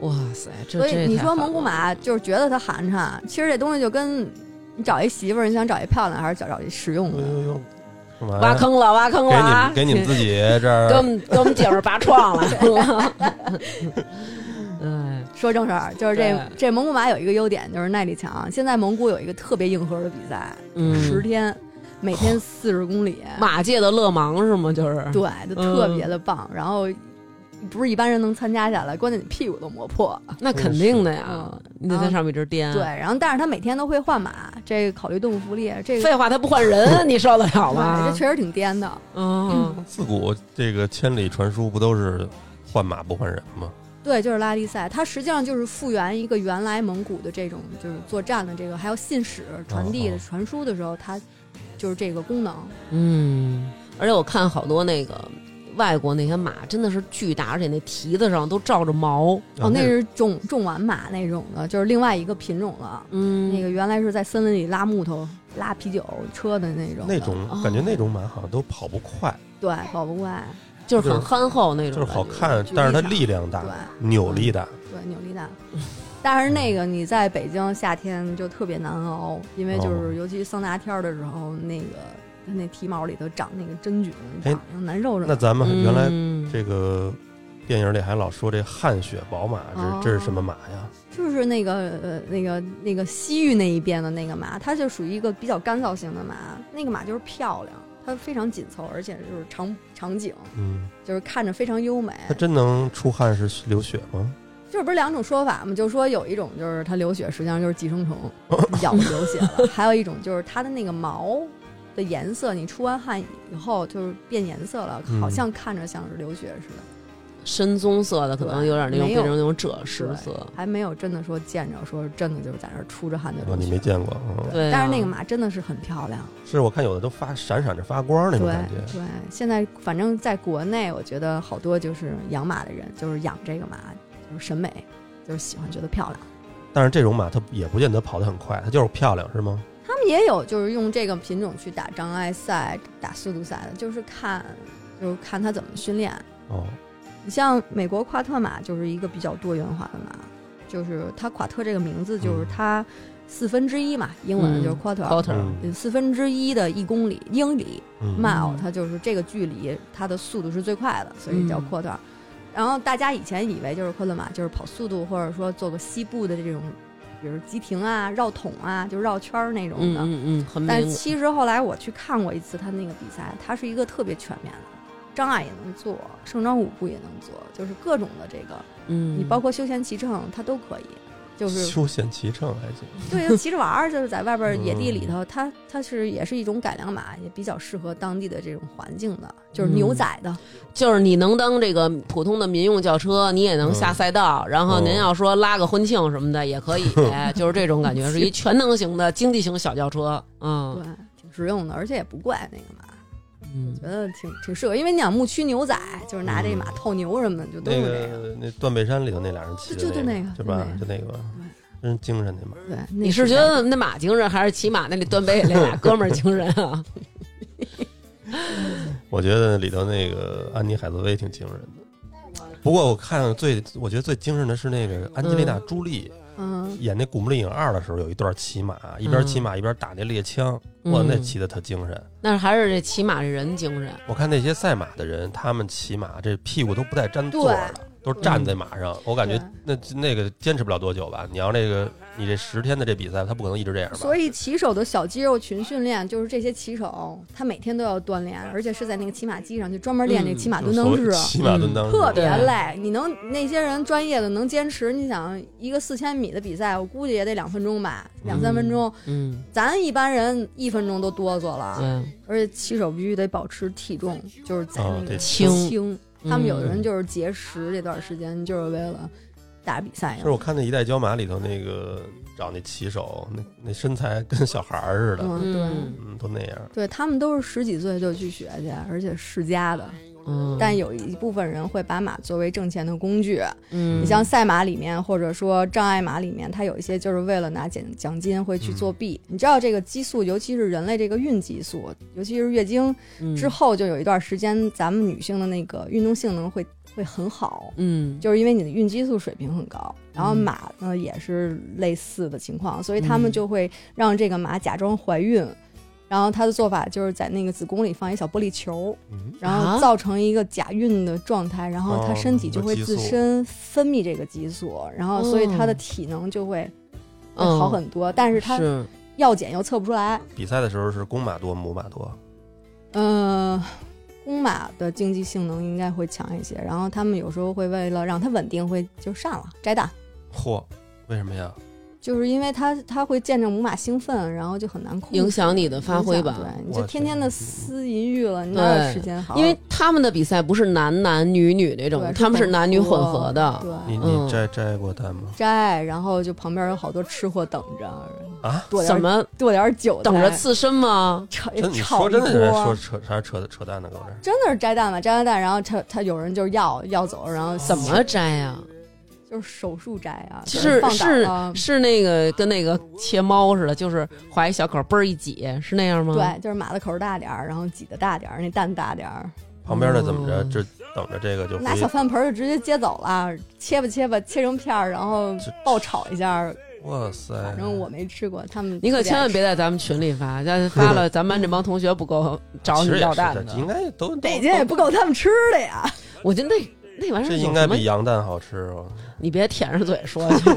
Speaker 1: 哇塞！这
Speaker 3: 所
Speaker 1: 这
Speaker 3: 以
Speaker 1: 也
Speaker 3: 你
Speaker 1: 太
Speaker 3: 说
Speaker 1: 烦
Speaker 3: 蒙古
Speaker 1: 了
Speaker 3: 马
Speaker 2: 啊
Speaker 3: 就是觉得它寒碜，其实这东西就跟你找一媳妇儿，你想找一漂亮还是找找一实用
Speaker 2: 呦
Speaker 3: 的，
Speaker 2: 呦呦，干嘛呀
Speaker 1: 挖坑了，挖坑
Speaker 2: 给
Speaker 1: 了
Speaker 2: 你
Speaker 1: 啊
Speaker 2: 们！给你们自己这
Speaker 1: 给我
Speaker 2: 儿
Speaker 1: 们给我们姐们儿拔创了。 嗯，
Speaker 3: 说正事儿，就是这
Speaker 1: 对
Speaker 3: 这蒙古马有一个优点，就是耐力强。现在蒙古有一个特别硬核的比赛，
Speaker 1: 嗯
Speaker 3: 十天，每天四十公里，
Speaker 1: 马界的勒芒是吗？就是
Speaker 3: 对，就特别的棒。然后不是一般人能参加下来，关键你屁股都磨破。
Speaker 1: 那肯定的呀
Speaker 3: 嗯，
Speaker 1: 你得在上面一直颠。
Speaker 3: 对，，然后但是他每天都会换马，这个考虑动物福利，这个
Speaker 1: 废话，他不换 人，你受得了
Speaker 3: 对
Speaker 1: 吗？
Speaker 3: 这确实挺颠的。
Speaker 1: 嗯，
Speaker 2: 自古这个千里传书不都是换马不换人吗？
Speaker 3: 对，就是拉力赛，它实际上就是复原一个原来蒙古的这种就是作战的这个，还有信使传递
Speaker 2: 哦
Speaker 3: 的传输的时候，它就是这个功能。
Speaker 1: 嗯，而且我看好多那个外国那些马真的是巨大，而且那蹄子上都罩着毛。
Speaker 2: 啊
Speaker 3: 哦，那是种种完马那种的，就是另外一个品种了。
Speaker 1: 嗯，
Speaker 3: 那个原来是在森林里拉木头、拉啤酒车的那种
Speaker 2: 那
Speaker 3: 的，
Speaker 2: 种
Speaker 1: 哦
Speaker 2: 感觉，那种马好像都跑不快，
Speaker 3: 对，跑不快，
Speaker 1: 就是很憨厚那
Speaker 2: 就
Speaker 1: 种
Speaker 2: 是
Speaker 1: 感觉，
Speaker 2: 好看
Speaker 3: 就，
Speaker 2: 但是它
Speaker 3: 力
Speaker 2: 力量
Speaker 3: 对
Speaker 2: 大，扭力大。
Speaker 3: 对，扭力大。但是那个你在北京夏天就特别难熬，因为就
Speaker 2: 哦
Speaker 3: 是尤其桑拿天儿的时候，那个它那体毛里头长那个真菌，
Speaker 2: 哎
Speaker 3: 长得难受着
Speaker 2: 那
Speaker 3: 呢。
Speaker 2: 咱们
Speaker 1: 嗯。
Speaker 2: 原来这个电影里还老说这汗血宝马，
Speaker 3: 哦
Speaker 2: 这这是什么马呀？
Speaker 3: 就是那个呃那个那个西域那一边的那个马，它就属于一个比较干燥型的马，那个马就是漂亮，它非常紧凑，而且就是长长颈，
Speaker 2: 嗯，
Speaker 3: 就是看着非常优美。
Speaker 2: 它真能出汗是流血吗？
Speaker 3: 就是不是两种说法嘛？就是说有一种就是它流血，实际上就是寄生 虫咬流血了；还有一种就是它的那个毛的颜色，你出完汗以后就是变颜色了，
Speaker 2: 嗯
Speaker 3: 好像看着像是流血似的，
Speaker 1: 深棕色的，可能有点那种
Speaker 3: 没
Speaker 1: 变
Speaker 3: 有
Speaker 1: 成那种赭石
Speaker 3: 对
Speaker 1: 色。
Speaker 3: 还没有真的说见着说真的就是在那儿出着汗就
Speaker 2: 啊，
Speaker 3: 流
Speaker 2: 你
Speaker 3: 血。
Speaker 2: 没见过啊？
Speaker 1: 对啊，
Speaker 3: 但是那个马真的是很漂亮，
Speaker 2: 是我看有的都发闪闪着发光那
Speaker 3: 对
Speaker 2: 种感觉。
Speaker 3: 对。现在反正在国内，我觉得好多就是养马的人，就是养这个马，就是审美，就是喜欢觉得漂亮。
Speaker 2: 但是这种马它也不见得跑得很快，它就是漂亮，是吗？
Speaker 3: 他们也有就是用这个品种去打障碍赛、打速度赛的，就是看就是看他怎么训练。
Speaker 2: 哦，
Speaker 3: 你像美国夸特马就是一个比较多元化的马，就是它夸特这个名字就是
Speaker 2: 嗯
Speaker 3: 它四分之一嘛，英文就是 quarter，、
Speaker 1: quarter，
Speaker 2: 嗯
Speaker 3: 四分之一的一公里英里
Speaker 2: 嗯
Speaker 3: mile，它就是这个距离它的速度是最快的，所以叫
Speaker 1: 嗯
Speaker 3: quarter。然后大家以前以为就是科特马，就是跑速度，或者说做个西部的这种，比如急停啊、绕桶啊，就绕圈儿那种
Speaker 1: 嗯
Speaker 3: 的。
Speaker 1: 嗯嗯，很
Speaker 3: 但
Speaker 1: 明
Speaker 3: 是其实后来我去看过一次他那个比赛，他是一个特别全面的，障碍也能做，盛装舞步也能做，就是各种的这个，
Speaker 1: 嗯，
Speaker 3: 你包括休闲骑乘，他都可以。就是
Speaker 2: 休闲骑乘还行，
Speaker 3: 对，就骑着玩儿，就是在外边儿野地
Speaker 1: 嗯
Speaker 3: 里头，它它是也是一种改良马，也比较适合当地的这种环境的，
Speaker 1: 嗯
Speaker 3: 就是牛仔的，
Speaker 1: 就是你能当这个普通的民用轿车，你也能
Speaker 2: 嗯
Speaker 1: 下赛道。然
Speaker 2: 哦
Speaker 1: 后您要说拉个婚庆什么的也可 以，哎就是这种感觉，是一全能型的经济型小轿车。嗯
Speaker 3: 对，挺实用的，而且也不贵那个马，
Speaker 1: 嗯
Speaker 3: 觉得挺挺适合，因为你想牧区牛仔，就是拿这马套牛什么的，就都
Speaker 2: 那
Speaker 3: 是这个。啊
Speaker 2: 个那断背山里头那俩人骑的
Speaker 3: 就就那个
Speaker 2: 对
Speaker 3: 就
Speaker 2: 吧？
Speaker 3: 那
Speaker 2: 就那个吧，真精神那马。
Speaker 3: 对，那
Speaker 1: 你是觉
Speaker 3: 在
Speaker 1: 得那马精神，还是骑马那里端杯那 俩哥们儿精神啊？
Speaker 2: 我觉得里头那个安妮海瑟薇挺精神的。不过我看最，我觉得最精神的是那个安吉丽娜·朱莉
Speaker 3: 嗯，
Speaker 2: 演那《古墓丽影二》的时候，有一段骑马，一边骑马一边打那猎枪，哇，
Speaker 1: 嗯
Speaker 2: 那骑的特精神。
Speaker 1: 那还是这骑马这人精神。
Speaker 2: 我看那些赛马的人，他们骑马这屁股都不带沾座儿的，都是站在马上。我感觉那那个坚持不了多久吧。你要那个你这十天的这比赛，他不可能一直这样吧？
Speaker 3: 所以骑手的小肌肉群训练，就是这些骑手，他每天都要锻炼，而且是在那个骑马机上，就专门练这骑马
Speaker 2: 嗯就是
Speaker 3: 蹲
Speaker 2: 所
Speaker 3: 裆
Speaker 2: 谓
Speaker 3: 式，
Speaker 2: 骑马蹲裆式，
Speaker 3: 特别
Speaker 1: 对
Speaker 3: 累。你能那些人专业的能坚持，你想一个四千米的比赛，我估计也得两分钟吧，两三分钟。啊
Speaker 1: 嗯，
Speaker 3: 咱一般人一分钟都哆嗦了，
Speaker 1: 对，
Speaker 3: 而且骑手必须得保持体重，就是在
Speaker 2: 哦
Speaker 3: 那
Speaker 2: 对
Speaker 3: 个
Speaker 1: 轻
Speaker 3: 轻。他们有的人
Speaker 2: 嗯
Speaker 3: 就是节食这段时间，就是为了打比赛
Speaker 2: 就是我看那一代骄马里头那个找那骑手，那那身材跟小孩儿似的，
Speaker 3: 嗯，对。
Speaker 1: 嗯
Speaker 2: 嗯，都那样。
Speaker 3: 对他们都是十几岁就去学去，而且世家的。
Speaker 1: 嗯，
Speaker 3: 但有一部分人会把马作为挣钱的工具，
Speaker 1: 嗯，
Speaker 3: 你像赛马里面，或者说障碍马里面，它有一些就是为了拿奖奖金会去
Speaker 1: 嗯
Speaker 3: 作弊。你知道这个激素，尤其是人类这个孕激素，尤其是月经
Speaker 1: 嗯
Speaker 3: 之，后，就有一段时间，咱们女性的那个运动性能会会很好，
Speaker 1: 嗯，
Speaker 3: 就是因为你的孕激素水平很高。然后
Speaker 1: 嗯
Speaker 3: 马呢也是类似的情况，所以他
Speaker 1: 嗯
Speaker 3: 们就会让这个马假装怀孕。然后他的做法就是在那个子宫里放一小玻璃球，
Speaker 2: 嗯，
Speaker 3: 然
Speaker 1: 啊
Speaker 3: 后造成一个假孕的状态，然后他身体就会
Speaker 2: 哦有激素
Speaker 3: 自身分泌这个激素，然后所以他的体能就会会
Speaker 1: 嗯
Speaker 3: 好很多，但是他
Speaker 1: 是
Speaker 3: 药检又测不出来。
Speaker 2: 比赛的时候是公马多母马多，
Speaker 3: 嗯、公马的经济性能应该会强一些，然后他们有时候会为了让它稳定，会就上了摘蛋，
Speaker 2: 嚯，为什么呀？
Speaker 3: 就是因为它它会见着母马兴奋，然后就很难控制
Speaker 1: 影响你的发挥吧
Speaker 3: 影响对，你
Speaker 2: 我
Speaker 3: 就
Speaker 2: 天
Speaker 3: 天天的
Speaker 2: 嗯
Speaker 3: 私淫欲了，你哪
Speaker 1: 对
Speaker 3: 有时间好好？
Speaker 1: 因为他们的比赛不是男男女女那
Speaker 3: 对
Speaker 1: 种，他们是男女混合的。
Speaker 3: 对。
Speaker 2: 你
Speaker 1: 嗯
Speaker 2: 你摘摘过蛋吗？
Speaker 3: 摘，然后就旁边有好多吃货等着，
Speaker 2: 啊，
Speaker 3: 剁
Speaker 1: 怎
Speaker 3: 点
Speaker 1: 么
Speaker 3: 剁点韭菜，
Speaker 1: 等着刺身吗？
Speaker 3: 炒
Speaker 2: 真你说
Speaker 3: 炒一
Speaker 2: 真的是
Speaker 3: 锅
Speaker 2: 说扯啥扯扯淡呢？搁这儿
Speaker 3: 真的是摘蛋吧，摘完蛋，然后他他有人就是要要走，然后
Speaker 1: 怎么摘呀、
Speaker 3: 就是手术摘啊，
Speaker 1: 是
Speaker 3: 就是放倒
Speaker 1: 是
Speaker 3: 啊
Speaker 1: 是那个跟那个切猫似的，就是划一小口，嘣儿一挤，是那样吗？
Speaker 3: 对，就是马的口儿大点儿，然后挤的大点儿，那蛋大点儿，
Speaker 2: 旁边的怎么着？
Speaker 1: 嗯
Speaker 2: 这等着这个就
Speaker 3: 拿小
Speaker 2: 回
Speaker 3: 饭盆儿就直接接走了，切吧切吧，切成片儿，然后
Speaker 2: 这
Speaker 3: 爆炒一下，
Speaker 2: 哇塞！
Speaker 3: 反正我没吃过，他们
Speaker 1: 你可千万
Speaker 3: 特
Speaker 1: 别在咱们群里发，要发了咱们班这帮同学不够找
Speaker 2: 其
Speaker 1: 你
Speaker 2: 实也
Speaker 1: 要
Speaker 2: 是
Speaker 1: 蛋
Speaker 2: 的，
Speaker 1: 的。
Speaker 2: 应该都都
Speaker 3: 别爱吃北京也不够他们吃的呀，
Speaker 1: 我觉得那那玩意儿
Speaker 2: 这
Speaker 1: 有
Speaker 2: 应该
Speaker 1: 什么
Speaker 2: 比羊蛋好吃哦。
Speaker 1: 你别舔着嘴 说去，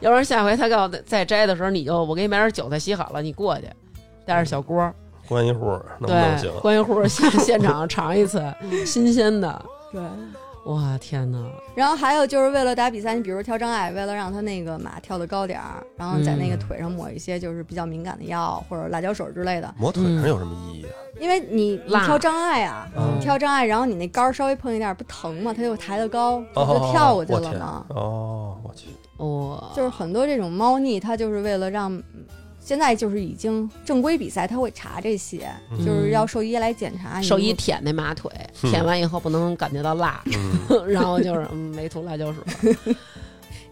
Speaker 1: 要不然下回他告诉再摘的时候，你就我给你买点韭菜洗好了，你过去，带着小锅儿，
Speaker 2: 关一户儿能不能行
Speaker 1: 对，？关于户现现场尝 一次，
Speaker 3: 嗯
Speaker 1: 新鲜的，
Speaker 3: 对。
Speaker 1: 哇天哪，
Speaker 3: 然后还有就是为了打比赛，你比如跳障碍，为了让他那个马跳得高点儿，然后在那
Speaker 1: 嗯
Speaker 3: 个腿上抹一些就是比较敏感的药或者辣椒水之类的，
Speaker 2: 磨腿上有什么意义啊？
Speaker 3: 因为你你
Speaker 1: 辣
Speaker 3: 跳障碍啊，
Speaker 2: 嗯
Speaker 3: 你跳障碍，然后你那杆儿稍微碰一点儿不疼吗？它又抬得高，它
Speaker 2: 哦
Speaker 3: 就跳过去
Speaker 2: 我
Speaker 3: 了
Speaker 2: 天
Speaker 3: 嘛。
Speaker 2: 哦，我去，
Speaker 1: 哦，
Speaker 3: 就是很多这种猫腻，它就是为了让嗯现在就是已经正规比赛，它会查这些，
Speaker 2: 嗯
Speaker 3: 就是要兽医来检查。你
Speaker 1: 手一
Speaker 3: 有没有
Speaker 1: 舔那马腿，
Speaker 2: 嗯
Speaker 1: 舔完以后不能感觉到辣，
Speaker 2: 嗯，
Speaker 1: 然后就是嗯没涂辣椒水，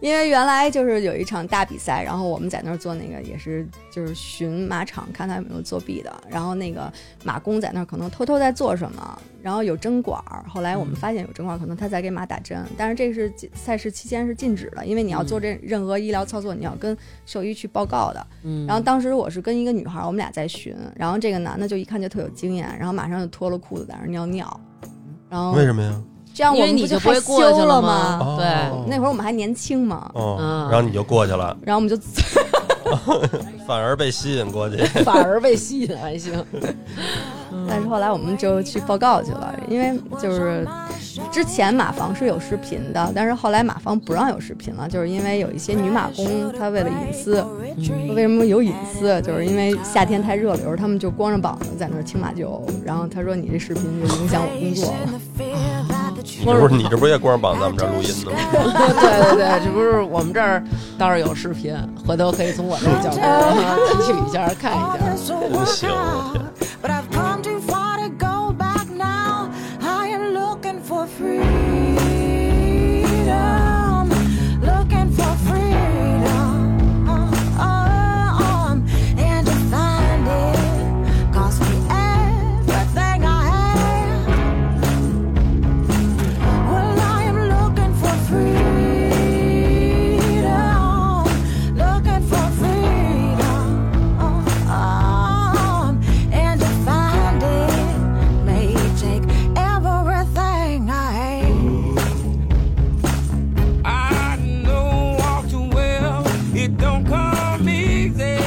Speaker 3: 因为原来就是有一场大比赛，然后我们在那儿做那个也是就是巡马场，看他有没有作弊的。然后那个马工在那儿可能偷偷在做什么，然后有针管儿。后来我们发现有针管儿，可能他在给马打针，但是这是赛事期间是禁止的，因为你要做这任何医疗操作，你要跟兽医去报告的。
Speaker 1: 嗯，
Speaker 3: 然后当时我是跟一个女孩儿，我们俩在巡，然后这个男的就一看就特有经验，然后马上就脱了裤子在那儿尿尿，然后
Speaker 2: 为什么呀？
Speaker 3: 这样
Speaker 1: 因
Speaker 3: 我
Speaker 1: 为
Speaker 3: 们
Speaker 1: 你
Speaker 3: 就
Speaker 1: 不会
Speaker 3: 害
Speaker 1: 过去
Speaker 3: 羞
Speaker 1: 了
Speaker 3: 吗？
Speaker 2: 哦
Speaker 1: 对，
Speaker 3: 那会儿我们还年轻嘛，
Speaker 2: 哦
Speaker 1: 嗯，
Speaker 2: 然后你就过去了，
Speaker 3: 然后我们就
Speaker 2: 反而被吸引过去。
Speaker 1: 反而被吸引还行。嗯
Speaker 3: 但是后来我们就去报告去了，因为就是之前马房是有视频的，但是后来马房不让有视频了，就是因为有一些女马工她为了隐私，
Speaker 1: 嗯
Speaker 3: 为什么有隐私？就是因为夏天太热了，有时候他们就光着膀子在那儿清马厩，然后他说你这视频就影响我工作了。
Speaker 2: 你这不是你这不是也光着膀子咱们这录音呢吗？
Speaker 1: 对对对，这不是我们这儿倒是有视频，回头可以从我这个角度啊提取一下看一下。
Speaker 2: 真行，我天！
Speaker 5: But I've come too far to go back now. I am looking for freedom. Looking for freedom. Oh, oh, oh. And to find it cost me everything I had. Well, I am looking for freedom. Looking for freedom. Oh, and to find it may take everything I have.
Speaker 6: I know all too well it don't come easy.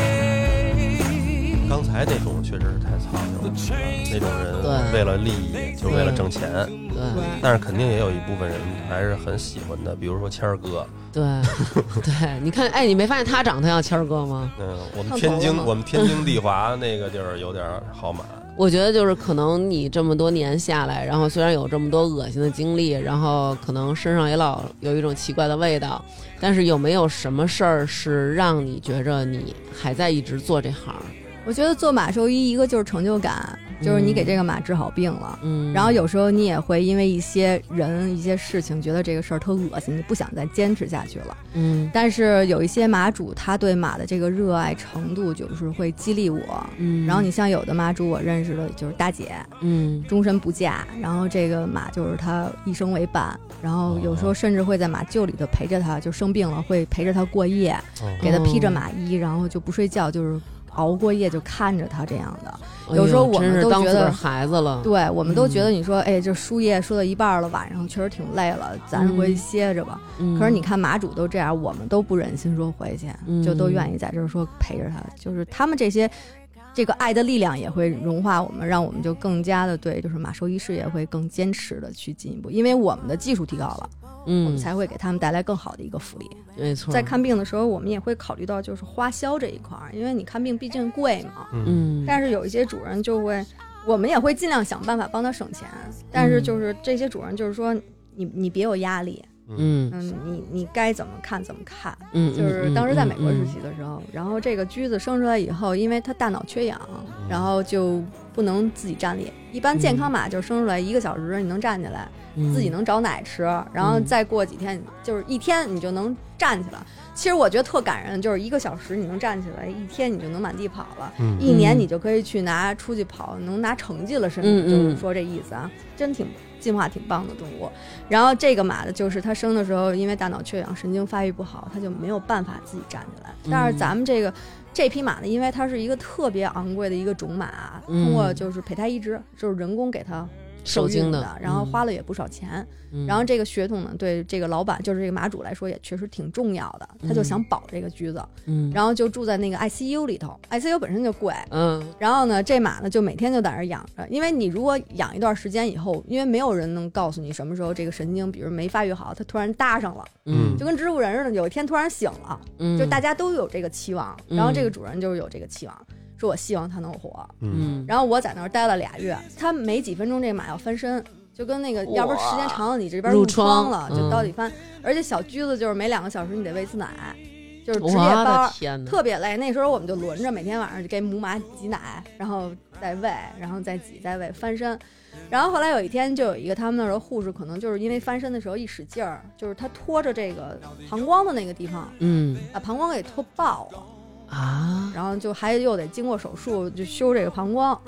Speaker 2: 刚才那种确实是太苍蝇了，那种人
Speaker 1: 对
Speaker 2: 为了利益就为了挣钱，
Speaker 1: 对
Speaker 2: 但是肯定也有一部分人还是很喜欢的，比如说谦儿哥，
Speaker 1: 对对，你看，哎，你没发现他长得像谦儿哥吗？
Speaker 2: 嗯，我们
Speaker 3: 上
Speaker 2: 天
Speaker 3: 头
Speaker 2: 津
Speaker 3: 了吗
Speaker 2: 我们天津地华那个地儿有点好马，
Speaker 1: 我觉得就是可能你这么多年下来，然后虽然有这么多恶心的经历，然后可能身上也老有一种奇怪的味道，但是有没有什么事儿是让你觉着你还在一直做这行？
Speaker 3: 我觉得做马兽医一个就是成就感，就是你给这个马治好病了。
Speaker 1: 嗯，
Speaker 3: 然后有时候你也会因为一些人、一些事情，觉得这个事儿特恶心，你不想再坚持下去了。
Speaker 1: 嗯
Speaker 3: 但是有一些马主，他对马的这个热爱程度，就是会激励我。
Speaker 1: 嗯，
Speaker 3: 然后你像有的马主，我认识的就是大姐，
Speaker 1: 嗯
Speaker 3: 终身不嫁，然后这个马就是她一生为伴，然后有时候甚至会在马厩里头陪着她，就生病了会陪着她过夜，给她披着马衣，然后就不睡觉，就是熬过夜就看着她这样的。
Speaker 1: 哎
Speaker 3: 有时候
Speaker 1: 呦
Speaker 3: 我们
Speaker 1: 真是
Speaker 3: 都
Speaker 1: 当
Speaker 3: 觉
Speaker 1: 自个儿
Speaker 3: 得
Speaker 1: 孩子了，
Speaker 3: 对我们都觉得你说，哎，这输液输到一半了，晚上确实挺累了，咱回去歇着吧。
Speaker 1: 嗯，
Speaker 3: 可是你看马主都这样，我们都不忍心说回去，
Speaker 1: 嗯
Speaker 3: 就都愿意在这儿说陪着他。就是他们这些，这个爱的力量也会融化我们，让我们就更加的对，就是马兽医事业会更坚持的去进一步，因为我们的技术提高了，我
Speaker 1: 嗯
Speaker 3: 们，才会给他们带来更好的一个福利。
Speaker 1: 没错，
Speaker 3: 在看病的时候，我们也会考虑到就是花销这一块儿，因为你看病毕竟贵嘛。
Speaker 1: 嗯，
Speaker 3: 但是有一些主人就会，我们也会尽量想办法帮他省钱，但是就是这些主人就是说，你你别有压力，
Speaker 1: 嗯
Speaker 3: 嗯，你你该怎么看怎么看。
Speaker 1: 嗯，
Speaker 3: 就是当时在美国实
Speaker 1: 时
Speaker 3: 习的时候，然后这个驹子生出来以后，因为它大脑缺氧，
Speaker 1: 哦
Speaker 3: 然后就不能自己站立。一般健
Speaker 1: 嗯
Speaker 3: 康马就是生出来一个小时你能站起来，自己能找奶吃，
Speaker 1: 嗯
Speaker 3: 然后再过几天就是一天你就能站起来。其实我觉得特感人，就是一个小时你能站起来，一天你就能满地跑了，
Speaker 2: 嗯
Speaker 3: 一年你就可以去拿出去跑，能拿成绩了，甚至、
Speaker 1: 嗯嗯
Speaker 3: 就是说这意思啊，真挺进化挺棒的动物。然后这个马的就是它生的时候，因为大脑缺氧，神经发育不好，它就没有办法自己站起来。
Speaker 1: 嗯
Speaker 3: 但是咱们这个这匹马呢，因为它是一个特别昂贵的一个种马，啊
Speaker 1: 嗯
Speaker 3: 通过就是胚胎移植，就是人工给它
Speaker 1: 受
Speaker 3: 精
Speaker 1: 精的嗯
Speaker 3: 的，然后花了也不少钱。然后这个血统呢，对这个老板就是这个马主来说也确实挺重要的，他就想保这个驹子，
Speaker 1: 嗯，
Speaker 3: 然后就住在那个 ICU 里头，ICU 本身就贵。
Speaker 1: 嗯
Speaker 3: 然后呢，这马呢就每天就在那儿养着，因为你如果养一段时间以后，因为没有人能告诉你什么时候这个神经，比如没发育好，它突然搭上了，
Speaker 2: 嗯
Speaker 1: 嗯
Speaker 3: 就跟植物人似的，有一天突然醒了，
Speaker 1: 嗯，
Speaker 3: 就大家都有这个期望，然后这个主人就是有这个期望，说我希望它能活。
Speaker 2: 嗯，
Speaker 1: 嗯，
Speaker 3: 然后我在那儿待了俩月，它每几分钟这马要翻身，就跟那个，要不然时间长了你这边
Speaker 1: 褥
Speaker 3: 褥疮了，
Speaker 1: 疮
Speaker 3: 就
Speaker 1: 嗯
Speaker 3: 到底翻。而且小驹子就是每两个小时你得喂一次奶，就是
Speaker 1: 我啊
Speaker 3: 值夜班
Speaker 1: 的
Speaker 3: 儿，
Speaker 1: 天哪！
Speaker 3: 特别累。那时候我们就轮着每天晚上就给母马挤奶，然后再喂，然后再挤，再喂，翻身。然后后来有一天，就有一个他们那儿的护士，可能就是因为翻身的时候一使劲儿，就是他拖着这个膀胱的那个地方，
Speaker 1: 嗯
Speaker 3: 把啊膀胱给拖爆了，
Speaker 1: 啊，
Speaker 3: 然后就还又得经过手术，就修这个膀胱。啊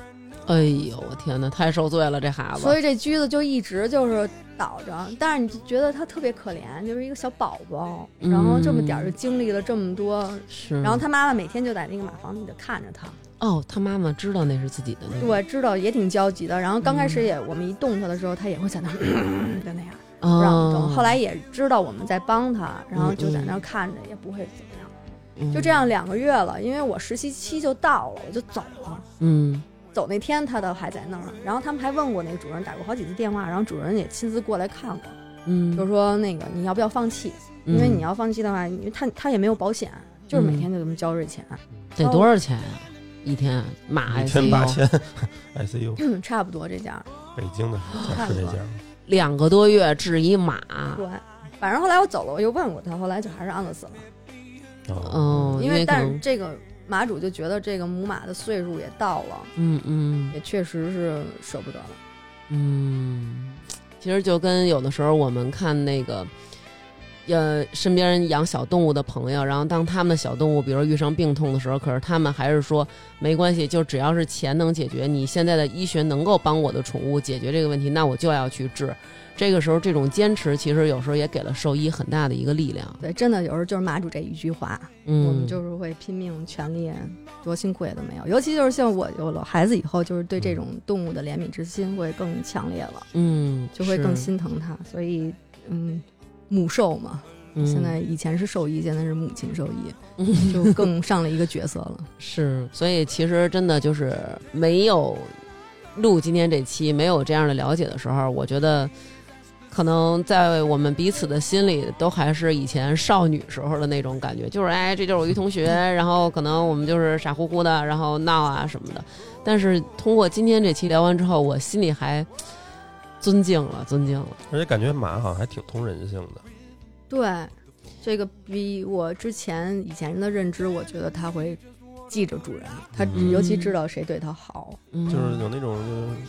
Speaker 1: 哎呦我天哪，太受罪了这孩子。
Speaker 3: 所以这驹子就一直就是倒着，但是你就觉得他特别可怜，就是一个小宝宝，
Speaker 1: 嗯
Speaker 3: 然后这么点儿就经历了这么多，
Speaker 1: 是，
Speaker 3: 然后他妈妈每天就在那个马房里就看着他，
Speaker 1: 哦，他妈妈知道那是自己的那个，
Speaker 3: 我知道也挺焦急的。然后刚开始也、
Speaker 1: 嗯
Speaker 3: 我们一动他的时候，他也会 在那儿就那样不让我
Speaker 1: 哦
Speaker 3: 们
Speaker 1: 嗯
Speaker 3: 动，后来也知道我们在帮他，然后就在那儿看着，也不会怎么样。就这，样两个月了，因为我实习期就到了，我就走了。
Speaker 1: 嗯
Speaker 3: 走那天他倒还在那儿，然后他们还问过那个主任，打过好几次电话，然后主任也亲自过来看过。
Speaker 1: 嗯，
Speaker 3: 就说那个你要不要放弃？因为你要放弃的话，因为他他也没有保险，就是每天就这么交这钱，
Speaker 1: 得多少钱呀？一天马
Speaker 2: 一千
Speaker 1: ICU
Speaker 2: 八千 ICU，
Speaker 3: 差不多这价。
Speaker 2: 北京的才是这价儿。
Speaker 1: 两个多月治一马，
Speaker 3: 对，反正后来我走了，我又问过他，后来就还是安乐死了，
Speaker 2: 哦，
Speaker 1: 嗯，
Speaker 3: 因
Speaker 1: 为
Speaker 3: 为
Speaker 1: 可
Speaker 3: 但是
Speaker 1: 能
Speaker 3: 这个马主就觉得这个母马的岁数也到了，
Speaker 1: 嗯嗯
Speaker 3: 也确实是舍不得了。
Speaker 1: 嗯，其实就跟有的时候我们看那个。呃，身边人养小动物的朋友，然后当他们的小动物，比如遇上病痛的时候，可是他们还是说没关系，就只要是钱能解决，你现在的医学能够帮我的宠物解决这个问题，那我就要去治。这个时候，这种坚持其实有时候也给了兽医很大的一个力量。
Speaker 3: 对，真的有时候就是马主这一句话，
Speaker 1: 嗯，
Speaker 3: 我们就是会拼命全力，啊多辛苦也都没有。尤其就是像我有了孩子以后，就是对这种动物的怜悯之心会更强烈了。
Speaker 1: 嗯，
Speaker 3: 就会更
Speaker 1: 是。
Speaker 3: 心疼他，所以嗯，母兽嘛，
Speaker 1: 嗯
Speaker 3: 现在以前是兽医，现在是母亲兽 医，就更上了一个角色了。
Speaker 1: 是，所以其实真的就是没有录今天这期，没有这样的了解的时候，我觉得可能在我们彼此的心里，都还是以前少女时候的那种感觉，就是哎，这就是我一 同学，然后可能我们就是傻乎乎的，然后闹啊什么的。但是通过今天这期聊完之后，我心里还尊敬了，尊敬了。
Speaker 2: 而且感觉马好像还挺通人性的。
Speaker 3: 对，这个比我之前以前的认知，我觉得他会记着主人，他
Speaker 2: 嗯
Speaker 3: 尤其知道谁对他好。
Speaker 1: 嗯，
Speaker 2: 就是有那种就是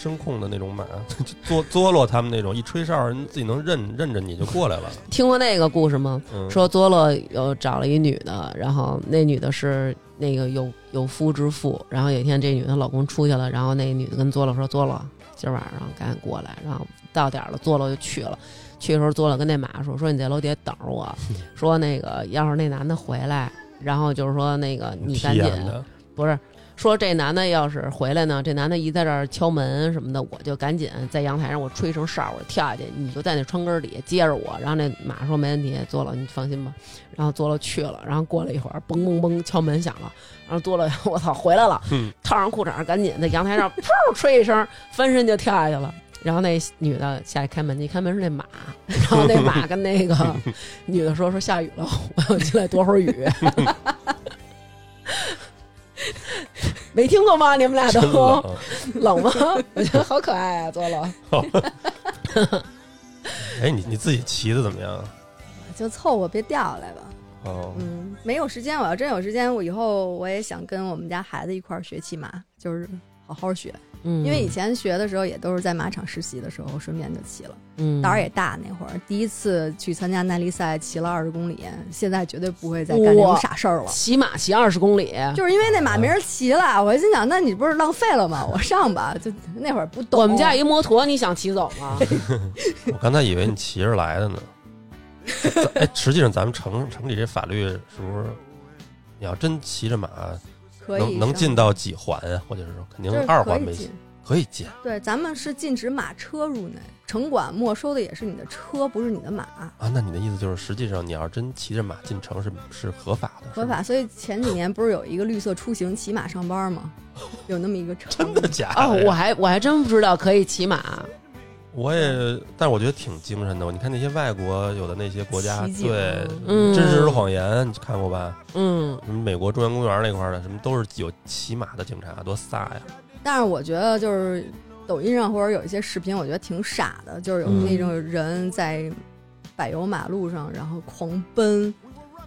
Speaker 2: 声控的那种马，就作作落他们那种，一吹哨，人自己能认认着你就过来了。
Speaker 1: 听过那个故事吗？
Speaker 2: 嗯，
Speaker 1: 说佐洛有找了一女的，然后那女的是那个有有夫之妇，然后有一天这女的老公出去了，然后那女的跟佐洛说：“佐洛，今儿晚上赶紧过来。”然后到点儿了，佐洛就去了。去的时候，佐洛跟那马说：“说你在楼底下等着我，说那个要是那男的回来，然后就是说那个你赶
Speaker 2: 皮
Speaker 1: 紧
Speaker 2: 眼的，
Speaker 1: 不是。”说这男的要是回来呢，这男的一在这儿敲门什么的，我就赶紧在阳台上我吹一声哨，我跳下去，你就在那窗根儿底下接着我。然后那马说没问题，坐了，你放心吧。然后坐了去了，然后过了一会儿，嘣嘣嘣敲门响了，然后坐了， 我操，回来了
Speaker 2: 嗯，
Speaker 1: 套上裤衩，赶紧在阳台上噗吹一声，翻身就跳下去了。然后那女的下来开门，一开门是那马，然后那马跟那个女的说说 下雨了，我要进来躲会儿雨。没听过吗？你们俩都
Speaker 2: 真冷。
Speaker 1: 冷吗？我觉得好可爱啊，佐罗。
Speaker 2: 哎，你你自己骑的怎么样？
Speaker 3: 就凑合，别掉下来吧。
Speaker 2: 哦，
Speaker 3: 嗯，没有时间，我要真有时间，我以后我也想跟我们家孩子一块儿学骑马，就是好好学。
Speaker 1: 嗯
Speaker 3: 因为以前学的时候也都是在马场实习的时候，顺便就骑了。
Speaker 1: 嗯
Speaker 3: 胆儿也大，那会儿第一次去参加耐力赛，骑了二十公里，现在绝对不会再干这种傻事儿了。
Speaker 1: 骑马骑二十公里，
Speaker 3: 就是因为那马没人骑了，我心想，那你不是浪费了吗？ 我上吧，就那会儿不懂。
Speaker 1: 我们家有一摩托，你想骑走吗？
Speaker 2: 我刚才以为你骑着来的呢。咱哎，实际上咱们城城里这法律是不是？你要真骑着马，
Speaker 3: 可以
Speaker 2: 能能进
Speaker 3: 到，
Speaker 2: 到几环啊？或者是肯定
Speaker 3: 就是
Speaker 2: 二
Speaker 3: 可
Speaker 2: 环
Speaker 3: 以
Speaker 2: 没
Speaker 3: 进
Speaker 2: 进，。可以进。啊
Speaker 3: 对，咱们是禁止马车入内，城管没收的也是你的车，不是你的马，
Speaker 2: 啊，那你的意思就是，实际上你要真骑着马进城是是合法的，是
Speaker 3: 合
Speaker 2: 吗
Speaker 3: 法。所以前几年不是有一个绿色出行骑马上 班吗？有那么一个城，
Speaker 2: 真的假的呀？
Speaker 1: 哦， 我还我还真不知道可以骑马。
Speaker 2: 我也，但我觉得挺精神的。你看那些外国有的那些国家，
Speaker 3: 奇景
Speaker 2: 对，
Speaker 1: 嗯
Speaker 2: 真实的谎言》你看过吧？
Speaker 1: 嗯，
Speaker 2: 什么美国中央公园那块儿的，什么都是有骑马的警察，多飒呀！
Speaker 3: 但是我觉得就是抖音上或者有一些视频，我觉得挺傻的，就是有
Speaker 2: 嗯
Speaker 3: 那种人在柏油马路上然后狂奔，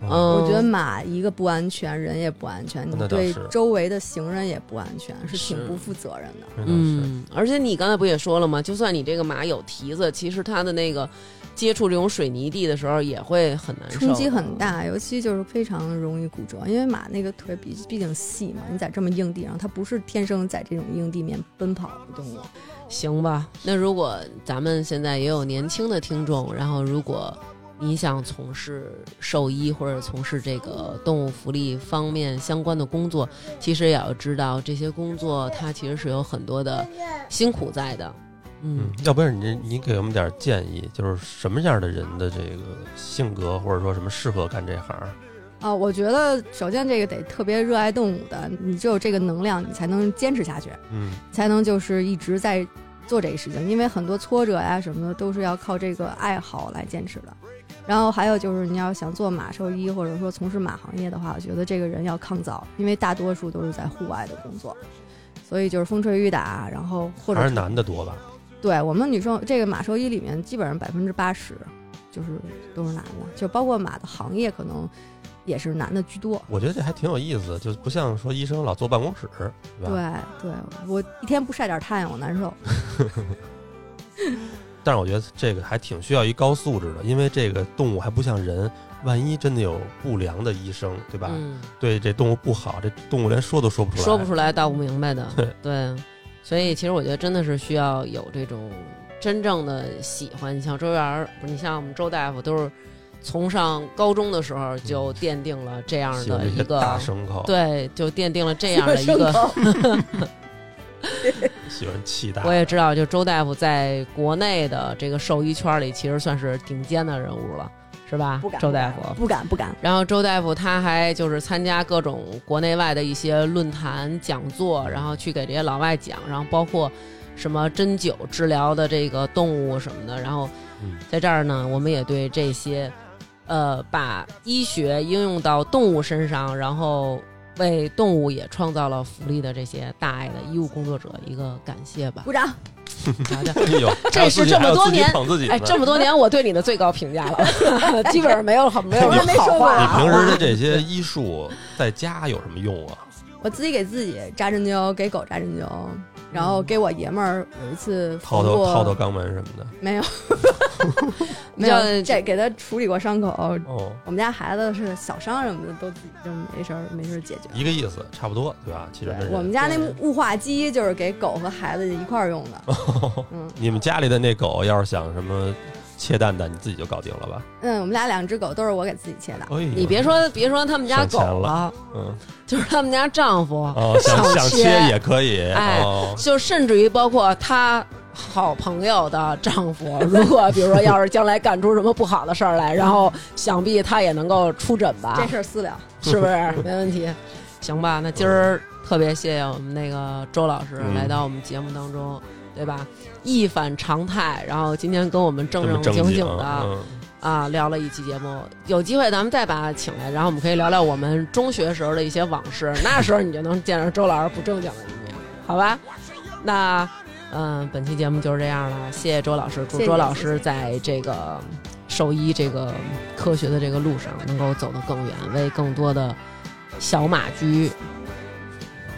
Speaker 1: 嗯，
Speaker 3: 我觉得马一个不安全，人也不安全，你
Speaker 2: 那倒
Speaker 3: 对
Speaker 2: 是
Speaker 3: 周围的行人也不安全，是挺
Speaker 1: 是
Speaker 3: 不负责任的。
Speaker 2: 真的是
Speaker 1: 嗯，而且你刚才不也说了吗？就算你这个马有蹄子，其实它的那个接触这种水泥地的时候也会很难受，
Speaker 3: 冲击很。大，尤其就是非常容易骨折，因为马那个腿比毕竟细嘛，你在这么硬地上，它不是天生在这种硬地面奔跑的动物。
Speaker 1: 行吧，那如果咱们现在也有年轻的听众，然后如果你想从事兽医或者从事这个动物福利方面相关的工作，其实也要知道这些工作它其实是有很多的辛苦在的。嗯
Speaker 2: 嗯，要不然你你给我们点建议，就是什么样的人的这个性格，或者说什么适合干这行？
Speaker 3: 啊，我觉得首先这个得特别热爱动物的，你只有这个能量，你才能坚持下去，
Speaker 2: 嗯，
Speaker 3: 才能就是一直在做这个事情。因为很多挫折呀、什么的，都是要靠这个爱好来坚持的。然后还有就是，你要想做马兽医或者说从事马行业的话，我觉得这个人要抗造，因为大多数都是在户外的工作，所以就是风吹雨打，然后或者
Speaker 2: 还是男的多吧？
Speaker 3: 对我们女生这个马兽医里面，基本上百分之八十就是都是男的，就包括马的行业可能也是男的居多。
Speaker 2: 我觉得这还挺有意思的，就不像说医生老坐办公室，对吧？
Speaker 3: 对对，我一天不晒点太阳我难受。
Speaker 2: 但是我觉得这个还挺需要一高素质的，因为这个动物还不像人，万一真的有不良的医生，对吧？
Speaker 1: 嗯，
Speaker 2: 对这动物不好，这动物连说都说不出来。
Speaker 1: 说不出来道不明白的，对，所以其实我觉得真的是需要有这种真正的喜欢。你像周元儿，不是你像我们周大夫，都是从上高中的时候就奠定了这样
Speaker 2: 喜欢
Speaker 1: 的
Speaker 2: 这
Speaker 1: 一
Speaker 2: 些大
Speaker 1: 个，
Speaker 2: 牲口，
Speaker 1: 对，就奠定了这样 的一个。
Speaker 2: 喜欢气大。
Speaker 1: 我也知道，就周大夫在国内的这个兽医圈里，其实算是顶尖的人物了，是吧
Speaker 3: 不？敢，
Speaker 1: 周
Speaker 3: 不
Speaker 1: 大
Speaker 3: 敢
Speaker 1: 夫，
Speaker 3: 不敢不敢。
Speaker 1: 然后周大夫他还就是参加各种国内外的一些论坛讲座，然后去给这些老外讲，然后包括什么针灸治疗的这个动物什么的。然后
Speaker 2: 嗯
Speaker 1: 在这儿呢，我们也对这些，呃，把医学应用到动物身上，然后为动物也创造了福利的这些大爱的医务工作者一个感谢 吧。
Speaker 3: 鼓掌，
Speaker 1: 好的，
Speaker 2: 哎呦，
Speaker 1: 这是这么多年
Speaker 2: 还有自己还
Speaker 1: 哎，
Speaker 2: 有自己捧自己呢
Speaker 1: 这么多年我对你的最高评价了，基本上没有好 没有什么好话
Speaker 2: 你
Speaker 1: 啊。
Speaker 2: 平时的这些医术在家有什么用啊？
Speaker 3: 我自己给自己扎针灸，给狗扎针灸，然后给我爷们儿有一次
Speaker 2: 掏
Speaker 3: 缝
Speaker 2: 掏掏掏
Speaker 3: 过，
Speaker 2: 肛门什么的。
Speaker 3: 没有没
Speaker 1: 叫
Speaker 3: 有，这给他处理过伤口。
Speaker 2: 哦，
Speaker 3: 我们家孩子是小伤什么的，都自己就没事儿没事儿解决。
Speaker 2: 一个意思，差不多，对吧？其实
Speaker 3: 对
Speaker 2: 跟人
Speaker 3: 我们家那雾化机就是给狗和孩子一块儿用 的。嗯
Speaker 2: 你们家里的那狗要是想什么切蛋蛋，你自己就搞定了吧？
Speaker 3: 嗯，我们家两只狗都是我给自己切的。
Speaker 2: 哎呦，
Speaker 1: 你别说别说他们家
Speaker 2: 省
Speaker 1: 狗
Speaker 2: 钱了
Speaker 1: 了，
Speaker 2: 嗯
Speaker 1: 就是他们家丈夫，
Speaker 2: 哦，想
Speaker 1: 想
Speaker 2: 想
Speaker 1: 切
Speaker 2: 切也可以
Speaker 1: 哎
Speaker 2: 哦。
Speaker 1: 就甚至于包括他好朋友的丈夫，如果比如说要是将来干出什么不好的事儿来，然后想必他也能够出诊吧
Speaker 3: 这，事儿私聊，
Speaker 1: 是 不是？没问题，行吧？那今儿特别谢谢我们那个周老师
Speaker 2: 嗯
Speaker 1: 来到我们节目当中，对吧？一反常态，然后今天跟我们正
Speaker 2: 这么正
Speaker 1: 正经
Speaker 2: 经
Speaker 1: 经的。
Speaker 2: 嗯
Speaker 1: 啊，聊了一期节目，有机会咱们再把他请来，然后我们可以聊聊我们中学时候的一些往事，那时候你就能见着周老师不正经的一面，好吧？那嗯，本期节目就是这样了，谢谢周嗯老师，祝
Speaker 3: 谢谢
Speaker 1: 周老师在这个兽医这个科学的这个路上能够走得更远，为更多的小马驹，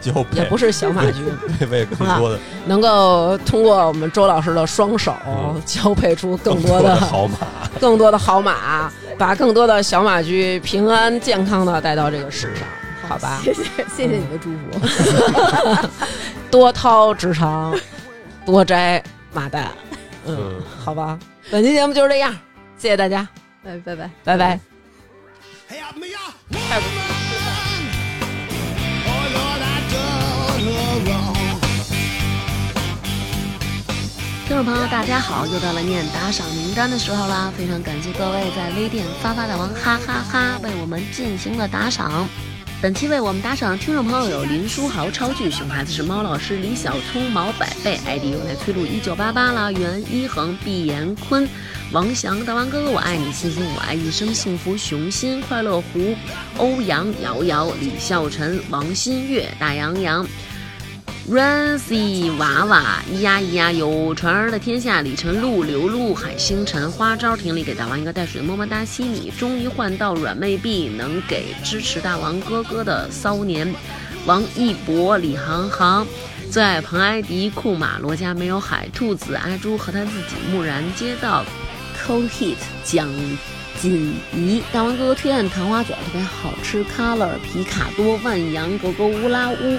Speaker 2: 就
Speaker 1: 也不是啊小马驹，
Speaker 2: 配备更多的
Speaker 1: 能够通过我们周老师的双手
Speaker 2: 嗯
Speaker 1: 交配出更
Speaker 2: 多
Speaker 1: 多 的
Speaker 2: 好马，
Speaker 1: 更多的好马，把更多的小马驹平安健康的带到这个世上，好 吧？
Speaker 3: 谢谢谢谢你的祝福。
Speaker 1: 多掏直肠，多摘马蛋，嗯
Speaker 2: 嗯，
Speaker 1: 好吧。本期节目就是这样，谢谢大家，
Speaker 3: 拜拜拜。
Speaker 1: 拜拜。
Speaker 4: Help me out, woman. Oh Lord, I done her wrong.
Speaker 7: 听众朋友，大家好！又到了念打赏名单的时候啦，非常感谢各位在微店发发大王哈哈哈为我们进行了打赏。本期为我们打赏的听众朋友有林书豪、超巨熊孩子是猫老师、李小聪、毛百倍、ID 用来催路一九八八啦、袁一恒、毕延坤、王翔、大王哥哥我爱你，欣欣我爱一生，幸福熊心、快乐湖、欧阳瑶瑶、李孝晨、王新月、大洋洋。 Rancy 娃娃咿呀咿呀哟，船儿的天下，李晨露，刘露，海星辰，花招亭里给大王一个带水的么么哒，西米终于换到软妹币，能给支持大王哥哥的骚年，王一博，李航航。最爱彭艾迪、库马、罗家没有海、兔子、阿朱和他自己、木然街道、Co Hit、蒋锦怡、大王哥哥推荐糖花卷特别好吃，Color、皮卡多、万阳、狗狗、乌拉乌、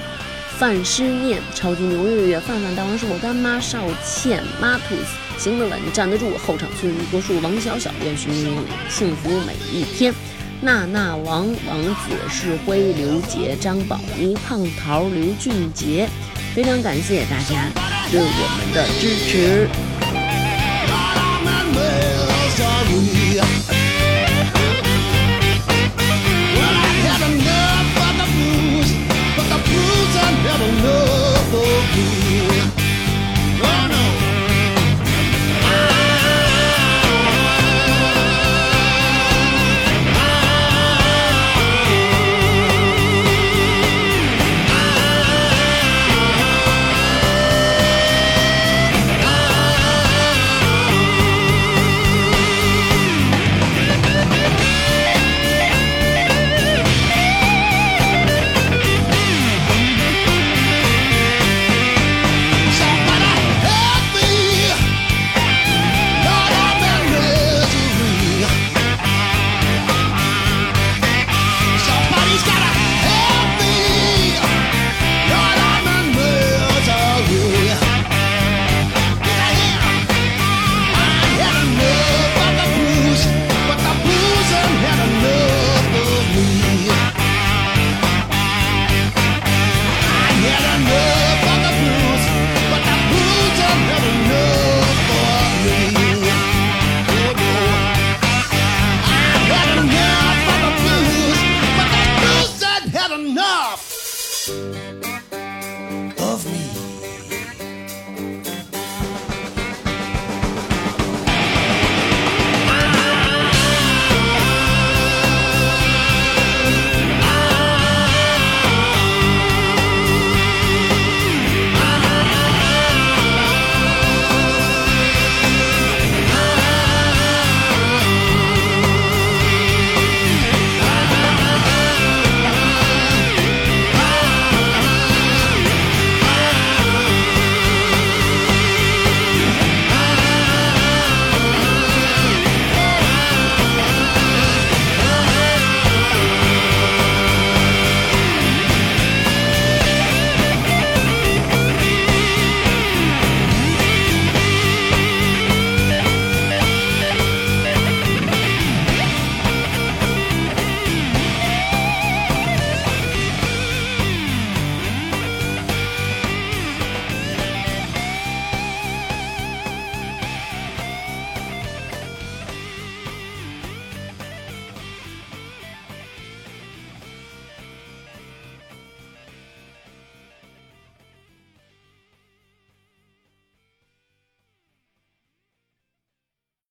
Speaker 7: 范诗念、超级牛月月、范范大王是我干妈、邵倩、妈兔子、行得稳、站得住、后场村、郭树、王小小、愿许你幸福每一天。娜娜王、王子世辉、刘杰、张宝妮、胖桃、刘俊杰。非常感谢大家对我们的支持。
Speaker 4: Oh,